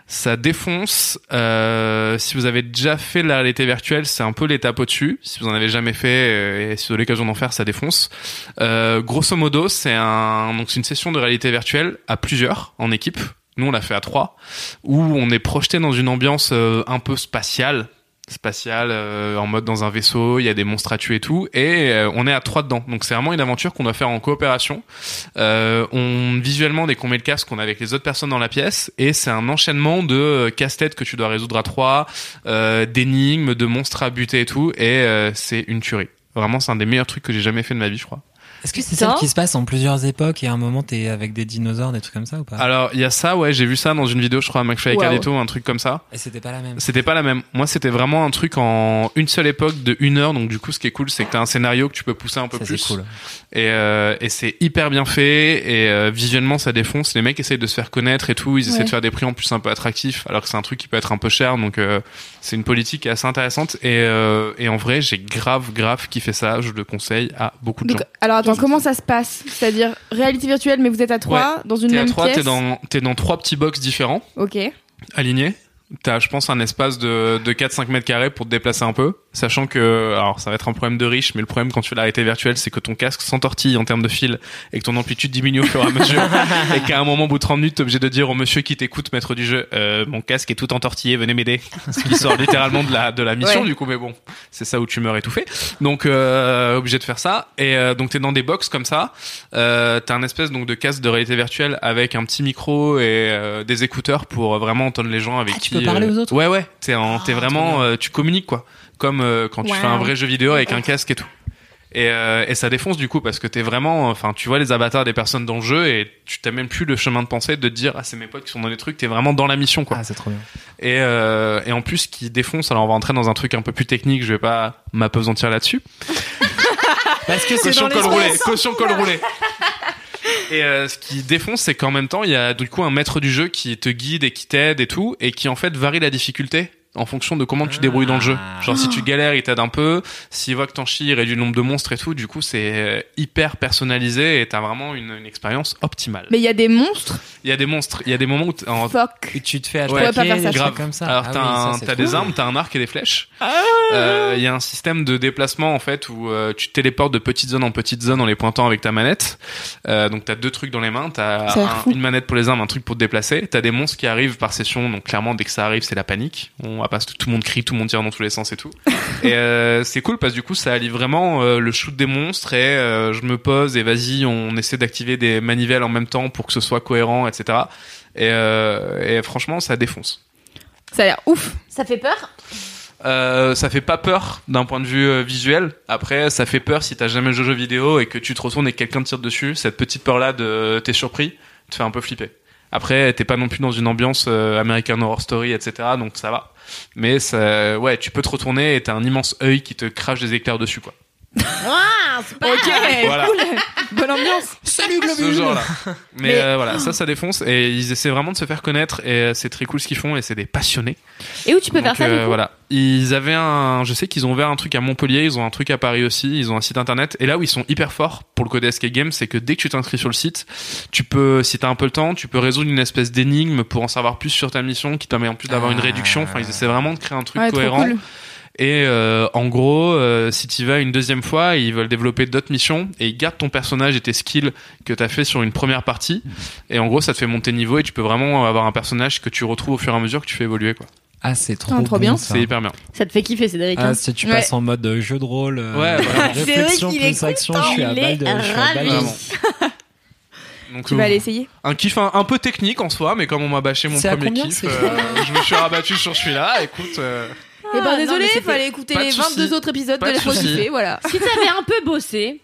B: Ça défonce. euh, si vous avez déjà fait de la réalité virtuelle, c'est un peu l'étape au-dessus. Si vous en avez jamais fait euh, et si vous avez l'occasion d'en faire, ça défonce. Euh, grosso modo, c'est un, donc c'est une session de réalité virtuelle à plusieurs en équipe. Nous, on l'a fait à trois, où on est projeté dans une ambiance euh, un peu spatiale, spatiale euh, en mode dans un vaisseau. Il y a des monstres à tuer et tout, et euh, on est à trois dedans. Donc c'est vraiment une aventure qu'on doit faire en coopération. Euh, on visuellement dès qu'on met le casque, on est avec les autres personnes dans la pièce et c'est un enchaînement de euh, casse-tête que tu dois résoudre à trois, euh, d'énigmes, de monstres à buter et tout. Et euh, c'est une tuerie. Vraiment, c'est un des meilleurs trucs que j'ai jamais fait de ma vie, je crois.
D: Est-ce que c'est
C: Putain.
D: celle qui se passe en plusieurs époques et à un moment t'es avec des dinosaures, des trucs comme ça ou pas
B: Alors il y a ça, ouais, j'ai vu ça dans une vidéo, je crois, à McFly et
A: Waouh.
B: Carlito, un truc comme ça.
D: Et c'était pas la même.
B: C'était pas la même. Moi, c'était vraiment un truc en une seule époque de une heure. Donc du coup, ce qui est cool, c'est que t'as un scénario que tu peux pousser un peu
D: Ça, c'est
B: plus.
D: cool.
B: Et, euh, et c'est hyper bien fait. Et euh, visuellement, ça défonce. Les mecs essayent de se faire connaître et tout. Ils essaient
A: Ouais.
B: de faire des prix en plus un peu attractifs, alors que c'est un truc qui peut être un peu cher. Donc euh, c'est une politique qui est assez intéressante. Et, euh, et en vrai, j'ai grave, grave kiffé ça. Je le conseille à beaucoup de
A: Donc,
B: gens.
A: alors attends, comment ça se passe C'est-à-dire réalité virtuelle, mais vous êtes à trois dans une
B: T'es à
A: même
B: trois,
A: pièce.
B: t'es dans, t'es dans trois petits box différents,
A: Ok.
B: alignés. T'as, je pense, un espace de, de 4-5 mètres carrés pour te déplacer un peu. Sachant que, alors, ça va être un problème de riche, mais le problème quand tu fais la réalité virtuelle, c'est que ton casque s'entortille en termes de fil et que ton amplitude diminue au fur et à
D: <laughs>
B: mesure. et qu'à un moment, au bout de 30 minutes, t'es obligé de dire au monsieur qui t'écoute, maître du jeu, euh, mon casque est tout entortillé, venez m'aider. Ce qui sort littéralement de la, de la mission,
A: Ouais.
B: du coup, mais bon, c'est ça où tu meurs étouffé. Donc, euh, obligé de faire ça. Et euh, donc, t'es dans des box comme ça. Euh, t'as un espèce donc de casque de réalité virtuelle avec un petit micro et euh, des écouteurs pour vraiment entendre les gens avec
D: Ah,
B: qui
D: tu peux parler
B: euh,
D: aux autres Ah,
B: Ouais ouais, t'es en- t'es vraiment euh, tu communiques quoi, comme euh, quand tu
A: Wow.
B: fais un vrai jeu vidéo avec un casque et tout. Et, euh, et ça défonce du coup parce que t'es vraiment, enfin tu vois les avatars des personnes dans le jeu et tu t'as même plus le chemin de pensée de te dire ah c'est mes potes qui sont dans les trucs, t'es vraiment dans la mission quoi.
D: Ah, c'est trop bien.
B: Et, euh, et en plus, ce qui défonce, alors on va entrer dans un truc un peu plus technique, je vais pas m'apesantir là-dessus.
D: <laughs> Parce que c'est
B: Caution
D: dans
B: col
D: l'espace.
B: roulé, caution col roulé. Et euh, ce qui défonce, c'est qu'en même temps, il y a du coup un maître du jeu qui te guide et qui t'aide et tout, et qui en fait varie la difficulté en fonction de comment tu te débrouilles dans le jeu.
D: Ah.
B: Genre si tu galères, il t'aide un peu. S'il voit que t'en chies, il réduit le nombre de monstres et tout. Du coup, c'est euh, hyper personnalisé et t'as vraiment une, une expérience optimale.
A: Mais il y a des monstres.
B: Il y a des monstres, il y a des moments où t'es en-
A: Fuck.
D: Et tu te fais
B: Ouais.
D: attaquer,
A: Je pourrais pas faire
D: des
A: ça.
D: trucs
B: Grave.
D: comme ça.
B: Alors
D: Ah
B: t'as
D: oui, ça,
B: un-
D: c'est Ah
B: t'as
D: cool.
B: des armes, t'as un arc et des flèches. Euh, Il y a un système de déplacement en fait où euh, tu te téléportes de petite zone en petite zone en les pointant avec ta manette. Euh, donc t'as deux trucs dans les mains, t'as
A: Ça a l'air
B: un-
A: fou.
B: une manette pour les armes, un truc pour te déplacer. T'as des monstres qui arrivent par session, donc clairement dès que ça arrive c'est la panique. On va pas tout le monde crie, tout le monde tire dans tous les sens et
D: <laughs>
B: tout. et euh, c'est cool parce que du coup ça allie vraiment euh, le shoot des monstres et euh, je me pose et vas-y on essaie d'activer des manivelles en même temps pour que ce soit cohérent, etc. Et, euh, et franchement ça défonce.
A: Ça a l'air ouf.
C: Ça fait peur
B: Euh, ça fait pas peur d'un point de vue euh, visuel. Après, ça fait peur si t'as jamais joué aux jeux vidéo et que tu te retournes et que quelqu'un te tire dessus. Cette petite peur-là de t'es surpris, te fait un peu flipper. Après, t'es pas non plus dans une ambiance euh, American Horror Story, etc. Donc ça va. Mais ça, Bah, ouais, tu peux te retourner et t'as un immense œil qui te crache des éclairs dessus, quoi.
C: putain, c'est pas
A: Ok,
B: Voilà.
A: cool. <laughs> Bonne ambiance.
D: Salut
B: ce
D: Globule
B: <laughs> genre-là. Mais,
C: Mais-
B: euh, voilà, ça, ça défonce. Et ils essaient vraiment de se faire connaître. Et euh, c'est très cool ce qu'ils font. Et c'est des passionnés.
C: Et où tu peux
B: Donc,
C: faire ça
B: euh,
C: du coup
B: voilà. Ils avaient un. Je sais qu'ils ont ouvert un truc à Montpellier. Ils ont un truc à Paris aussi. Ils ont un site internet. Et là où ils sont hyper forts pour le côté Escape Game, c'est que dès que tu t'inscris sur le site, tu peux, si t'as un peu le temps, tu peux résoudre une espèce d'énigme pour en savoir plus sur ta mission, qui te permet en plus d'avoir une
D: Ah.
B: réduction. Enfin, ils essaient vraiment de créer un truc
A: Ouais, trop
B: cohérent.
A: cool.
B: Et euh, en gros, euh, si tu vas une deuxième fois, ils veulent développer d'autres missions et ils gardent ton personnage et tes skills que t'as fait sur une première partie. Et en gros, ça te fait monter niveau et tu peux vraiment avoir un personnage que tu retrouves au fur et à mesure que tu fais évoluer. quoi.
D: Ah, c'est trop,
A: Putain, trop
D: bon,
A: bien.
D: ça.
B: C'est hyper bien.
C: Ça te fait kiffer, Cédric. hein.
D: Ah, si tu
A: Ouais.
D: passes en mode euh, jeu de rôle, euh,
B: Ouais, voilà.
C: Cédric,
D: réflexion
C: il
D: plus
C: est
D: action,
C: content,
D: je suis à
C: il
D: balle
C: est
D: de, je suis à balle de-
C: ravi.
B: Vraiment. Donc,
A: Tu
B: euh,
A: vas aller essayer.
B: un kiff un, un peu technique en soi, mais comme on m'a bâché mon
D: C'est à
B: premier
D: combien,
B: kiff,
D: c'est-
B: euh, je me suis rabattu sur celui-là. Écoute, euh,
A: Eh
C: non,
A: ben désolé,
C: mais c'était-
A: fallait écouter
B: Pas de
A: les
B: soucis.
A: 22 autres épisodes
B: Pas
A: de
B: de
A: l'effort
B: soucis.
A: kiffé, voilà.
C: Si t'avais un peu bossé,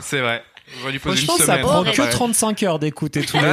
B: c'est vrai. J'aurais dû
D: Moi,
B: poser
D: je
B: une
D: pense que ça
B: semaine.
D: prend
C: Ouais.
D: que 35 heures d'écouter tous les
B: Ouais,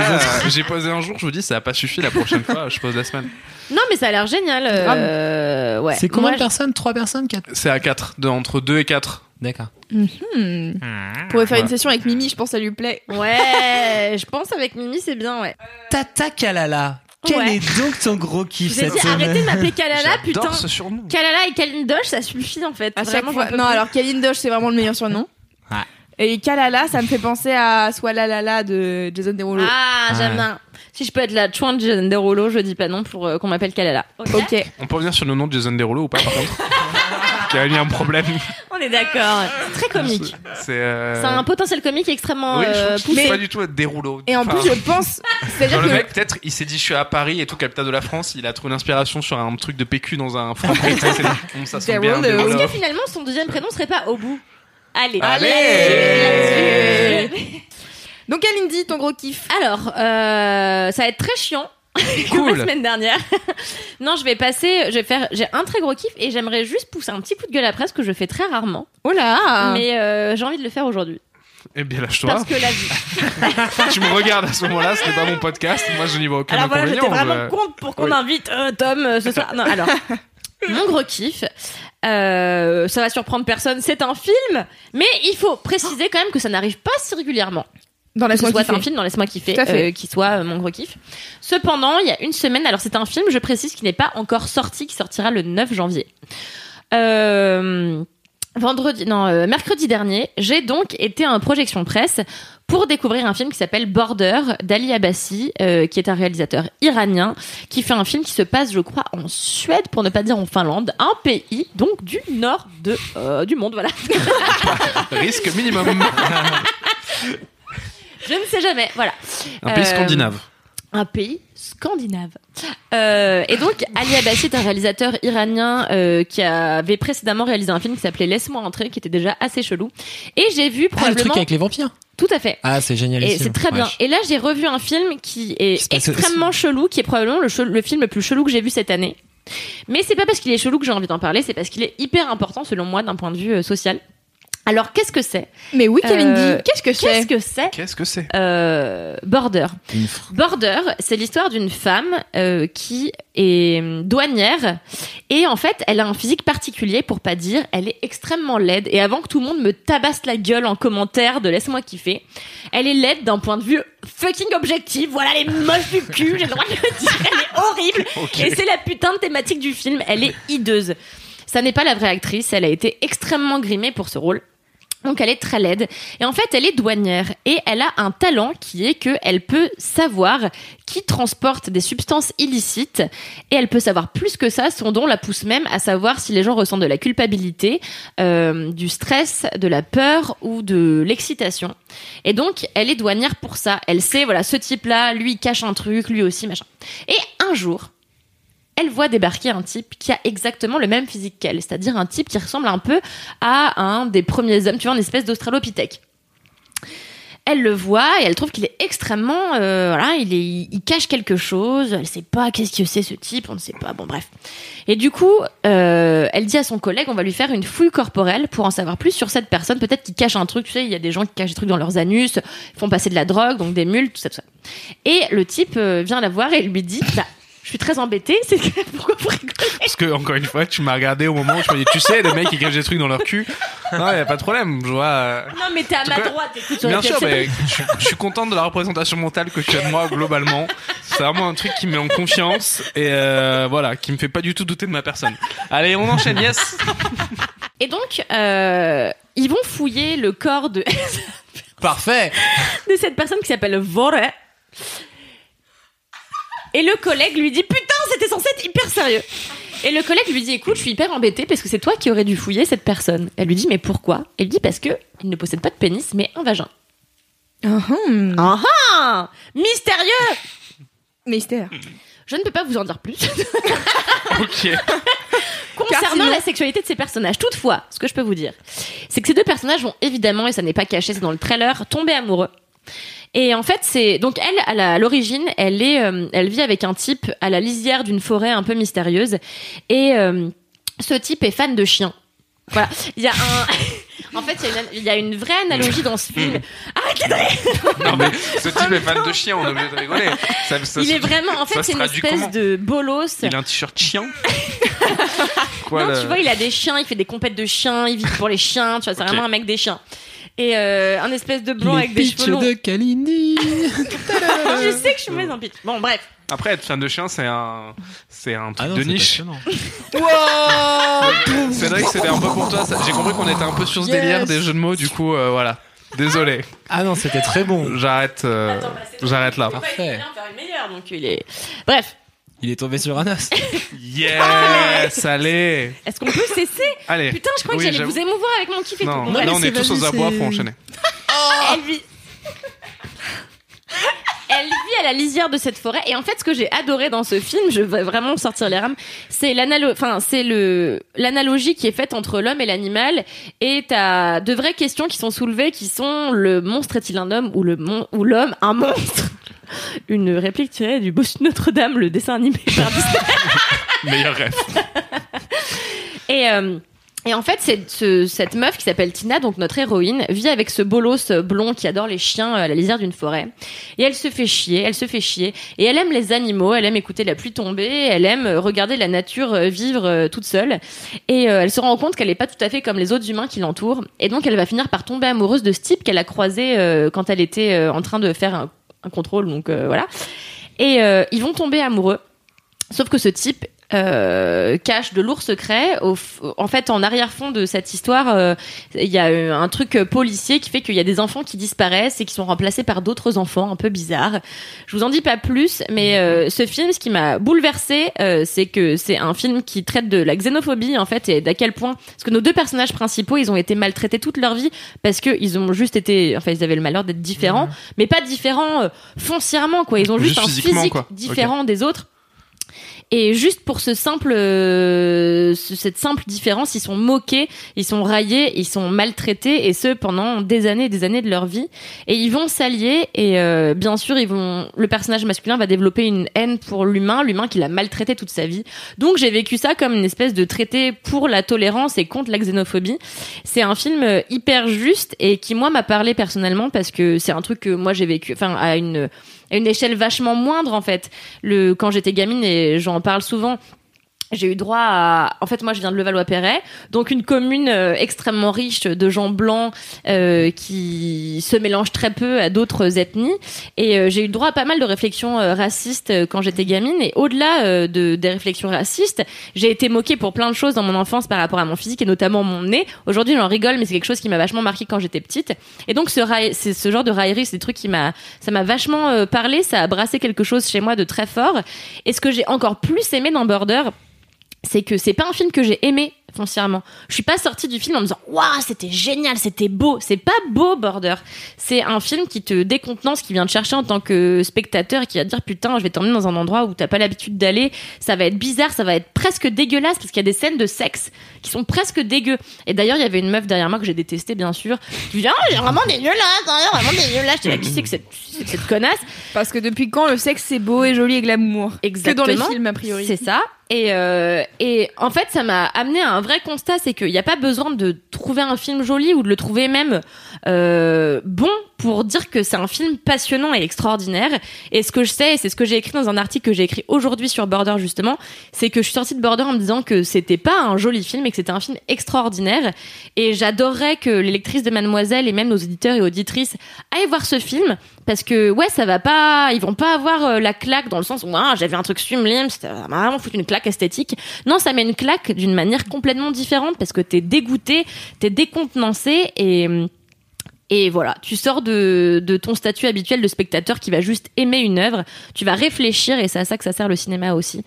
B: <laughs>
D: autres.
B: J'ai posé un jour, je me dis, ça a pas suffi la prochaine fois, je pose la semaine.
C: Non, mais ça a l'air génial.
B: Ah
C: euh, ouais.
D: C'est combien
C: Moi,
D: de personnes 3 personnes 4
B: C'est à 4, entre 2 et 4.
D: D'accord.
A: Hmm.
B: Ah.
A: Pourrait faire une session avec Mimi, je pense que ça lui plaît.
C: je- Ouais, <laughs> je pense avec Mimi, c'est bien, ouais.
D: Tata Kalala, quel
C: Ouais.
D: est donc ton gros
C: Je
D: kiff
C: vous ai
D: cette
C: dit, arrêtez de
D: semaine
C: m'appeler Kalala, putain.
B: J'adore ce surnom.
C: Kalala et Kalindosh, ça suffit en fait.
A: À chaque
C: Vraiment,
A: fois.
C: j'en peux
A: Non,
C: plus.
A: alors Kalindosh, c'est vraiment le meilleur surnom.
D: Ouais.
A: Et Kalala, ça me fait penser à Swalalala de Jason Derulo.
C: Ah,
D: Ah.
C: j'aime bien. Si je peux être la chouin de Jason Derulo, je dis pas non pour euh, qu'on m'appelle Kalala.
A: Ok.
B: On peut revenir sur le nom de Jason Derulo ou pas, par contre <laughs> Qui a eu un problème.
C: On est d'accord. C'est Très comique.
B: C'est. euh,
C: C'est un potentiel comique extrêmement
B: Oui, je trouve
C: euh,
B: que c'est
C: poussé.
B: pas du tout être Derulo.
A: Et en
B: Enfin,
A: plus, je pense. C'est-à-dire
B: Ah. genre
A: que.
B: le mec, peut-être, il s'est dit, je suis à Paris et tout, capitale de la France. Il a trouvé l'inspiration sur un truc de PQ dans un <laughs> franc. Et ça, c'est- Hum, ça sonne bien,
A: Derulo.
B: Derulo.
C: Est-ce que finalement son deuxième prénom serait pas au bout Allez.
B: Allez
A: Donc, Kalindi, ton gros kiff.
C: Alors, euh, ça va être très chiant. <laughs> Comme
B: Cool.
C: la semaine dernière. <laughs> non, je vais passer, je vais faire, j'ai un très gros kiff et j'aimerais juste pousser un petit coup de gueule à presse que je fais très rarement.
A: Oh là
C: Mais euh, j'ai envie de le faire aujourd'hui.
B: Eh bien, lâche-toi.
C: Parce que
B: <laughs>
C: la vie.
B: tu me regardes à ce moment-là, ce n'est pas mon podcast. Moi, je n'y vois aucun
C: Alors voilà, j'étais
B: inconvénient.
C: vraiment
B: je-
C: contre pour qu'on
B: Oui.
C: invite euh, Tom euh, ce soir. Non, alors, <laughs> mon gros kiff, euh, ça va surprendre personne, c'est un film, mais il faut préciser quand même que ça n'arrive pas si régulièrement.
A: Dans la
C: Que ce soit un
A: soirée.
C: film dans Laisse-moi kiffer,
A: Tout à fait.
C: euh, qui soit euh, mon gros kiff. Cependant, il y a une semaine, alors c'est un film, je précise, qui n'est pas encore sorti, qui sortira le 9 janvier. Euh, vendredi, non, euh, mercredi dernier, j'ai donc été à une projection presse pour découvrir un film qui s'appelle Border d'Ali Abassi, euh, qui est un réalisateur iranien, qui fait un film qui se passe, je crois, en Suède, pour ne pas dire en Finlande, un pays donc du nord de, euh, du monde, voilà. <laughs>
B: <laughs> Risque minimum.
C: Je ne sais jamais, voilà.
B: un pays
C: Euh,
B: scandinave.
C: un pays scandinave. Euh, et donc, Ali Abassi est un réalisateur iranien euh, qui avait précédemment réalisé un film qui s'appelait Laisse-moi entrer, qui était déjà assez chelou. Et j'ai vu
D: Ah, le
C: probablement...
D: truc avec les vampires
C: Tout à fait.
D: Ah, c'est génial.
C: Et c'est très bien. Et là, j'ai revu un film qui est
D: Qui se passe-
C: extrêmement chelou, qui est probablement le, chel- le film le plus chelou que j'ai vu cette année. Mais c'est pas parce qu'il est chelou que j'ai envie d'en parler, c'est parce qu'il est hyper important selon moi d'un point de vue euh, social. Alors qu'est-ce que c'est
A: Mais oui,
C: Euh,
A: Kalindi, qu'est-ce que
C: Qu'est-ce
A: c'est
C: que c'est
B: Qu'est-ce que c'est
C: euh, Border Border, c'est l'histoire d'une femme euh, qui est hum, douanière et en fait, elle a un physique particulier pour pas dire, elle est extrêmement laide et avant que tout le monde me tabasse la gueule en commentaire de laisse-moi kiffer, elle est laide d'un point de vue fucking objectif. Voilà les moches du cul, j'ai le droit de le dire, elle est horrible et c'est la putain de thématique du film, elle est hideuse. Ça n'est pas la vraie actrice, elle a été extrêmement grimée pour ce rôle. Donc elle est très laide et en fait elle est douanière et elle a un talent qui est que elle peut savoir qui transporte des substances illicites et elle peut savoir plus que ça son don la pousse même à savoir si les gens ressentent de la culpabilité, euh, du stress, de la peur ou de l'excitation et donc elle est douanière pour ça elle sait voilà ce type là lui il cache un truc lui aussi machin et un jour elle voit débarquer un type qui a exactement le même physique qu'elle, c'est-à-dire un type qui ressemble un peu à un des premiers hommes, tu vois, une espèce d'australopithèque. Elle le voit et elle trouve qu'il est extrêmement, euh, voilà, il, est, il cache quelque chose. Elle sait pas qu'est-ce que c'est ce type, on ne sait pas. Bon bref. Et du coup, euh, elle dit à son collègue, on va lui faire une fouille corporelle pour en savoir plus sur cette personne. Peut-être qu'il cache un truc. Tu sais, il y a des gens qui cachent des trucs dans leurs anus, font passer de la drogue, donc des mules, tout ça, tout ça. Et le type euh, vient la voir et lui dit, bah, je suis très embêtée. C'est que- <laughs> pourquoi vous rigolez
B: Parce que, encore une fois, tu m'as regardé au moment où je me dis, tu sais, les mecs, ils cachent des trucs dans leur cul. Non, y a pas de problème. Je vois. euh,
C: Non, mais t'es à ma
B: quoi
C: droite. Écoute, sur
B: Bien
C: les
B: sûr,
C: pieds,
B: mais je, je suis contente de la représentation mentale que tu as de moi globalement. C'est vraiment un truc qui me met en confiance et euh, voilà, qui me fait pas du tout douter de ma personne. Allez, on enchaîne,
C: <laughs>
B: yes.
C: Et donc, euh, ils vont fouiller le corps de,
D: Parfait.
C: de cette personne qui s'appelle Vore. Et le collègue lui dit Putain, c'était censé être hyper sérieux. Et le collègue lui dit Écoute, je suis hyper embêtée parce que c'est toi qui aurais dû fouiller cette personne. Elle lui dit Mais pourquoi Elle dit Parce que il ne possède pas de pénis, mais un vagin.
A: Aham.
C: Ah ah Mystérieux
A: Mystère.
C: Je ne peux pas vous en dire plus
B: Ok.
C: concernant
A: sinon-
C: la sexualité de ces personnages. Toutefois, ce que je peux vous dire, c'est que ces deux personnages vont évidemment, et ça n'est pas caché, c'est dans le trailer, tomber amoureux. Et en fait, c'est donc elle à la- à l'origine, elle est, euh, elle vit avec un type à la lisière d'une forêt un peu mystérieuse, et euh, ce type est fan de chiens. Voilà, il y a un, <laughs> en fait, il y a une- il y, a une vraie analogie dans ce film. Arrêtez de rire
B: Non mais ce type est fan de chien, on est obligé de rigoler. Ça- ça-
C: Il
B: ça-
C: est vraiment, en fait,
B: ça se
C: c'est une
B: traduit
C: espèce
B: comment
C: de bolos.
B: Il a un t-shirt
C: <laughs>
B: chien. Quoi
C: non,
B: le-
C: tu vois, il a des chiens, il fait des compètes de chiens, il vit pour les chiens, tu vois, c'est
B: euh. Ok.
C: vraiment un mec des chiens. Et euh, un espèce de blanc avec des cheveux longs. Ah,
D: Kalindi.
C: Je sais que je suis mauvaise en pitch. Bon, bref.
B: Après, être fan de chien, c'est un, c'est un
D: Ah
B: truc
D: non,
B: de
D: c'est Ah,
B: niche.
D: passionnant.
B: C'est vrai que c'était un peu pour toi. ça- J'ai compris qu'on était un peu sur ce délire des jeux de mots. Du coup, euh, voilà. Désolé.
D: Ah non, c'était très bon.
B: J'arrête. euh,
C: Attends, bah, c'est-
B: J'arrête là.
D: Parfait.
C: Ouais, bah, il vient faire une meilleure, donc il est. Bref,
D: Il est tombé sur un os.
B: Yes, allez.
C: est-ce qu'on peut cesser
B: Allez.
C: Putain, je crois que
B: Oui,
C: j'allais
B: j'avoue.
C: vous émouvoir avec mon kiff et tout.
B: Non,
C: Bon, bref.
B: là on est
F: c'est-
B: tous aux
F: vas-y,
B: abois pour
F: c'est-
B: enchaîner.
C: Elle vit. Elle vit à la lisière de cette forêt et en fait ce que j'ai adoré dans ce film, je vais vraiment sortir les rames, c'est l'analo- enfin c'est le l'analogie qui est faite entre l'homme et l'animal et t'as de vraies questions qui sont soulevées qui sont le monstre est-il un homme ou le mon- ou l'homme un monstre Une réplique tirée du Bossu Notre-Dame, le dessin animé par Disney.
B: <laughs> Meilleur rêve.
C: Et, euh, et en fait, c'est ce- cette meuf qui s'appelle Tina, donc notre héroïne, vit avec ce bolos blond qui adore les chiens à la lisière d'une forêt. Et elle se fait chier, elle se fait chier. Et elle aime les animaux, elle aime écouter la pluie tomber, elle aime euh, regarder la nature euh, vivre euh, toute seule. Et euh, elle se rend compte qu'elle n'est pas tout à fait comme les autres humains qui l'entourent. Et donc, elle va finir par tomber amoureuse de ce type qu'elle a croisé euh, quand elle était euh, en train de faire un, un contrôle. Donc euh, voilà. Et euh, ils vont tomber amoureux. Sauf que ce type euh, cache de lourds secrets. Au f- en fait, en arrière-fond de cette histoire, euh, il y a euh, un truc euh, policier qui fait qu'il y a des enfants qui disparaissent et qui sont remplacés par d'autres enfants un peu bizarres. Je vous en dis pas plus, mais euh, ce film, ce qui m'a bouleversé, c'est que c'est un film qui traite de la xénophobie en fait et d'à quel point, parce que nos deux personnages principaux, ils ont été maltraités toute leur vie parce que ils ont juste été, enfin, ils avaient le malheur d'être différents, mais pas différents euh, foncièrement quoi. Ils ont juste,
B: Juste
C: un
B: physiquement,
C: physique
B: quoi.
C: différent des autres. Et juste pour ce simple, euh, ce- cette simple différence, ils sont moqués, ils sont raillés, ils sont maltraités, et ce pendant des années et des années de leur vie. Et ils vont s'allier, et euh, bien sûr, ils vont. Le personnage masculin va développer une haine pour l'humain, l'humain qui l'a maltraité toute sa vie. Donc j'ai vécu ça comme une espèce de traité pour la tolérance et contre la xénophobie. C'est un film euh, hyper juste et qui moi m'a parlé personnellement parce que c'est un truc que moi j'ai vécu, enfin à une à une échelle vachement moindre en fait. Le quand j'étais gamine et j'en parle souvent. J'ai eu droit à. En fait, moi, je viens de Levallois-Perret, donc une commune euh, extrêmement riche de gens blancs euh, qui se mélangent très peu à d'autres ethnies. Et euh, j'ai eu droit à pas mal de réflexions euh, racistes euh, quand j'étais gamine. Et au-delà euh, de, des réflexions racistes, j'ai été moquée pour plein de choses dans mon enfance par rapport à mon physique et notamment mon nez. Aujourd'hui, j'en rigole, mais c'est quelque chose qui m'a vachement marqué quand j'étais petite. Et donc, ce, rail- c'est ce genre de raillerie, c'est des trucs qui m'a, ça m'a vachement euh, parlé, ça a brassé quelque chose chez moi de très fort. Et ce que j'ai encore plus aimé dans Border, c'est que c'est pas un film que j'ai aimé foncièrement. Je suis pas sortie du film en me disant waouh c'était génial, c'était beau. C'est pas beau Border. C'est un film qui te décontenance, qui vient te chercher en tant que spectateur et qui va te dire putain je vais t'emmener dans un endroit où t'as pas l'habitude d'aller. Ça va être bizarre, ça va être presque dégueulasse parce qu'il y a des scènes de sexe qui sont presque dégueu. Et d'ailleurs il y avait une meuf derrière moi que j'ai détestée bien sûr. Je me dis ah elle est vraiment dégueulasse, hein, vraiment dégueulasse. Je dis, qui c'est que cette, c'est que cette connasse
A: Parce que depuis quand le sexe c'est beau et joli et glamour
C: Exactement.
A: Que dans les films a priori.
C: C'est ça. Et, euh, et en fait, ça m'a amené à un vrai constat, c'est qu'il n'y a pas besoin de trouver un film joli ou de le trouver même euh, bon pour dire que c'est un film passionnant et extraordinaire. Et ce que je sais, et c'est ce que j'ai écrit dans un article que j'ai écrit aujourd'hui sur Border justement, c'est que je suis sortie de Border en me disant que c'était pas un joli film et que c'était un film extraordinaire. Et j'adorerais que les lectrices de Mademoiselle et même nos auditeurs et auditrices aillent voir ce film parce que ouais, ça va pas, ils vont pas avoir euh, la claque dans le sens où ah, j'avais un truc sublime, c'était- ça m'a vraiment foutu une claque esthétique. Non, ça met une claque d'une manière complètement différente parce que t'es dégoûté, t'es décontenancé et hum, et voilà, tu sors de, de ton statut habituel de spectateur qui va juste aimer une œuvre, tu vas réfléchir et c'est à ça que ça sert le cinéma aussi.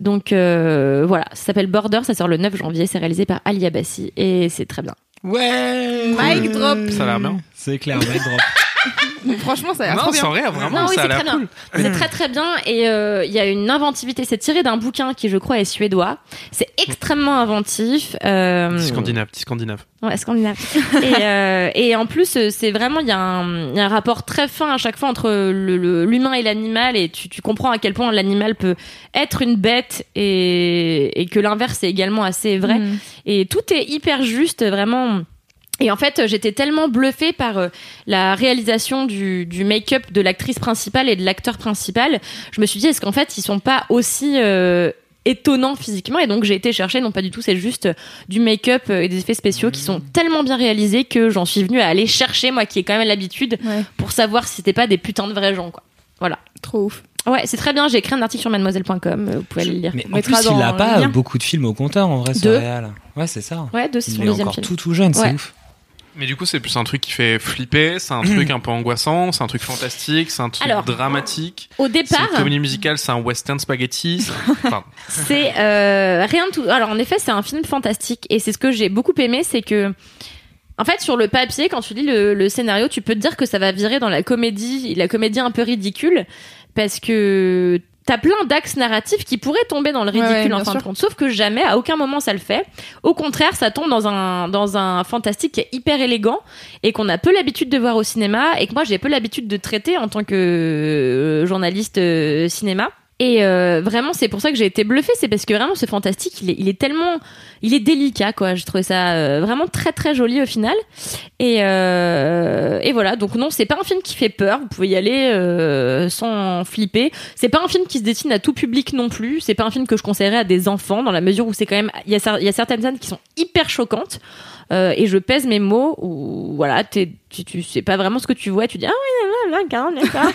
C: Donc euh, voilà, ça s'appelle Border, ça sort le 9 janvier, c'est réalisé par Ali Abassi et c'est très bien.
D: Ouais
B: Hmm.
A: Mic drop.
B: Ça a l'air bien.
D: C'est clair, mic drop.
A: Franchement, ça a l'air
B: Non,
A: trop bien.
B: sans rire, vraiment,
C: Non, oui,
B: ça a
C: c'est
B: l'air
C: très Bah, bien.
B: cool.
C: C'est très très bien et euh, il y a une inventivité. C'est tiré d'un bouquin qui, je crois, est suédois. C'est extrêmement inventif. Euh,
B: Petit scandinave, petit scandinave.
C: Ouais, scandinave.
B: <laughs>
C: et, euh, et en plus, euh, c'est vraiment, il y, a un il y a un rapport très fin à chaque fois entre le- le- l'humain et l'animal, et tu, tu comprends à quel point l'animal peut être une bête, et, et que l'inverse est également assez vrai.
A: Mm.
C: Et tout est hyper juste, vraiment. Et en fait, j'étais tellement bluffée par euh, la réalisation du, du make-up de l'actrice principale et de l'acteur principal. Je me suis dit, est-ce qu'en fait, ils sont pas aussi euh, étonnants physiquement Et donc, j'ai été chercher, non pas du tout, c'est juste euh, du make-up euh, et des effets spéciaux qui
A: Mmh.
C: sont tellement bien réalisés que j'en suis venue à aller chercher, moi qui ai quand même l'habitude,
A: Ouais,
C: pour savoir si c'était pas des putains de vrais gens, quoi.
A: trop ouf.
C: Ouais, c'est très bien, j'ai écrit un article sur mademoiselle.com, euh, vous pouvez aller le lire.
D: Mais en
A: mettra
D: plus,
A: dans
D: il a
A: le
D: pas
A: lien.
D: beaucoup de films au compteur en vrai, ce
C: Deux.
D: réal. Ouais, c'est ça.
C: Ouais, deux, c'est son
D: Il est
C: deuxième
D: encore
C: film.
D: tout tout jeune,
C: Ouais.
D: c'est ouf.
B: Mais du coup, c'est plus un truc qui fait flipper, c'est un <clears throat> truc un peu angoissant, c'est un truc fantastique, c'est un truc
C: Alors,
B: dramatique.
C: Au
B: C'est
C: départ.
B: une comédie musicale, c'est un western spaghetti.
C: <laughs>
B: c'est- Enfin,
C: C'est euh, rien de tout. Alors en effet, c'est un film fantastique et c'est ce que j'ai beaucoup aimé, c'est que en fait sur le papier, quand tu lis le, le scénario, tu peux te dire que ça va virer dans la comédie, la comédie un peu ridicule, parce que t'as plein d'axes narratifs qui pourraient tomber dans le
A: Ouais, ouais,
C: ridicule en
A: bien
C: fin de
A: sûr.
C: compte, sauf que jamais, à aucun moment ça le fait. Au contraire, ça tombe dans un dans un fantastique qui est hyper élégant et qu'on a peu l'habitude de voir au cinéma et que moi j'ai peu l'habitude de traiter en tant que euh, journaliste euh, cinéma. Et euh, vraiment, c'est pour ça que j'ai été bluffée, c'est parce que vraiment ce fantastique, il est, il est tellement, il est délicat quoi. Je trouvais ça euh, vraiment très très joli au final. Et, euh, et voilà, donc non, c'est pas un film qui fait peur. Vous pouvez y aller euh, sans flipper. C'est pas un film qui se destine à tout public non plus. C'est pas un film que je conseillerais à des enfants dans la mesure où c'est quand même, il y a, cer- il y a certaines scènes qui sont hyper choquantes. Euh, et je pèse mes mots où voilà, t'es- tu, tu sais pas vraiment ce que tu vois. Tu dis ah oui, là, là, là, carrément, d'accord.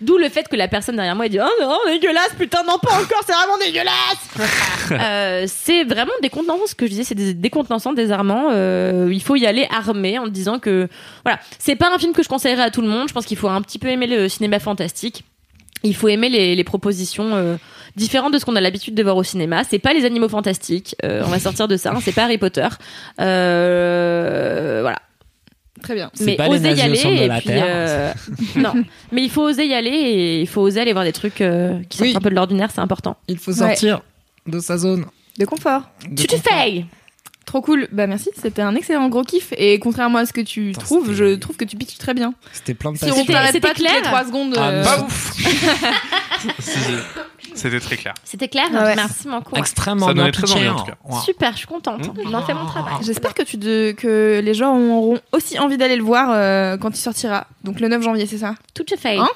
C: D'où le fait que la personne derrière moi ait dit Oh non, dégueulasse, putain, non, pas encore, c'est vraiment dégueulasse Euh, C'est vraiment décontenançant, ce que je disais, c'est des- décontenançant, désarmant. Euh, il faut y aller armé en te disant que. Voilà, c'est pas un film que je conseillerais à tout le monde. Je pense qu'il faut un petit peu aimer le cinéma fantastique. Il faut aimer les, les propositions euh, différentes de ce qu'on a l'habitude de voir au cinéma. C'est pas les animaux fantastiques. Euh, on va sortir de ça. hein, c'est pas Harry Potter. Euh, voilà
A: Très bien.
D: C'est pas les nazis au centre de la Terre.
C: euh, <laughs> non, mais il faut oser y aller et il faut oser aller voir des trucs euh, qui sortent
D: Oui.
C: un peu de l'ordinaire, c'est important.
D: Il faut
A: sortir
D: de sa zone.
A: De confort.
C: Tu te fais
A: Trop cool. Bah merci, c'était un excellent gros kiff. Et contrairement à ce que tu
D: Attends,
A: trouves,
D: c'était-
A: je trouve que tu pitches très bien.
D: C'était plein de
A: Si on
D: passion.
A: t'arrête
C: c'était
A: pas toutes les
C: clair
A: 3 secondes.
D: Ah,
A: euh,
D: non.
B: Pas
C: <laughs>
B: ouf Si, si. C'était très clair.
C: C'était clair hein?
A: Ah ouais.
C: Merci, mon cours.
D: Extrêmement
B: Ça donnait
D: bien
B: très envie,
D: pitché,
B: en tout cas.
D: hein.
C: Super, je suis contente.
D: Mmh.
C: J'en fais mon travail.
A: J'espère que, tu de- que les gens auront aussi envie d'aller le voir euh, quand il sortira. Donc le 9 janvier, c'est ça
C: Tout te fait.
A: Hein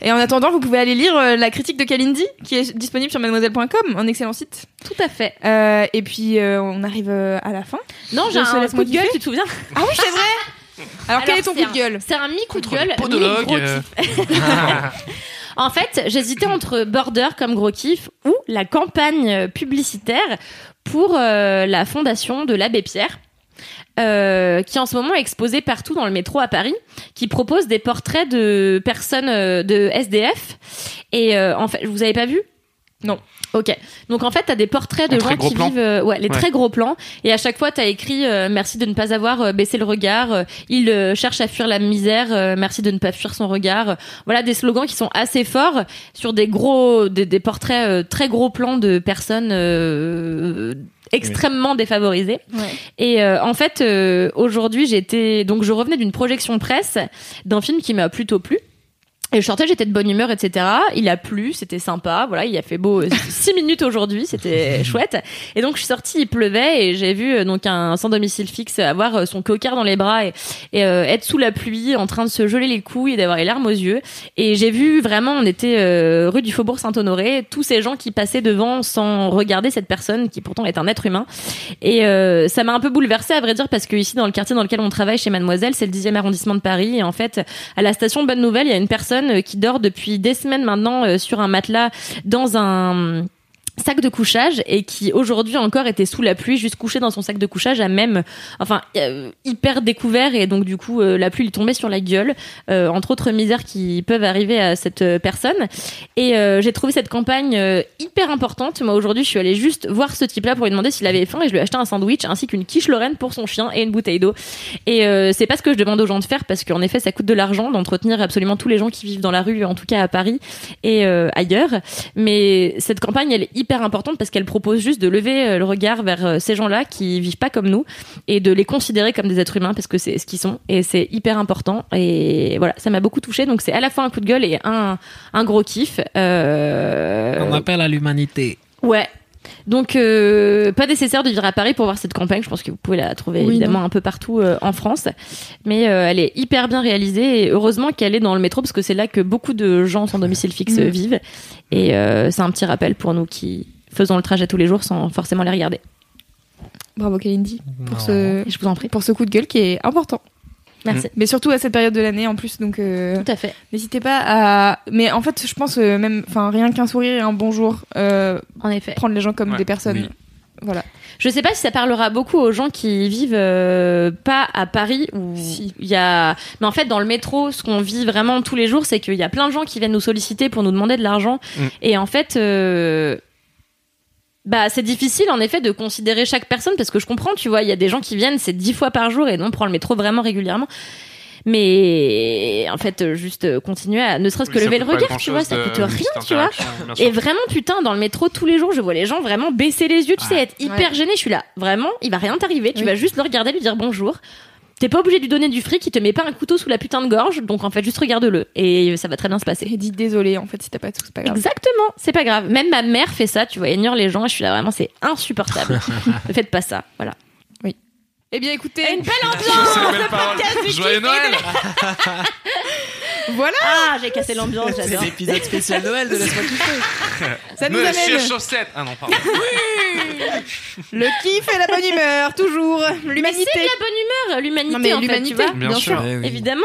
A: Et en attendant, vous pouvez aller lire euh, la critique de Kalindi, qui est disponible sur mademoiselle.com, un excellent site.
C: Tout à fait.
A: Euh, et puis, euh, on arrive euh, à la fin.
C: Non, j'ai
A: Je se
C: un
A: laisse
C: coup de gueule,
A: modifier
C: tu te souviens
A: Ah oui, c'est vrai Alors, quel
C: Alors,
A: est ton
C: c'est
A: coup de
C: un-
A: gueule
C: C'est un mi-coup de
B: Contre le
C: gueule,
B: podologue,
C: mi-gros
B: euh.
C: kiff.
A: <laughs>
C: en fait, j'hésitais entre Border comme gros kiff ou la campagne publicitaire pour euh, la fondation de l'abbé Pierre. euh, qui en ce moment est exposée partout dans le métro à Paris, qui propose des portraits de personnes euh, de SDF. Et euh, en fait, vous avez pas vu Non. Ok. Donc en fait, t'as des portraits de
B: En très
C: gens
B: gros
C: qui
B: plan.
C: vivent, euh, ouais, les
B: Ouais.
C: très gros plans. Et à chaque fois, t'as écrit euh, merci de ne pas avoir euh, baissé le regard. euh, il euh, cherche à fuir la misère. euh, merci de ne pas fuir son regard. Voilà des slogans qui sont assez forts sur des gros, des, des portraits euh, très gros plans de personnes euh, extrêmement défavorisées.
A: Ouais.
C: Et euh, en fait, euh, aujourd'hui, j'étais donc je revenais d'une projection presse d'un film qui m'a plutôt plu. Et je sortais, j'étais de bonne humeur, etc. Il a plu, c'était sympa. Voilà, il a fait <laughs> beau 6 minutes aujourd'hui, c'était chouette. Et donc je suis sortie, il pleuvait et j'ai vu euh, donc un sans domicile fixe avoir euh, son cocard dans les bras et, et, euh, être sous la pluie, en train de se geler les couilles et d'avoir les larmes aux yeux. Et j'ai vu vraiment, on était euh, rue du Faubourg Saint-Honoré, tous ces gens qui passaient devant sans regarder cette personne qui pourtant est un être humain. Et euh, ça m'a un peu bouleversée à vrai dire parce que ici dans le quartier dans lequel on travaille chez Mademoiselle, c'est le 10e arrondissement de Paris et en fait à la station Bonne Nouvelle, il y a une personne euh, qui dort depuis des semaines maintenant euh, sur un matelas dans un euh, sac de couchage et qui aujourd'hui encore était sous la pluie juste couché dans son sac de couchage à même enfin euh, hyper découvert et donc du coup euh, la pluie lui tombait sur la gueule euh, entre autres misères qui peuvent arriver à cette euh, personne et euh, j'ai trouvé cette campagne euh, hyper importante moi aujourd'hui je suis allée juste voir ce type là pour lui demander s'il avait faim et je lui ai acheté un sandwich ainsi qu'une quiche lorraine pour son chien et une bouteille d'eau et euh, c'est pas ce que je demande aux gens de faire parce qu'en effet ça coûte de l'argent d'entretenir absolument tous les gens qui vivent dans la rue en tout cas à Paris et euh, ailleurs mais cette campagne, elle est hyper importante parce qu'elle propose juste de lever euh, le regard vers euh, ces gens-là qui vivent pas comme nous et de les considérer comme des êtres humains parce que c'est ce qu'ils sont et c'est hyper important. Et voilà, ça m'a beaucoup touché. Donc c'est à la fois un coup de gueule et un, un gros kiff. Euh,
D: On appelle à l'humanité.
C: Ouais. Donc euh, pas nécessaire de vivre à Paris pour voir cette campagne. Je pense que vous pouvez la trouver
A: Oui,
C: évidemment un peu partout euh, en France, mais euh, elle est hyper bien réalisée. Et heureusement qu'elle est dans le métro parce que c'est là que beaucoup de gens sans domicile fixe
A: Mhm.
C: euh, vivent. Et euh, c'est un petit rappel pour nous qui faisons le trajet tous les jours sans forcément les regarder.
A: Bravo Kalindi pour ce
C: Je vous en prie.
A: pour ce coup de gueule qui est important.
C: Merci.
A: Mais surtout à cette période de l'année en plus, donc euh,
C: Tout à fait.
A: n'hésitez pas à. Mais en fait, je pense euh, même, enfin, rien qu'un sourire et un bonjour, euh,
C: En effet.
A: prendre les gens comme
B: Ouais,
A: des personnes.
D: oui.
A: Voilà.
C: Je sais pas si ça parlera beaucoup aux gens qui vivent euh, pas à Paris ou
A: Si.
C: il y a mais en fait dans le métro ce qu'on vit vraiment tous les jours c'est qu'il y a plein de gens qui viennent nous solliciter pour nous demander de l'argent
B: Mm.
C: et en fait euh, Bah, c'est difficile en effet de considérer chaque personne parce que je comprends, tu vois, il y a des gens qui viennent, c'est dix fois par jour et non, on prend le métro vraiment régulièrement. Mais en fait, euh, juste euh, continuer à ne serait-ce que lever le regard, tu vois, ça coûte rien, tu vois. Et vraiment, putain, dans le métro, tous les jours, je vois les gens vraiment baisser les yeux, tu sais,
B: Ouais.
C: être hyper gêné. Je suis là, vraiment, il va rien t'arriver. Tu
A: Oui.
C: vas juste le regarder, lui dire bonjour. T'es pas obligé de lui donner du fric, il te met pas un couteau sous la putain de gorge. Donc, en fait, juste regarde-le. Et ça va très bien se passer.
A: Et dis désolé en fait si t'as pas tout, c'est pas grave.
C: Exactement, c'est pas grave. Même ma mère fait ça, tu vois, ignore les gens. Et je suis là, vraiment, c'est insupportable.
B: <laughs>
C: ne faites pas ça, voilà.
A: Eh bien écoutez,
C: Une belle ambiance
B: Joyeux Noël
A: voilà,
C: Ah, j'ai cassé l'ambiance,
D: C'est
C: j'adore.
D: l'épisode spécial Noël de la semaine
A: ça nous
B: Monsieur
A: amène
B: Chaussette Ah non, pardon.
A: le kiff et la bonne humeur toujours,
C: Mais c'est
A: l'humanité.
C: de la bonne humeur, l'humanité,
A: Non, mais
C: en fait, tu
A: l'humanité,
C: vois.
B: Bien sûr. Eh
C: Évidemment.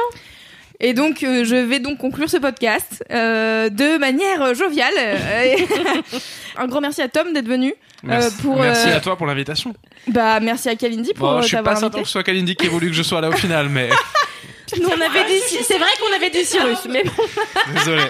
A: Et donc, euh, je vais donc conclure ce podcast euh, de manière euh,
C: <laughs>
A: joviale. Euh, <laughs> un grand merci à Tom d'être venu.
B: Merci,
A: pour,
B: Merci
A: euh,
B: à toi pour l'invitation.
A: Bah, merci à Kalindi pour
B: Bon,
A: euh,
B: je suis pas
A: t'avoir
B: certain
A: invité.
B: que ce soit Kalindi qui ait voulu que je
A: <laughs>
B: sois là au final, mais
C: Nous, on avait dit, c'est vrai qu'on avait dit Cyrus, mais bon,
B: désolé.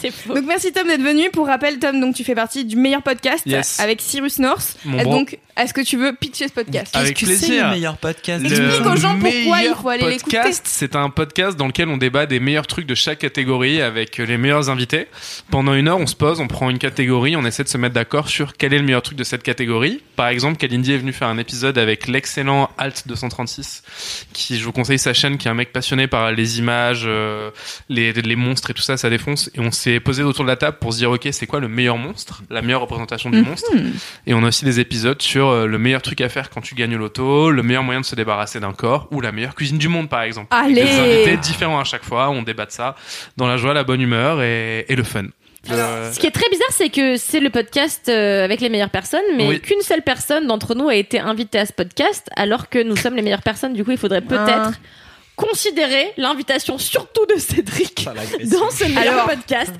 C: c'est
A: <laughs>
C: faux.
A: Donc, merci Tom d'être venu. Pour rappel, Tom, donc tu fais partie du meilleur podcast
B: Yes.
A: avec Cyrus North.
B: Mon
A: Et
B: bro.
A: Euh, donc, est-ce que tu veux pitcher ce podcast
B: Avec
D: Qu'est-ce que c'est
B: plaisir.
D: le meilleur podcast de-
A: Explique
B: Le
A: aux gens pourquoi il
B: meilleur
A: faut aller l'écouter.
B: podcast, C'est un podcast dans lequel on débat des meilleurs trucs de chaque catégorie avec les meilleurs invités. Pendant une heure, on se pose, on prend une catégorie, on essaie de se mettre d'accord sur quel est le meilleur truc de cette catégorie. Par exemple, Kalindi est venu faire un épisode avec l'excellent Alt 236, qui, je vous conseille sa chaîne, qui est un mec passionné par les images, euh, les, les monstres et tout ça, ça défonce. Et on s'est posé autour de la table pour se dire, ok, c'est quoi le meilleur monstre, la meilleure représentation
A: Mhm.
B: du monstre. Et on a aussi des épisodes sur euh, le meilleur truc à faire quand tu gagnes au loto, le meilleur moyen de se débarrasser d'un corps ou la meilleure cuisine du monde, par exemple. Avec Des
A: Allez
B: invités différents à chaque fois, on débat de ça dans la joie, la bonne humeur et, et le fun.
A: Ah,
B: Euh,
C: Ce qui est très bizarre, c'est que c'est le podcast euh, avec les meilleures personnes, mais
B: Oui.
C: qu'une seule personne d'entre nous a été invitée à ce podcast, alors que nous sommes les meilleures personnes. Du coup, il
A: Ah.
C: faudrait peut-être considérer l'invitation, surtout de Cédric, <laughs> dans ce meilleur
A: Alors.
C: podcast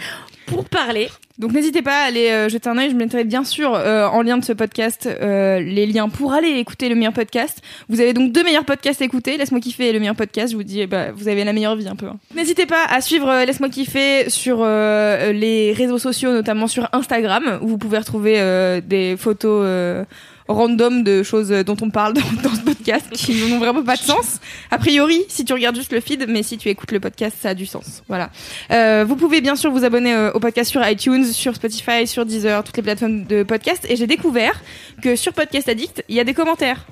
C: pour parler.
A: Donc n'hésitez pas à aller euh, jeter un oeil, je mettrai bien sûr euh, en lien de ce podcast euh, les liens pour aller écouter le meilleur podcast. Vous avez donc deux meilleurs podcasts à écouter, Laisse-moi kiffer et le meilleur podcast, je vous dis, eh bah, vous avez la meilleure vie un peu. hein. N'hésitez pas à suivre euh, Laisse-moi kiffer sur euh, les réseaux sociaux, notamment sur Instagram, où vous pouvez retrouver euh, des photos euh, random de choses dont on parle <laughs> dans, dans ce podcast qui n'ont vraiment pas de sens. A priori, si tu regardes juste le feed, mais si tu écoutes le podcast, ça a du sens. Voilà. Euh, vous pouvez bien sûr vous abonner euh, au podcast sur iTunes, sur Spotify, sur Deezer, toutes les plateformes de podcast. Et j'ai découvert que sur Podcast Addict, il y a des commentaires.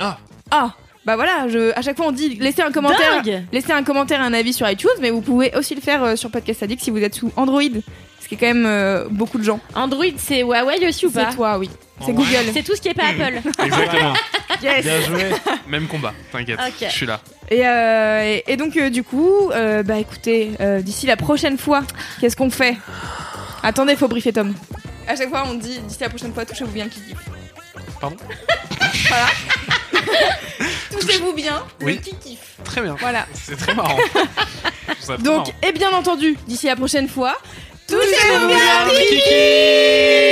D: Ah.
A: Ah Bah voilà, je, à chaque fois on dit laissez un commentaire,
C: Dingue
A: laissez un commentaire, et un avis sur iTunes, mais vous pouvez aussi le faire euh, sur Podcast Addict si vous êtes sous Android, ce qui est quand même euh, beaucoup de gens.
C: Android, c'est Huawei aussi ou pas
A: C'est toi, oui. C'est
D: Oh, Ouais.
A: Google.
C: <laughs> C'est tout ce qui est pas Apple.
B: Exactement.
A: Yes.
D: Bien joué.
B: Même combat, t'inquiète.
C: Ok.
B: Je suis là.
A: Et, euh, et- et donc euh, du coup, euh, bah écoutez, euh, d'ici la prochaine fois, qu'est-ce qu'on fait Attendez, faut briefer Tom. À chaque fois, on dit d'ici la prochaine fois, touchez-vous bien le kiki.
B: Pardon
A: <laughs> Voilà. <laughs> touchez-vous bien
B: Oui.
A: le kiki.
B: Très bien.
A: Voilà.
B: C'est très marrant. Je trouve ça très
A: Donc,
B: marrant.
A: et bien entendu, d'ici la prochaine fois, touchez-vous bien le kiki.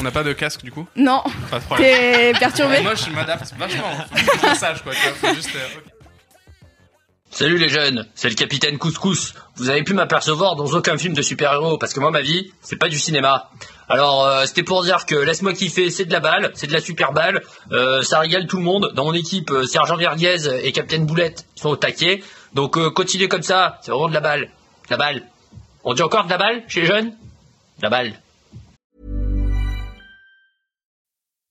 B: on n'a pas de casque du coup
A: Non,
B: Pas de problème.
A: t'es perturbé.
B: Moi je m'adapte vachement. Faut juste que je sache, quoi. tu vois, faut juste, euh, ok.
F: Salut les jeunes, c'est le capitaine Couscous. Vous avez pu m'apercevoir dans aucun film de super-héros, parce que moi ma vie, c'est pas du cinéma. Alors euh, c'était pour dire que laisse-moi kiffer, c'est de la balle, c'est de la super balle, euh, ça régale tout le monde. Dans mon équipe, euh, Sergent Verguez et Capitaine Boulette sont au taquet. Donc euh, continuez comme ça, c'est vraiment de la balle. De la balle. On dit encore de la balle chez les jeunes De la balle.